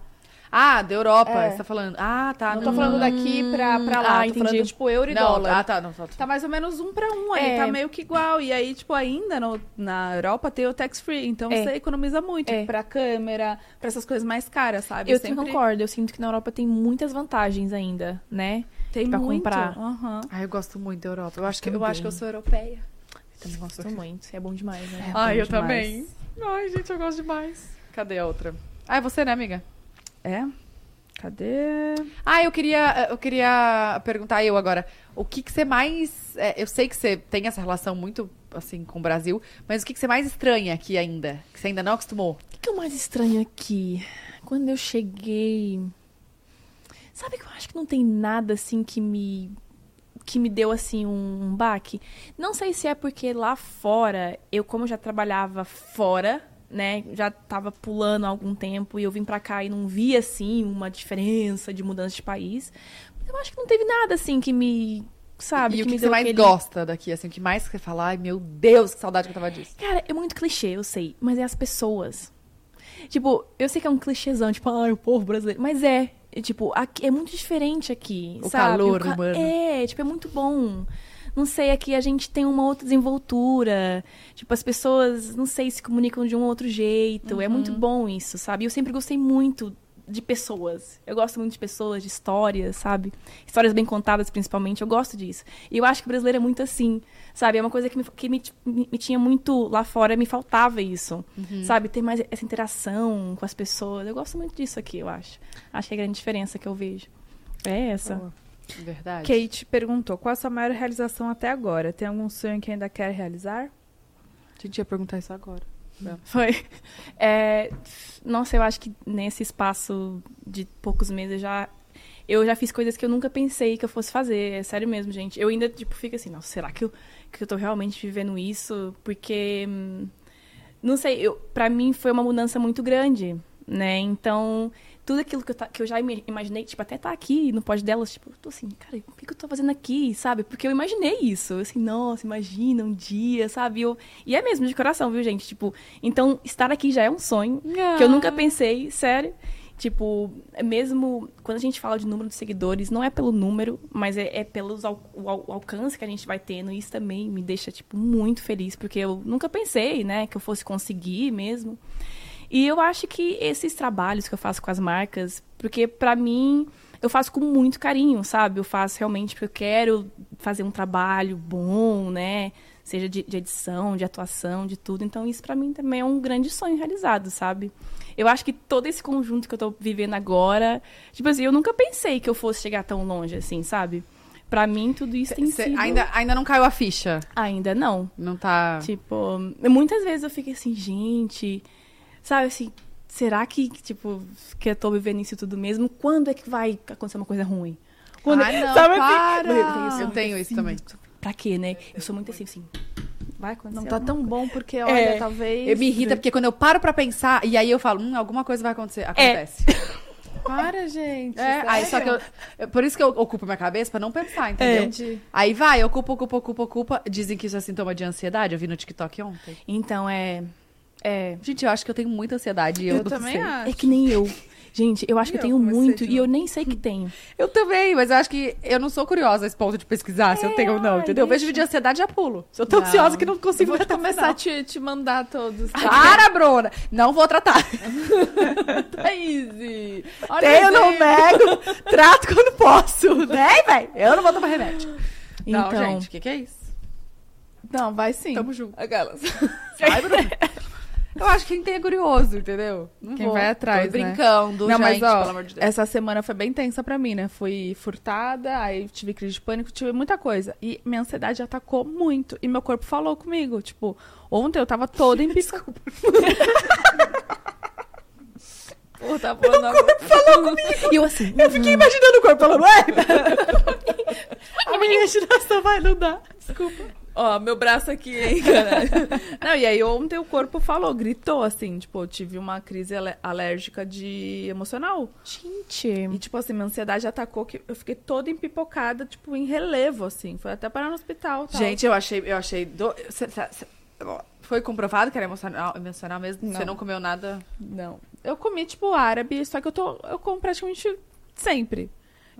Ah, da Europa, É. você tá falando. Ah, tá. não tô falando daqui pra, pra lá, Hum. Ah, tô entendi. falando, tipo, euro e Não, dólar. Ah, tá, não falta. Tá mais ou menos um pra um aí, É. tá meio que igual. E aí, tipo, ainda no- na Europa tem o tax-free, então É. você economiza muito É. pra câmera, pra essas coisas mais caras, sabe? Eu Sempre concordo, eu sinto que na Europa tem muitas vantagens ainda, né? Tem pra muito. comprar. Aham. Ah, eu gosto muito da Europa. Eu acho que eu, acho que eu sou europeia. Eu também gosto muito, é bom demais, né? Ai, Ah, eu também. Ai, gente, eu gosto demais. Cadê a outra? Ah, é você, né, amiga? É? Cadê? Ah, eu queria, eu queria perguntar eu agora. O que, que você mais. é, eu sei que você tem essa relação muito assim com o Brasil, mas o que, que você mais estranha aqui ainda? Que você ainda não acostumou? O que, que é o mais estranho aqui? Quando eu cheguei. Sabe que eu acho que não tem nada assim que me. que me deu assim um, um baque? Não sei se é porque lá fora, eu, como eu já trabalhava fora, né? Já tava pulando há algum tempo e eu vim pra cá e não vi assim uma diferença de mudança de país. Mas eu acho que não teve nada assim que me. Sabe? e o que, me que você deu mais aquele- gosta daqui? Assim, o que mais que você fala? Ai, meu Deus, que saudade que eu tava disso. Cara, é muito clichê, eu sei, mas é as pessoas. Tipo, eu sei que é um clichêzão, tipo, ai, o povo brasileiro, mas é, é, tipo, aqui, é muito diferente aqui, O sabe? calor ca- humano. É, tipo, é muito bom. Não sei, aqui a gente tem uma outra desenvoltura. Tipo, as pessoas, não sei, se comunicam de um outro jeito. É Uhum. muito bom isso, sabe? Eu sempre gostei muito de pessoas. Eu gosto muito de pessoas, de histórias, sabe? Histórias bem contadas, principalmente. Eu gosto disso. E eu acho que o brasileiro é muito assim, sabe? É uma coisa que me, que me, me- me tinha muito lá fora, me faltava isso, sabe? Ter mais essa interação com as pessoas. Eu gosto muito disso aqui, eu acho. Acho que é a grande diferença que eu vejo. É essa. Verdade. Kate perguntou: qual a sua maior realização até agora? Tem algum sonho que ainda quer realizar? A gente ia perguntar isso agora. Foi. É, nossa, eu acho que nesse espaço de poucos meses eu já. Eu já fiz coisas que eu nunca pensei que eu fosse fazer. É sério mesmo, gente. Eu ainda, tipo, fico assim, nossa, será que eu, que eu tô realmente vivendo isso? Porque. hum, Não sei, eu, pra mim foi uma mudança muito grande, né? Então, tudo aquilo que eu, ta- que eu já ime- imaginei, tipo, até tá aqui no pós delas, tipo, eu tô assim, cara, o que, que eu tô fazendo aqui, sabe? Porque eu imaginei isso. Eu assim, nossa, imagina um dia, sabe? Eu, e é mesmo de coração, viu, gente? Tipo, então estar aqui já é um sonho que eu nunca pensei, sério. Tipo, mesmo quando a gente fala de número de seguidores, não é pelo número, mas é, é pelos al- o, al- o alcance que a gente vai tendo. E isso também me deixa, tipo, muito feliz, porque eu nunca pensei, né, que eu fosse conseguir mesmo. E eu acho que esses trabalhos que eu faço com as marcas, porque pra mim eu faço com muito carinho, sabe? Eu faço realmente porque eu quero fazer um trabalho bom, né? Seja de, de edição, de atuação, de tudo. Então isso pra mim também é um grande sonho realizado, sabe? Eu acho que todo esse conjunto que eu tô vivendo agora, tipo assim, eu nunca pensei que eu fosse chegar tão longe assim, sabe? Pra mim tudo isso tem Cê- sido ainda, ainda não caiu a ficha. ainda não. Não tá. Tipo, muitas vezes eu fico assim, gente, sabe assim, será que, tipo, que eu tô vivendo isso tudo mesmo? Quando é que vai acontecer uma coisa ruim? Quando Ah, não, sabe assim? para! Eu tenho isso, Eu tenho isso também. Pra quê, né? Eu sou muito assim, assim. vai acontecer. Não tá alguma tão bom porque, olha, É, talvez. Eu me irrita porque quando eu paro pra pensar e aí eu falo, hum, alguma coisa vai acontecer. Acontece. Para, gente. É, aí só que eu, eu- Por isso que eu ocupo minha cabeça pra não pensar, entendeu? Entendi. Aí vai, ocupa, ocupa, ocupa, ocupa. Dizem que isso é sintoma de ansiedade. Eu vi no TikTok ontem. Então, é... É... Gente, eu acho que eu tenho muita ansiedade. e Eu, Eu, não também sei. acho. É que nem eu. Gente, eu acho que eu tenho muito e eu nem sei que tenho. Eu também, mas eu acho que eu não sou curiosa a esse ponto de pesquisar se eu tenho ou não, ai, entendeu? Eu vejo deixa. vídeo de ansiedade e já pulo. Se eu tô ansiosa que não Eu consigo vou ver te até o começar a te, te mandar todos. Tá, final. Para, Bruna! Não vou tratar. Thaís! Olha, Eu não gente. nego, trato quando posso. Né, velho? Eu não vou tomar remédio. Então, não, gente, o que, que é isso? Não, vai sim. Tamo junto. Aquelas. Sai, Bruna. Eu acho que quem tem é curioso, entendeu? Não Quem vou. vai atrás, Tô né? brincando, Não, gente, mas ó, pelo amor de Deus. essa semana foi bem tensa pra mim, né? Fui furtada, aí tive crise de pânico, tive muita coisa. E minha ansiedade atacou muito. E meu corpo falou comigo. Tipo, ontem eu tava toda em pico. Pô, tá bom, não. eu assim... é- Eu fiquei imaginando o corpo falando, ué? A minha imaginação vai, não dá. Ó, meu braço aqui, hein, cara. Não, e aí ontem o corpo falou, gritou assim, tipo, eu tive uma crise ale- alérgica de emocional. Gente... E tipo assim, minha ansiedade atacou que eu fiquei toda empipocada, tipo, em relevo assim. Foi até parar no hospital, e tal. Gente, eu achei. Eu achei do- cê- cê- cê- Foi comprovado que era emocional, emocional mesmo? Você não comeu nada? Não. Eu comi, tipo, árabe, só que eu, tô, eu como praticamente sempre.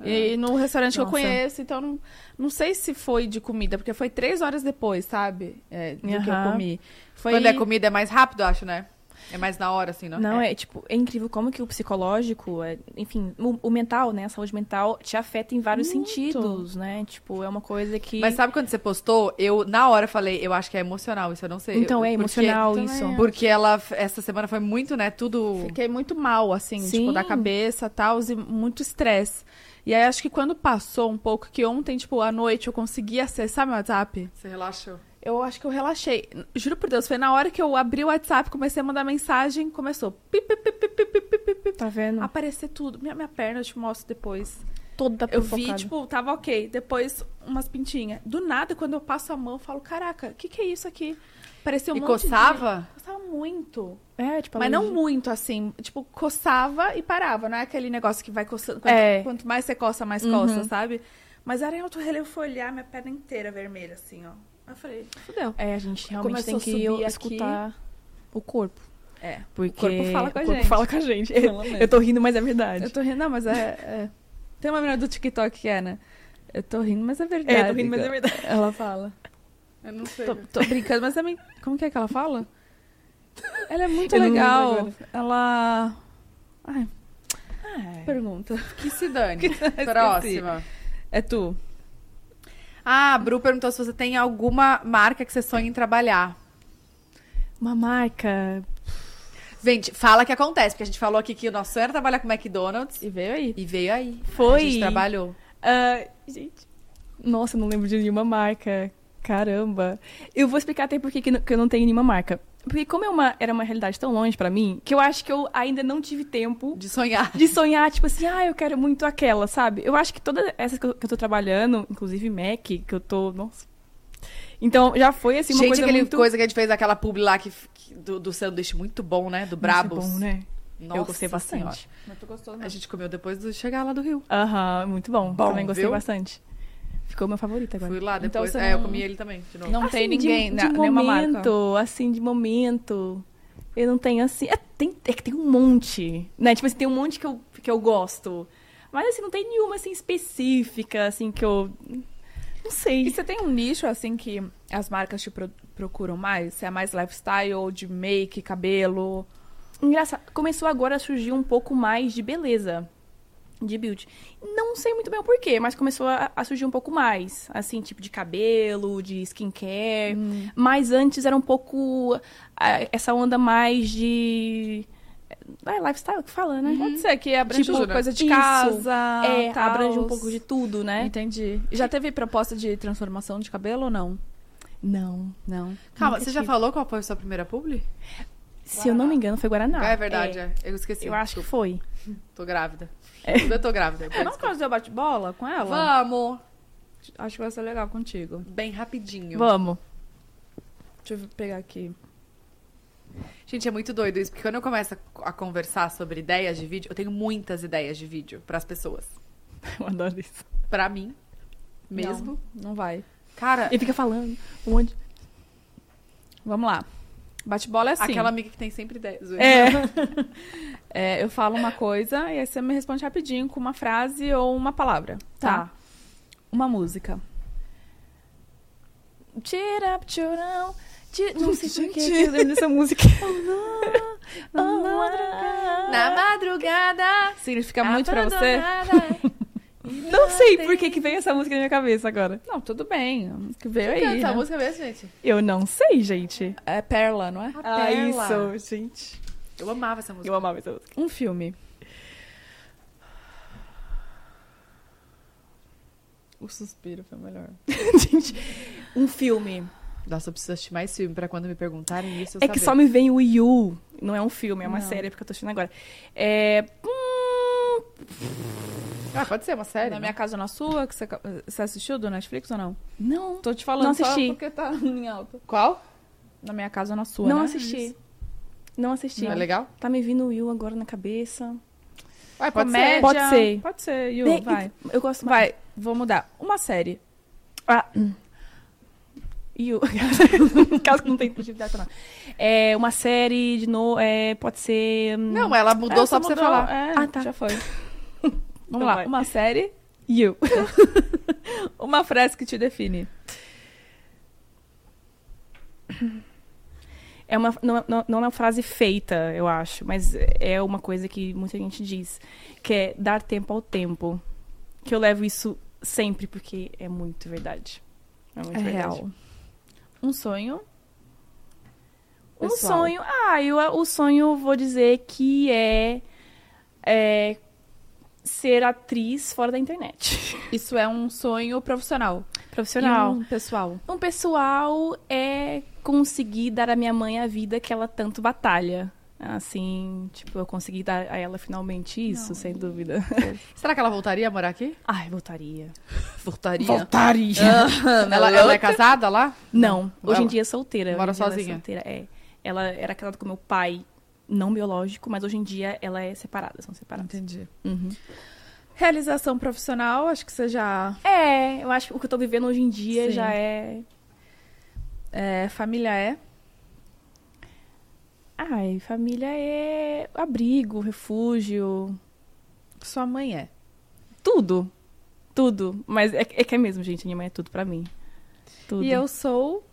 E no restaurante que É. Nossa. eu conheço, então não, não sei se foi de comida, porque foi três horas depois, sabe? É, do que eu Aham. comi. Foi... Quando é comida é mais rápido, eu acho, né? É mais na hora, assim, não? Não, é. tipo, é incrível como que o psicológico, é, enfim, o, o mental, né, a saúde mental te afeta em vários Muito. sentidos, né? Tipo, é uma coisa que Mas sabe quando você postou? Eu, na hora, falei, eu acho que é emocional, isso eu não sei. então é Porque- emocional Também isso. é. Porque ela, essa semana foi muito, né? Tudo. Fiquei muito mal, assim, Sim. tipo, da cabeça, tal, e muito estresse. E aí, acho que quando passou um pouco, que ontem, tipo, à noite, eu consegui acessar meu WhatsApp, Você relaxou. eu acho que eu relaxei. Juro por Deus, foi na hora que eu abri o WhatsApp, comecei a mandar mensagem, começou... Pip, pip, pip, pip, pip, pip, pip, Tá vendo? aparecer tudo. Minha, minha perna, eu te mostro depois. toda Eu vi, tipo, tava ok. Depois, umas pintinhas. Do nada, quando eu passo a mão, eu falo, caraca, o que que é isso aqui? Parecia um e monte coçava? de... Coçava muito. é, tipo, Mas não alergia. muito, assim. Tipo, coçava e parava. Não é aquele negócio que vai coçando. Quanto, É. quanto mais você coça, mais coça, sabe? Mas era em alto relevo, eu fui olhar, minha perna inteira vermelha, assim, ó. Aí Eu falei, fudeu. É, a gente realmente Começou tem a que subir aqui. escutar o corpo. É, Porque corpo fala com a o corpo gente. fala com a gente. Fala mesmo. Eu tô rindo, mas é verdade. Eu tô rindo, não, mas é, é. Tem uma menina do TikTok que é, né? Eu tô rindo, mas é verdade. É, eu tô rindo, mas é verdade. Ela fala. Eu não sei. Tô, tô brincando, mas também. Como que é que ela fala? Ela é muito Eu não lembro legal. agora. Ela. Ai, Ah, pergunta. Que se dane. Esqueci. Próxima. É tu. Ah, a Bru perguntou se você tem alguma marca que você sonha em trabalhar. Uma marca. Gente, fala que acontece, porque a gente falou aqui que o nosso sonho era trabalhar com McDonald's E veio aí. e veio aí. Foi. A gente trabalhou. Ah, gente. Nossa, eu não lembro de nenhuma marca. Caramba. Eu vou explicar até por que que não- que eu não tenho nenhuma marca. Porque como é uma, era uma realidade tão longe pra mim, que eu acho que eu ainda não tive tempo De sonhar. de sonhar, tipo assim, ah, eu quero muito aquela, sabe? Eu acho que todas essas que eu, que eu tô trabalhando, inclusive Mac, que eu tô. Nossa. Então, já foi assim uma gente, coisa aquele muito. coisa que a gente fez aquela pub lá que, que- do, do sanduíche muito bom, né? Do Nossa, é Brabos. bom, né? Nossa eu gostei Senhora. bastante. Mas tu gostou, né? A gente comeu depois de chegar lá do Rio. Aham, muito bom. Bom, Também gostei viu? bastante. Ficou meu favorito agora. Fui lá Então depois. você É, eu não- comi ele também, de novo. Não Assim, tem ninguém, de, né? de nenhuma marca. momento, assim, de momento. Eu não tenho assim. É, tem- é que tem um monte, né? Tipo assim, tem um monte que eu, que eu gosto. Mas assim, não tem nenhuma assim específica, assim, que eu. E Não sei. você tem um nicho, assim, que as marcas te pro- procuram mais? Se é mais lifestyle, ou de make, cabelo? Engraçado. Começou agora a surgir um pouco mais de beleza. De beauty. Não sei muito bem o porquê, mas começou a, a surgir um pouco mais. Assim, tipo de cabelo, de skincare. Mas antes era um pouco ah, essa onda mais de. É, lifestyle que fala, né? Pode ser que abrange Tipo, tipo, coisa de isso. casa, É, tal. abrange um pouco de tudo, né? Entendi. E Já teve proposta de transformação de cabelo ou não? Não. Não. Calma, Nunca você já tive. falou qual foi a sua primeira publi? Se eu não me engano, foi Guaraná. Ah, é verdade, é. Eu esqueci. Eu acho É. que foi. Tô grávida. Eu tô grávida. Eu Vamos fazer o bate-bola com ela? Vamos! Acho que vai ser legal contigo. Bem rapidinho. Vamos. Deixa eu pegar aqui. Gente, é muito doido isso, porque quando eu começo a, a conversar sobre ideias de vídeo, eu tenho muitas ideias de vídeo pras pessoas. Eu adoro isso. Pra mim, mesmo. Não vai. Cara, E fica falando um monte. Vamos lá. Bate-bola é assim. aquela amiga que tem sempre ideias. zoeira. É. É, Eu falo uma coisa e aí você me responde rapidinho com uma frase ou uma palavra. Tá. Uma música. Tira, chorão. ti- Não sei por que que eu lembro dessa música. Na madrugada, Significa muito pra você? abandonada. É. Não sei por que, que veio essa música na minha cabeça agora. Não, tudo bem. Que veio Canta aí. essa né? música é mesmo, gente? Eu não sei, gente. É Perla, não é? Ah, Perla. isso, gente. Eu amava essa música. Eu amava essa música. Um filme. O suspiro foi melhor. Um filme. Nossa, eu preciso assistir mais filme pra quando me perguntarem isso. Eu É que só saber. me vem o You. Não é um filme, é uma Não. série, porque eu tô assistindo agora. É. hum, Ah, pode ser uma série. Na né? minha casa ou na sua? Que você, você assistiu do Netflix ou não? Não. Tô te falando Não só assisti. porque tá em alta. Qual? Na minha casa ou na sua, Não né? assisti. Não assisti. Não é legal? Tá me vindo o Will agora na cabeça. Ué, pode ser. Comédia. Pode ser. Pode ser, Yu, Bem, vai. Eu gosto mais. Vai, vou mudar. Uma série. Ah, hum. You. Caso que não tem possibilidade, não. É uma série de novo. É, pode ser. hum, Não, mas ela mudou É, só pra você mudou, falar. é, Ah, tá. Já foi. Então Vamos lá. vai. Uma série. You. Uma frase que te define. É uma, não, não, não é uma frase feita, eu acho, mas é uma coisa que muita gente diz, que é dar tempo ao tempo. Que eu levo isso sempre, porque é muito verdade. É muito É verdade. real. Um sonho. Um Pessoal. sonho. Ah, eu, o sonho eu vou dizer que é, é ser atriz fora da internet. Isso é um sonho profissional. Profissional. E um pessoal. Um pessoal é conseguir dar à minha mãe a vida que ela tanto batalha. Assim, tipo, eu consegui dar a ela finalmente isso, sem dúvida. Será que ela voltaria a morar aqui? Ai, voltaria. Voltaria. Voltaria! ela, ela é casada lá? Não, hoje em Ela- dia é solteira. Mora hoje em dia ela sozinha. É solteira, é. Ela era casada com meu pai, não biológico, mas hoje em dia ela é separada, são separadas. Entendi. Uhum. Realização profissional, acho que você já. É, eu acho que o que eu tô vivendo hoje em dia Sim. já é. É, família é. Ai, família é abrigo, refúgio, Sua mãe é. Tudo. Tudo. Mas é, é que é mesmo, gente. Minha mãe é tudo pra mim. Tudo. E eu sou.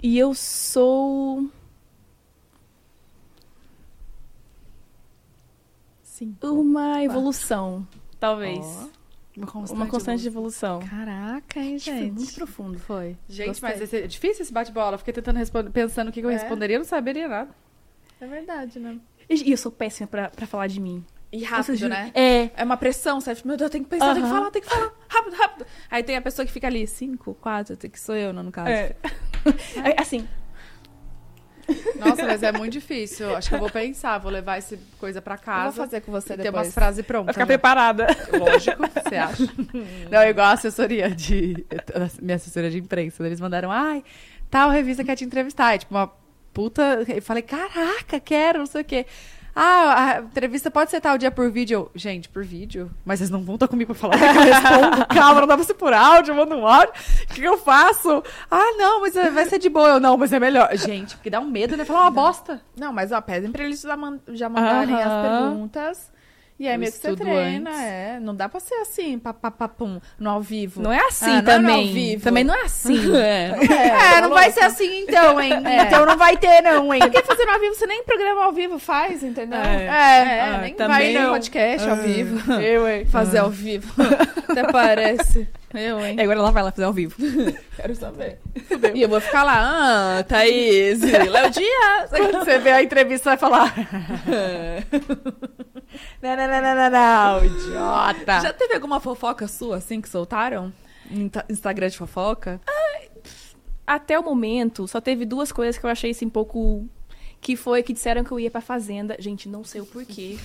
E eu sou. Sim. Uma evolução. Talvez. Uma constante. uma constante de evolução. Caraca, hein, Isso foi muito profundo. Foi. Gente, Gostei. mas esse- é difícil esse bate-bola. Fiquei tentando responder, pensando o que, que eu É. responderia, eu não saberia nada. É verdade, né? E e eu sou péssima pra, pra falar de mim. E Nossa, eu rápido, juro. né? É. É uma pressão, sabe? Meu Deus, tem que pensar, tem que Aham. falar, tem que falar. Rápido, rápido. Aí tem a pessoa que fica ali, cinco, quatro, tem que sou eu, não, no caso. é. É, Assim. Nossa, mas é muito difícil. Acho que eu vou pensar, vou levar essa coisa pra Eu casa. vou fazer com você e ter depois. umas frases Pra prontas. ficar né? preparada. Lógico, você acha? Não, é igual a assessoria de. Minha assessoria de imprensa. Eles mandaram, ai, tal revista quer te entrevistar. E, tipo, uma puta. Eu falei, caraca, quero, não sei o quê. Ah, a entrevista pode ser tal dia por vídeo. Eu, Gente, por vídeo? Mas vocês não vão estar comigo pra falar o que eu respondo. Calma, não dá pra ser por áudio, manda um áudio. O que que eu faço? Ah, não, mas vai ser de boa. Eu, não, mas é melhor. Gente, porque dá um medo, né? Falar uma bosta. Não, mas ó, pedem pra eles já, man- já mandarem as Aham. perguntas. E aí Eu meio que você estudo treina, antes. é. Não dá pra ser assim, papapapum, no ao vivo. Não é assim Ah, não, também. não, ao vivo. Também não é assim. É, não vai ser assim então, hein? Então não vai ter, não, hein? Porque fazer no tá ao vivo, você nem programa ao vivo faz, entendeu? É, É, nem vai também no não. podcast ao vivo. Eu, hein? Fazer ao vivo. Até parece. Eu, hein? E agora ela vai lá fazer ao vivo. Quero saber. E eu vou ficar lá, ah, Thaís, Léo Dias. Você vê a entrevista e vai falar. não, não, não, não, não, não, idiota. Já teve alguma fofoca sua, assim, que soltaram? Inta- Instagram de fofoca? até o momento, só teve duas coisas que eu achei assim um pouco. Que foi que disseram que eu ia pra fazenda. Gente, não sei o porquê.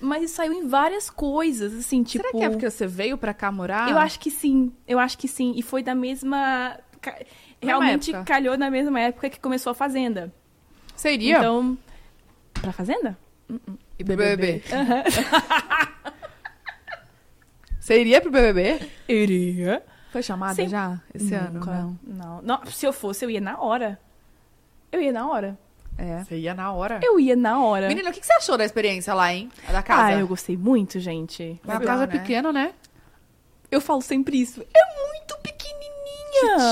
Mas isso saiu em várias coisas, é assim, tipo. Será que é porque você veio pra cá morar? Eu acho que sim, eu acho que sim. E foi da mesma. ca- Mesma realmente época. calhou na mesma época que começou a Fazenda. Seria? Então. Pra Fazenda? e BBB. Você iria pro BBB? Iria. Foi chamada Sim. já esse ano? Não. Não. não. Se eu fosse, eu ia na hora. Eu ia na hora. É. Você ia na hora. Eu ia na hora. Menina, o que que você achou da experiência lá, hein? A da casa. Ah, eu gostei muito, gente. Uma Legal, casa né? pequena, né? Eu falo sempre isso. É muito pequenininha.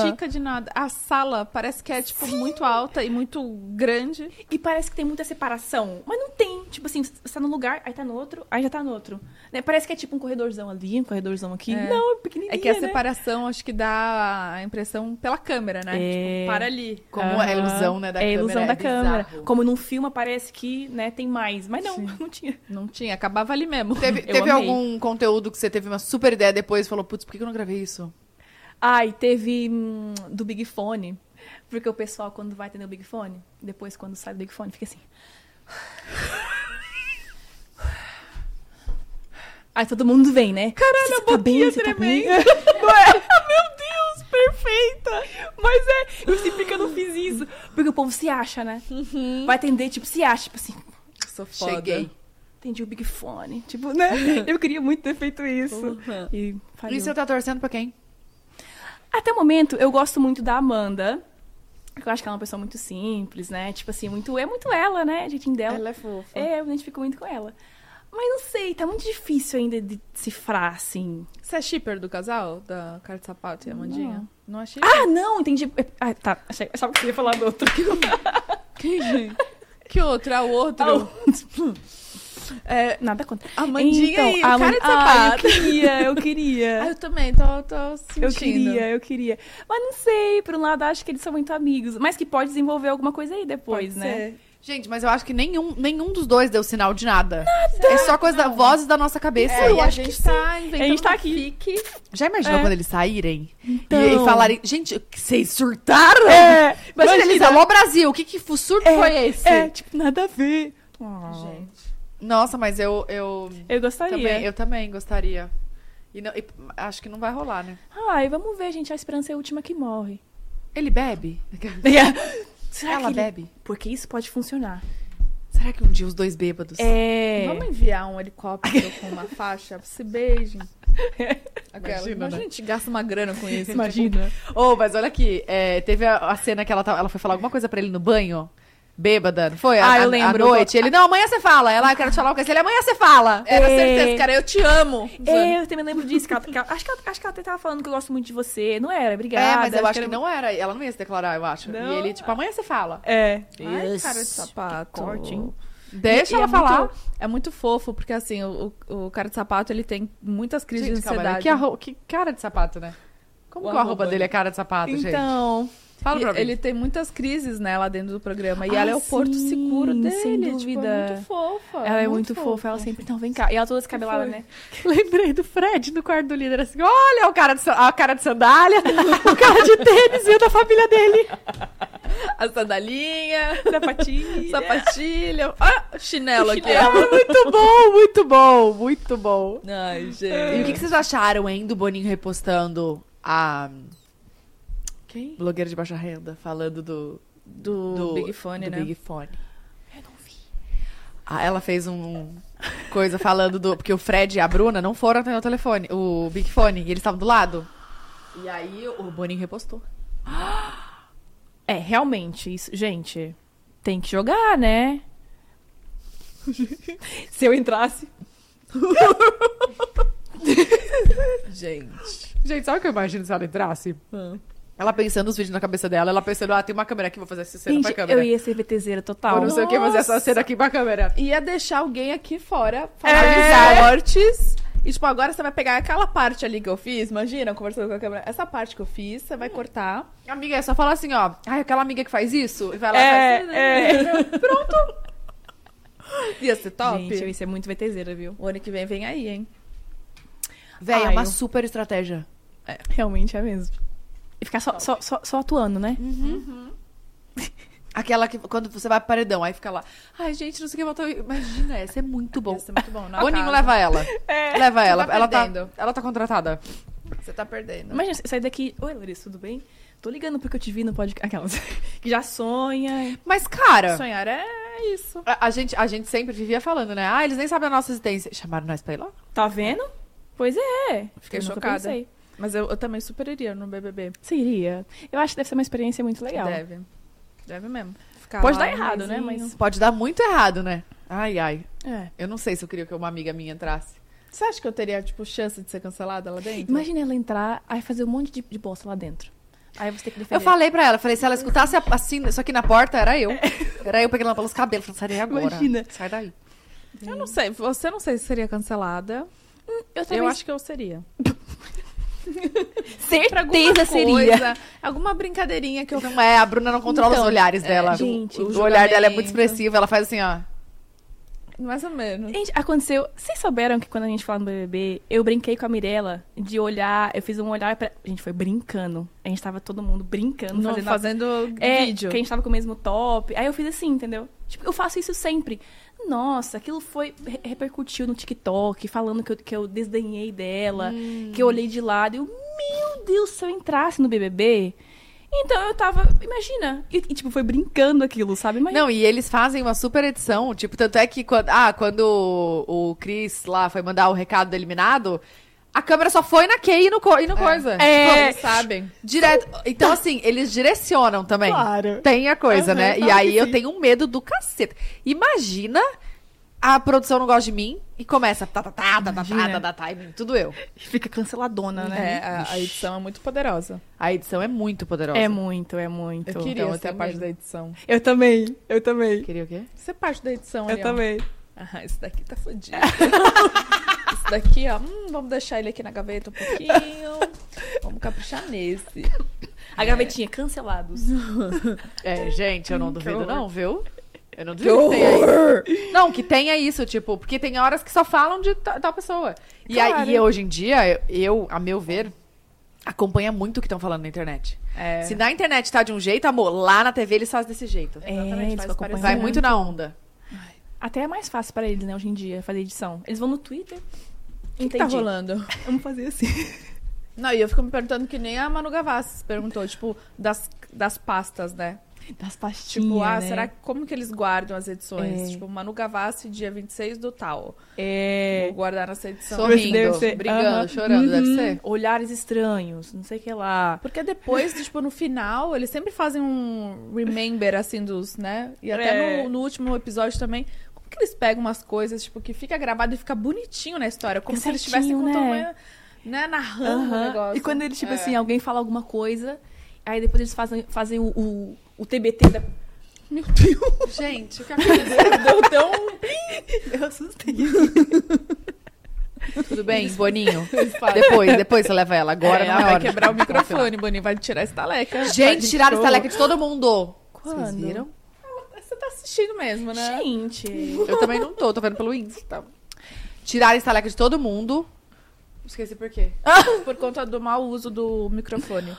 Chica de nada. A sala parece que é, tipo, muito alta e muito grande. E parece que tem muita separação. Mas não tem. Tipo assim, você tá num lugar, aí tá no outro, aí já tá no outro. Né? Parece que é tipo um corredorzão ali, um corredorzão aqui. É. Não, é pequenininha, É que a né? separação acho que dá a impressão pela câmera, né? É. Tipo, para ali. Como Aham. é a ilusão, né, da É a câmera. ilusão é da câmera. bizarro. Como num filme parece que né, tem mais. Mas não, não tinha. Não tinha, acabava ali mesmo. Teve, Eu teve amei. algum conteúdo que você teve uma super ideia depois e falou, putz, por que que eu não gravei isso? Ai, teve hum, do Big Fone. Porque o pessoal, quando vai atender o Big Fone, depois quando sai do Big Fone, fica assim. Aí todo mundo vem, né? Caralho, a tá bem, você tá bem? Ué, Ah, Meu Deus, perfeita! Mas é, eu sei porque eu não fiz isso. Porque o povo se acha, né? Vai atender, tipo, se acha, tipo assim, Sou foda. Cheguei. atendi o Big Fone. Tipo, né? Eu queria muito ter feito isso. E falhou. E você tá torcendo pra quem? Até o momento, eu gosto muito da Amanda. porque Eu acho que ela é uma pessoa muito simples, né? Tipo assim, muito, é muito ela, né? A jeitinho dela. Ela é fofa. É, eu me identifico muito com ela. Mas não sei, tá muito difícil ainda de cifrar, assim. Você é shipper do casal? Da cara de sapato e a Mandinha? Não, é achei? Ah, não, entendi. Ah, tá. Achei, achava que você ia falar do outro. Que outro? É o outro? Ah, o- É, nada contra. A Mandinha então, e a o cara de Man- Ah, sapato. eu queria, eu queria. Ah, eu também, tô, tô sentindo. Eu queria, eu queria. Mas não sei, por um lado acho que eles são muito amigos. Mas que pode desenvolver alguma coisa aí depois, né? Gente, mas eu acho que nenhum, nenhum dos dois deu sinal de nada. É só coisa da vozes da nossa cabeça. É, E e a a gente- gente tá inventando A gente tá uma aqui. fic. Já imaginou É. quando eles saírem? Então. E, e falarem, gente, o que vocês surtaram? É, Imagina, imagina. eles, alô Brasil, o que, que fu- surto foi esse? É, tipo, nada a ver. Nossa, mas eu, eu, Eu gostaria. também, eu também gostaria. E, não- e acho que não vai rolar, né? Ai, vamos ver, gente. A esperança é a última que morre. Ele bebe? Será Ela que ele- bebe? Porque isso pode funcionar. Será que um dia os dois bêbados? É. Vamos enviar um helicóptero com uma faixa? Se beijem. Aquela. Imagina, Imagina, né? a gente gasta uma grana com isso. tipo, Imagina. Ô, mas olha aqui, é, teve a, a cena que ela, tava- ela foi falar alguma coisa pra ele no banho. Bêbada, não foi? A- Ah, eu a- lembro. À noite. Ele, não, amanhã você fala. Ela, "Ah, eu quero te falar uma coisa. Ele, amanhã você fala. Era É. certeza, cara. Eu te amo. É, eu também lembro disso. que ela- que ela- acho, que ela, acho que ela até tava falando que eu gosto muito de você. Não era, obrigada. é, mas eu acho que, era- não era. Ela não ia se declarar, eu acho. Não? E ele, tipo, amanhã você fala. É. Ai, cara de sapato. corte, hein? Deixa E ela é falar. Muito, é muito fofo, porque assim, o, o- o cara de sapato, ele tem muitas crises Gente, de calma, né? ansiedade. que, arro- que cara de sapato, né? Como O que o arroba arroba, dele é cara de sapato, gente? Então, Fala pra mim. ele tem muitas crises, né, lá dentro do programa. E Ah, ela é o porto sim, seguro dele. sem tipo, dúvida. é muito fofa. Ela é muito, fofa, ela sempre. Então, vem cá. E ela toda descabelada, né? Lembrei do Fred no quarto do líder, assim, olha o cara de, sa- a cara de sandália, o cara de tênis e o da família dele. A sandalinha, Sapatinho. sapatilha. Ah, chinelo aqui. É muito bom, muito bom, muito bom. Ai, E o gente. que, que vocês acharam, hein, do Boninho repostando a Quem? blogueira de baixa renda falando do, Do, Big Fone, do né? Big Fone? Ah, ela fez um coisa falando do. Porque o Fred e a Bruna não foram atender o telefone, o Big Fone, e eles estavam do lado. E aí o Boninho repostou. É, realmente, isso, gente, tem que jogar, né? Se eu entrasse. Gente. Gente, Ah. sabe o que eu imagino se ela entrasse? Ela pensando os vídeos na cabeça dela, ela pensando, ah, tem uma câmera aqui, vou fazer essa cena Gente, pra câmera. eu ia ser VTZera Ou total. não sei o que, fazer essa Nossa! cena aqui pra câmera. Ia deixar alguém aqui fora falar É. dos cortes. E, tipo, agora você vai pegar aquela parte ali que eu fiz. Imagina, eu conversando com a câmera. Essa parte que eu fiz, você vai cortar. Amiga, é só falar assim, ó, ai, aquela amiga que faz isso, e vai lá e faz... É, né? é. Ia ser top. Gente, eu ia ser muito VTZera, viu? O ano que vem vem aí, hein? Véi, é Ai, uma eu- super estratégia. Realmente é mesmo. E ficar só, só, só, só atuando, né? Aquela que, quando você vai pro paredão, aí fica lá, ai, gente, não sei o que, voltou... Imagina, essa é muito bom. Ia ser muito bom. Na Boninho, casa. É. leva ela. Leva ela. tá ela, tá, perdendo. ela tá contratada. Você tá perdendo. Imagina, você sair daqui. Oi, Larissa, tudo bem? Tô ligando porque eu te vi no podcast. Aquelas. Que já sonha. Mas, cara, Sonhar é isso. a, a gente, a gente sempre vivia falando, né? Ah, eles nem sabem a nossa existência. Chamaram nós pra ir lá? Tá vendo? Pois é. Fiquei Eu nunca chocada. pensei. Mas eu, eu também super iria no BBB. Seria. Eu acho que deve ser uma experiência muito legal. Deve. Deve mesmo. Ficar Pode lá, dar errado, né? Mas. maisinho. Pode dar muito errado, né? Ai, ai. É. Eu não sei se eu queria que uma amiga minha entrasse. Você acha que eu teria, tipo, chance de ser cancelada lá dentro? Imagina ela entrar, aí fazer um monte de, de bosta lá dentro. Aí você tem que defender. Eu falei É. pra ela, falei, se ela escutasse a- assim, isso aqui na porta, era eu. Era eu pegando ela pelos cabelos, falando, sai daí agora. Imagina. Sai daí. Eu não sei. Você não sei se seria cancelada. Eu, Hum, Eu talvez- acho que eu seria. Pra alguma Certeza coisa, alguma brincadeirinha que eu Não é, a Bruna não controla Então, os olhares é, dela. gente, o, o o olhar dela é muito julgamento. expressivo, ela faz assim, ó. Mais ou menos. Gente, aconteceu. Vocês souberam que quando a gente fala no BBB, eu brinquei com a Mirella de olhar. Eu fiz um olhar pra. A gente foi brincando. A gente tava todo mundo brincando, Não, fazendo. fazendo É, vídeo. que a gente tava com o mesmo top. Aí eu fiz assim, entendeu? Tipo, eu faço isso sempre. Nossa, aquilo foi. re- repercutiu no TikTok, falando que eu, que eu desdenhei dela, Hum. que eu olhei de lado. E eu, meu Deus, se eu entrasse no BBB. Então eu tava. Imagina. E, e, tipo, foi brincando aquilo, sabe? Imagina. Não, e eles fazem uma super edição. Tipo, tanto é que quando, ah, quando o o Chris lá foi mandar o recado do eliminado, a câmera só foi na Kay e no, co- e no coisa. É, Tipo, sabem. Direto. Então, assim, eles direcionam também. Claro. Tem a coisa, né? E aí eu tenho um medo do cacete. Imagina a produção não gosta de mim e começa. Tá, tá, tá, tá, tá, tá, tá, tá, tá, e tudo eu. Fica canceladona, né? É, a, a edição é muito poderosa. A edição é muito poderosa. É muito, é muito. Eu queria Então, eu ser também. parte da edição. Eu também, eu também. Queria o quê? Ser parte da edição, Eu ali, ó. também. Ah, esse daqui tá fodido. esse daqui, ó. hum, vamos deixar ele aqui na gaveta um pouquinho. vamos caprichar nesse. A gavetinha, cancelados. É, gente, eu não duvido, horror. não, viu? Eu não duvido que tenha isso. Não, que tenha isso, tipo, porque tem horas que só falam de ta- tal pessoa. E aí, hoje em dia, eu- eu, a meu ver, acompanha muito o que estão falando na internet. É. Se na internet tá de um jeito, amor, lá na TV eles fazem desse Uhum. jeito. Exatamente, eles faz ficam parecer Vai acompanhando. muito na onda. Até é mais fácil pra eles, né, hoje em dia, fazer edição. Eles vão no Twitter. O que tá rolando? Vamos fazer assim. Não, e eu fico me perguntando que nem a Manu Gavassi perguntou, tipo, das, das pastas, né? Das pastinhas, Tipo, ah, né? será que como que eles guardam as edições? É. Tipo, Manu Gavassi, dia 26 do tal. É... Vou guardar nessa edição. Sorrindo, deve ser- brigando, Aham. chorando, deve Uhum. ser. Olhares estranhos, não sei o que lá. Porque depois, tipo, no final, eles sempre fazem um remember, assim, dos, né? E até É. no, no último episódio também. Como que eles pegam umas coisas, tipo, que fica gravado e fica bonitinho na história? Como Fica se eles estivessem certinho, contando, né? né? narrando o Aham. negócio. E quando eles, tipo É. assim, alguém fala alguma coisa, aí depois eles fazem, fazem o, o, o TBT da... Meu Deus, Gente, o que é Deu tão... eu assustei. Tudo bem, Boninho? fazem. Depois, depois você leva ela. Agora É, não é vai hora. quebrar o microfone, Boninho. Vai tirar esse taleca. Gente, tiraram esse teleca de todo mundo. Vocês Quando? viram? Você tá assistindo mesmo, né? Gente... Eu também não tô, tô vendo pelo índice. Tá. Tiraram a estaleca de todo mundo. Ah. Esqueci por quê. Por conta do mau uso do microfone.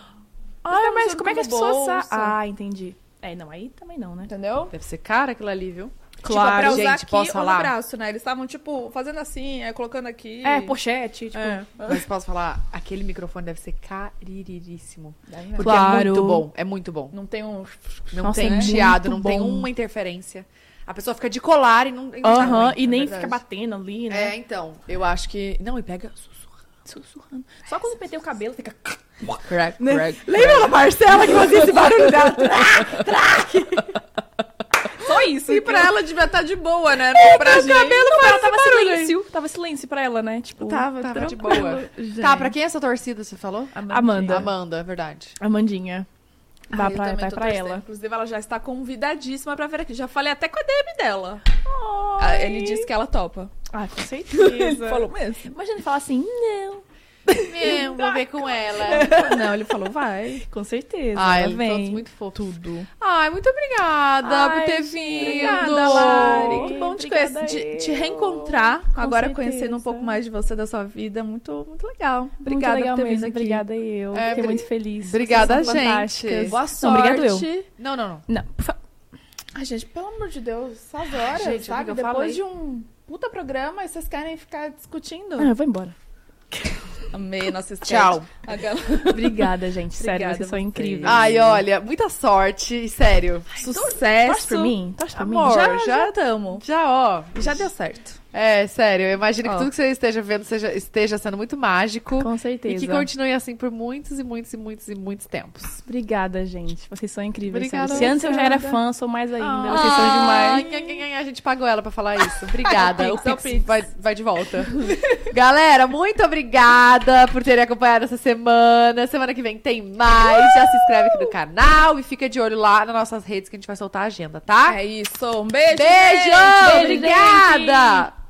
Ah, mas usando como é que as como pessoas. sa- tá bolsa. Ah, entendi. É, não, aí também não, né? Entendeu? Deve ser cara aquilo ali, viu? tipo, pra usar gente, aqui posso ou falar? no braço, né? Eles estavam, tipo, fazendo assim, aí colocando aqui. É, pochete, tipo. É. Mas posso falar, aquele microfone deve ser cariríssimo. Deve, né? Porque é Claro. muito bom, é muito bom. Não tem um... Não Nossa, tem é chiado, não muito tem bom. uma interferência. A pessoa fica de colar e não. e não tá Aham, ruim, e é nem verdade. fica batendo ali, né? É, então, eu acho que. Não, e pega. Sussurrando. Só quando pentei o cabelo, fica. Crack, crack. Lembra da Marcela que fazia esse barulho dela? Traque, traque. Só isso. E entendeu? pra ela devia estar de boa, né? Não pra gente. Não, pra ela tava silêncio. Tava silêncio pra ela, né? Tipo, Tava, Tava tá de tranquilo. boa. Tá, pra quem é essa torcida, você falou? Amanda. Amanda, é verdade. Amandinha. Ah, Vai eu pra, também vai tô pra torcendo. ela. Inclusive, ela já está convidadíssima pra vir aqui. Já falei até com a DM dela. Ah, Ai. Ele disse que ela topa. Ah, com Ele certeza. falou mesmo. Imagina ele falar assim, não. Meu, vou ver com ela. Não, ele falou, vai. Com certeza. Ai, ela eles vem. todos muito fofos. Tudo. Ai, muito obrigada Ai, por ter vindo. gente, Obrigada, Lari. Que bom te, Obrigada conhecer, de- eu. te reencontrar. Com agora certeza. conhecendo um pouco mais de você, da sua vida. Muito, muito legal. Muito Obrigada legal por ter mesmo, vindo aqui. Obrigada eu. É, Fiquei bri- muito feliz. Obrigada Vocês são a gente. fantásticas. Boa Não, sorte. obrigado eu. Não, não, não. Não, por favor. Ai, gente, pelo amor de Deus, essas horas, Gente, o que sabe? que eu Depois falei? de um puta programa, e vocês querem ficar discutindo? Ah, eu vou embora. Amei nossa sketch. Tchau. Aquela- Obrigada, gente. Sério, Obrigada vocês são vocês. incríveis. É, Ai, olha, muita sorte, sério. Torce Sucesso. por mim? Torce por mim? Amor, Já, já- já tamo. Já, ó. Já deu certo. É, sério, eu imagino que Ó. tudo que você esteja vendo seja- esteja sendo muito mágico. Com E certeza. que continue assim por muitos e muitos e muitos e muitos tempos. Obrigada, gente. Vocês são incríveis. Obrigada, sério. Se antes eu já era Luciana. fã, sou mais ainda. Ah. Vocês é são demais. Ai, ai, ai, ai, a gente pagou ela pra falar isso. Obrigada. É o o Pix, é o Pix Pix. vai, vai de volta. Galera, muito obrigada por terem acompanhado essa semana. Semana que vem tem mais. Já se inscreve aqui no canal e fica de olho lá nas nossas redes que a É gente vai soltar a agenda, tá? É isso. Um beijo. Beijo! gente. obrigada!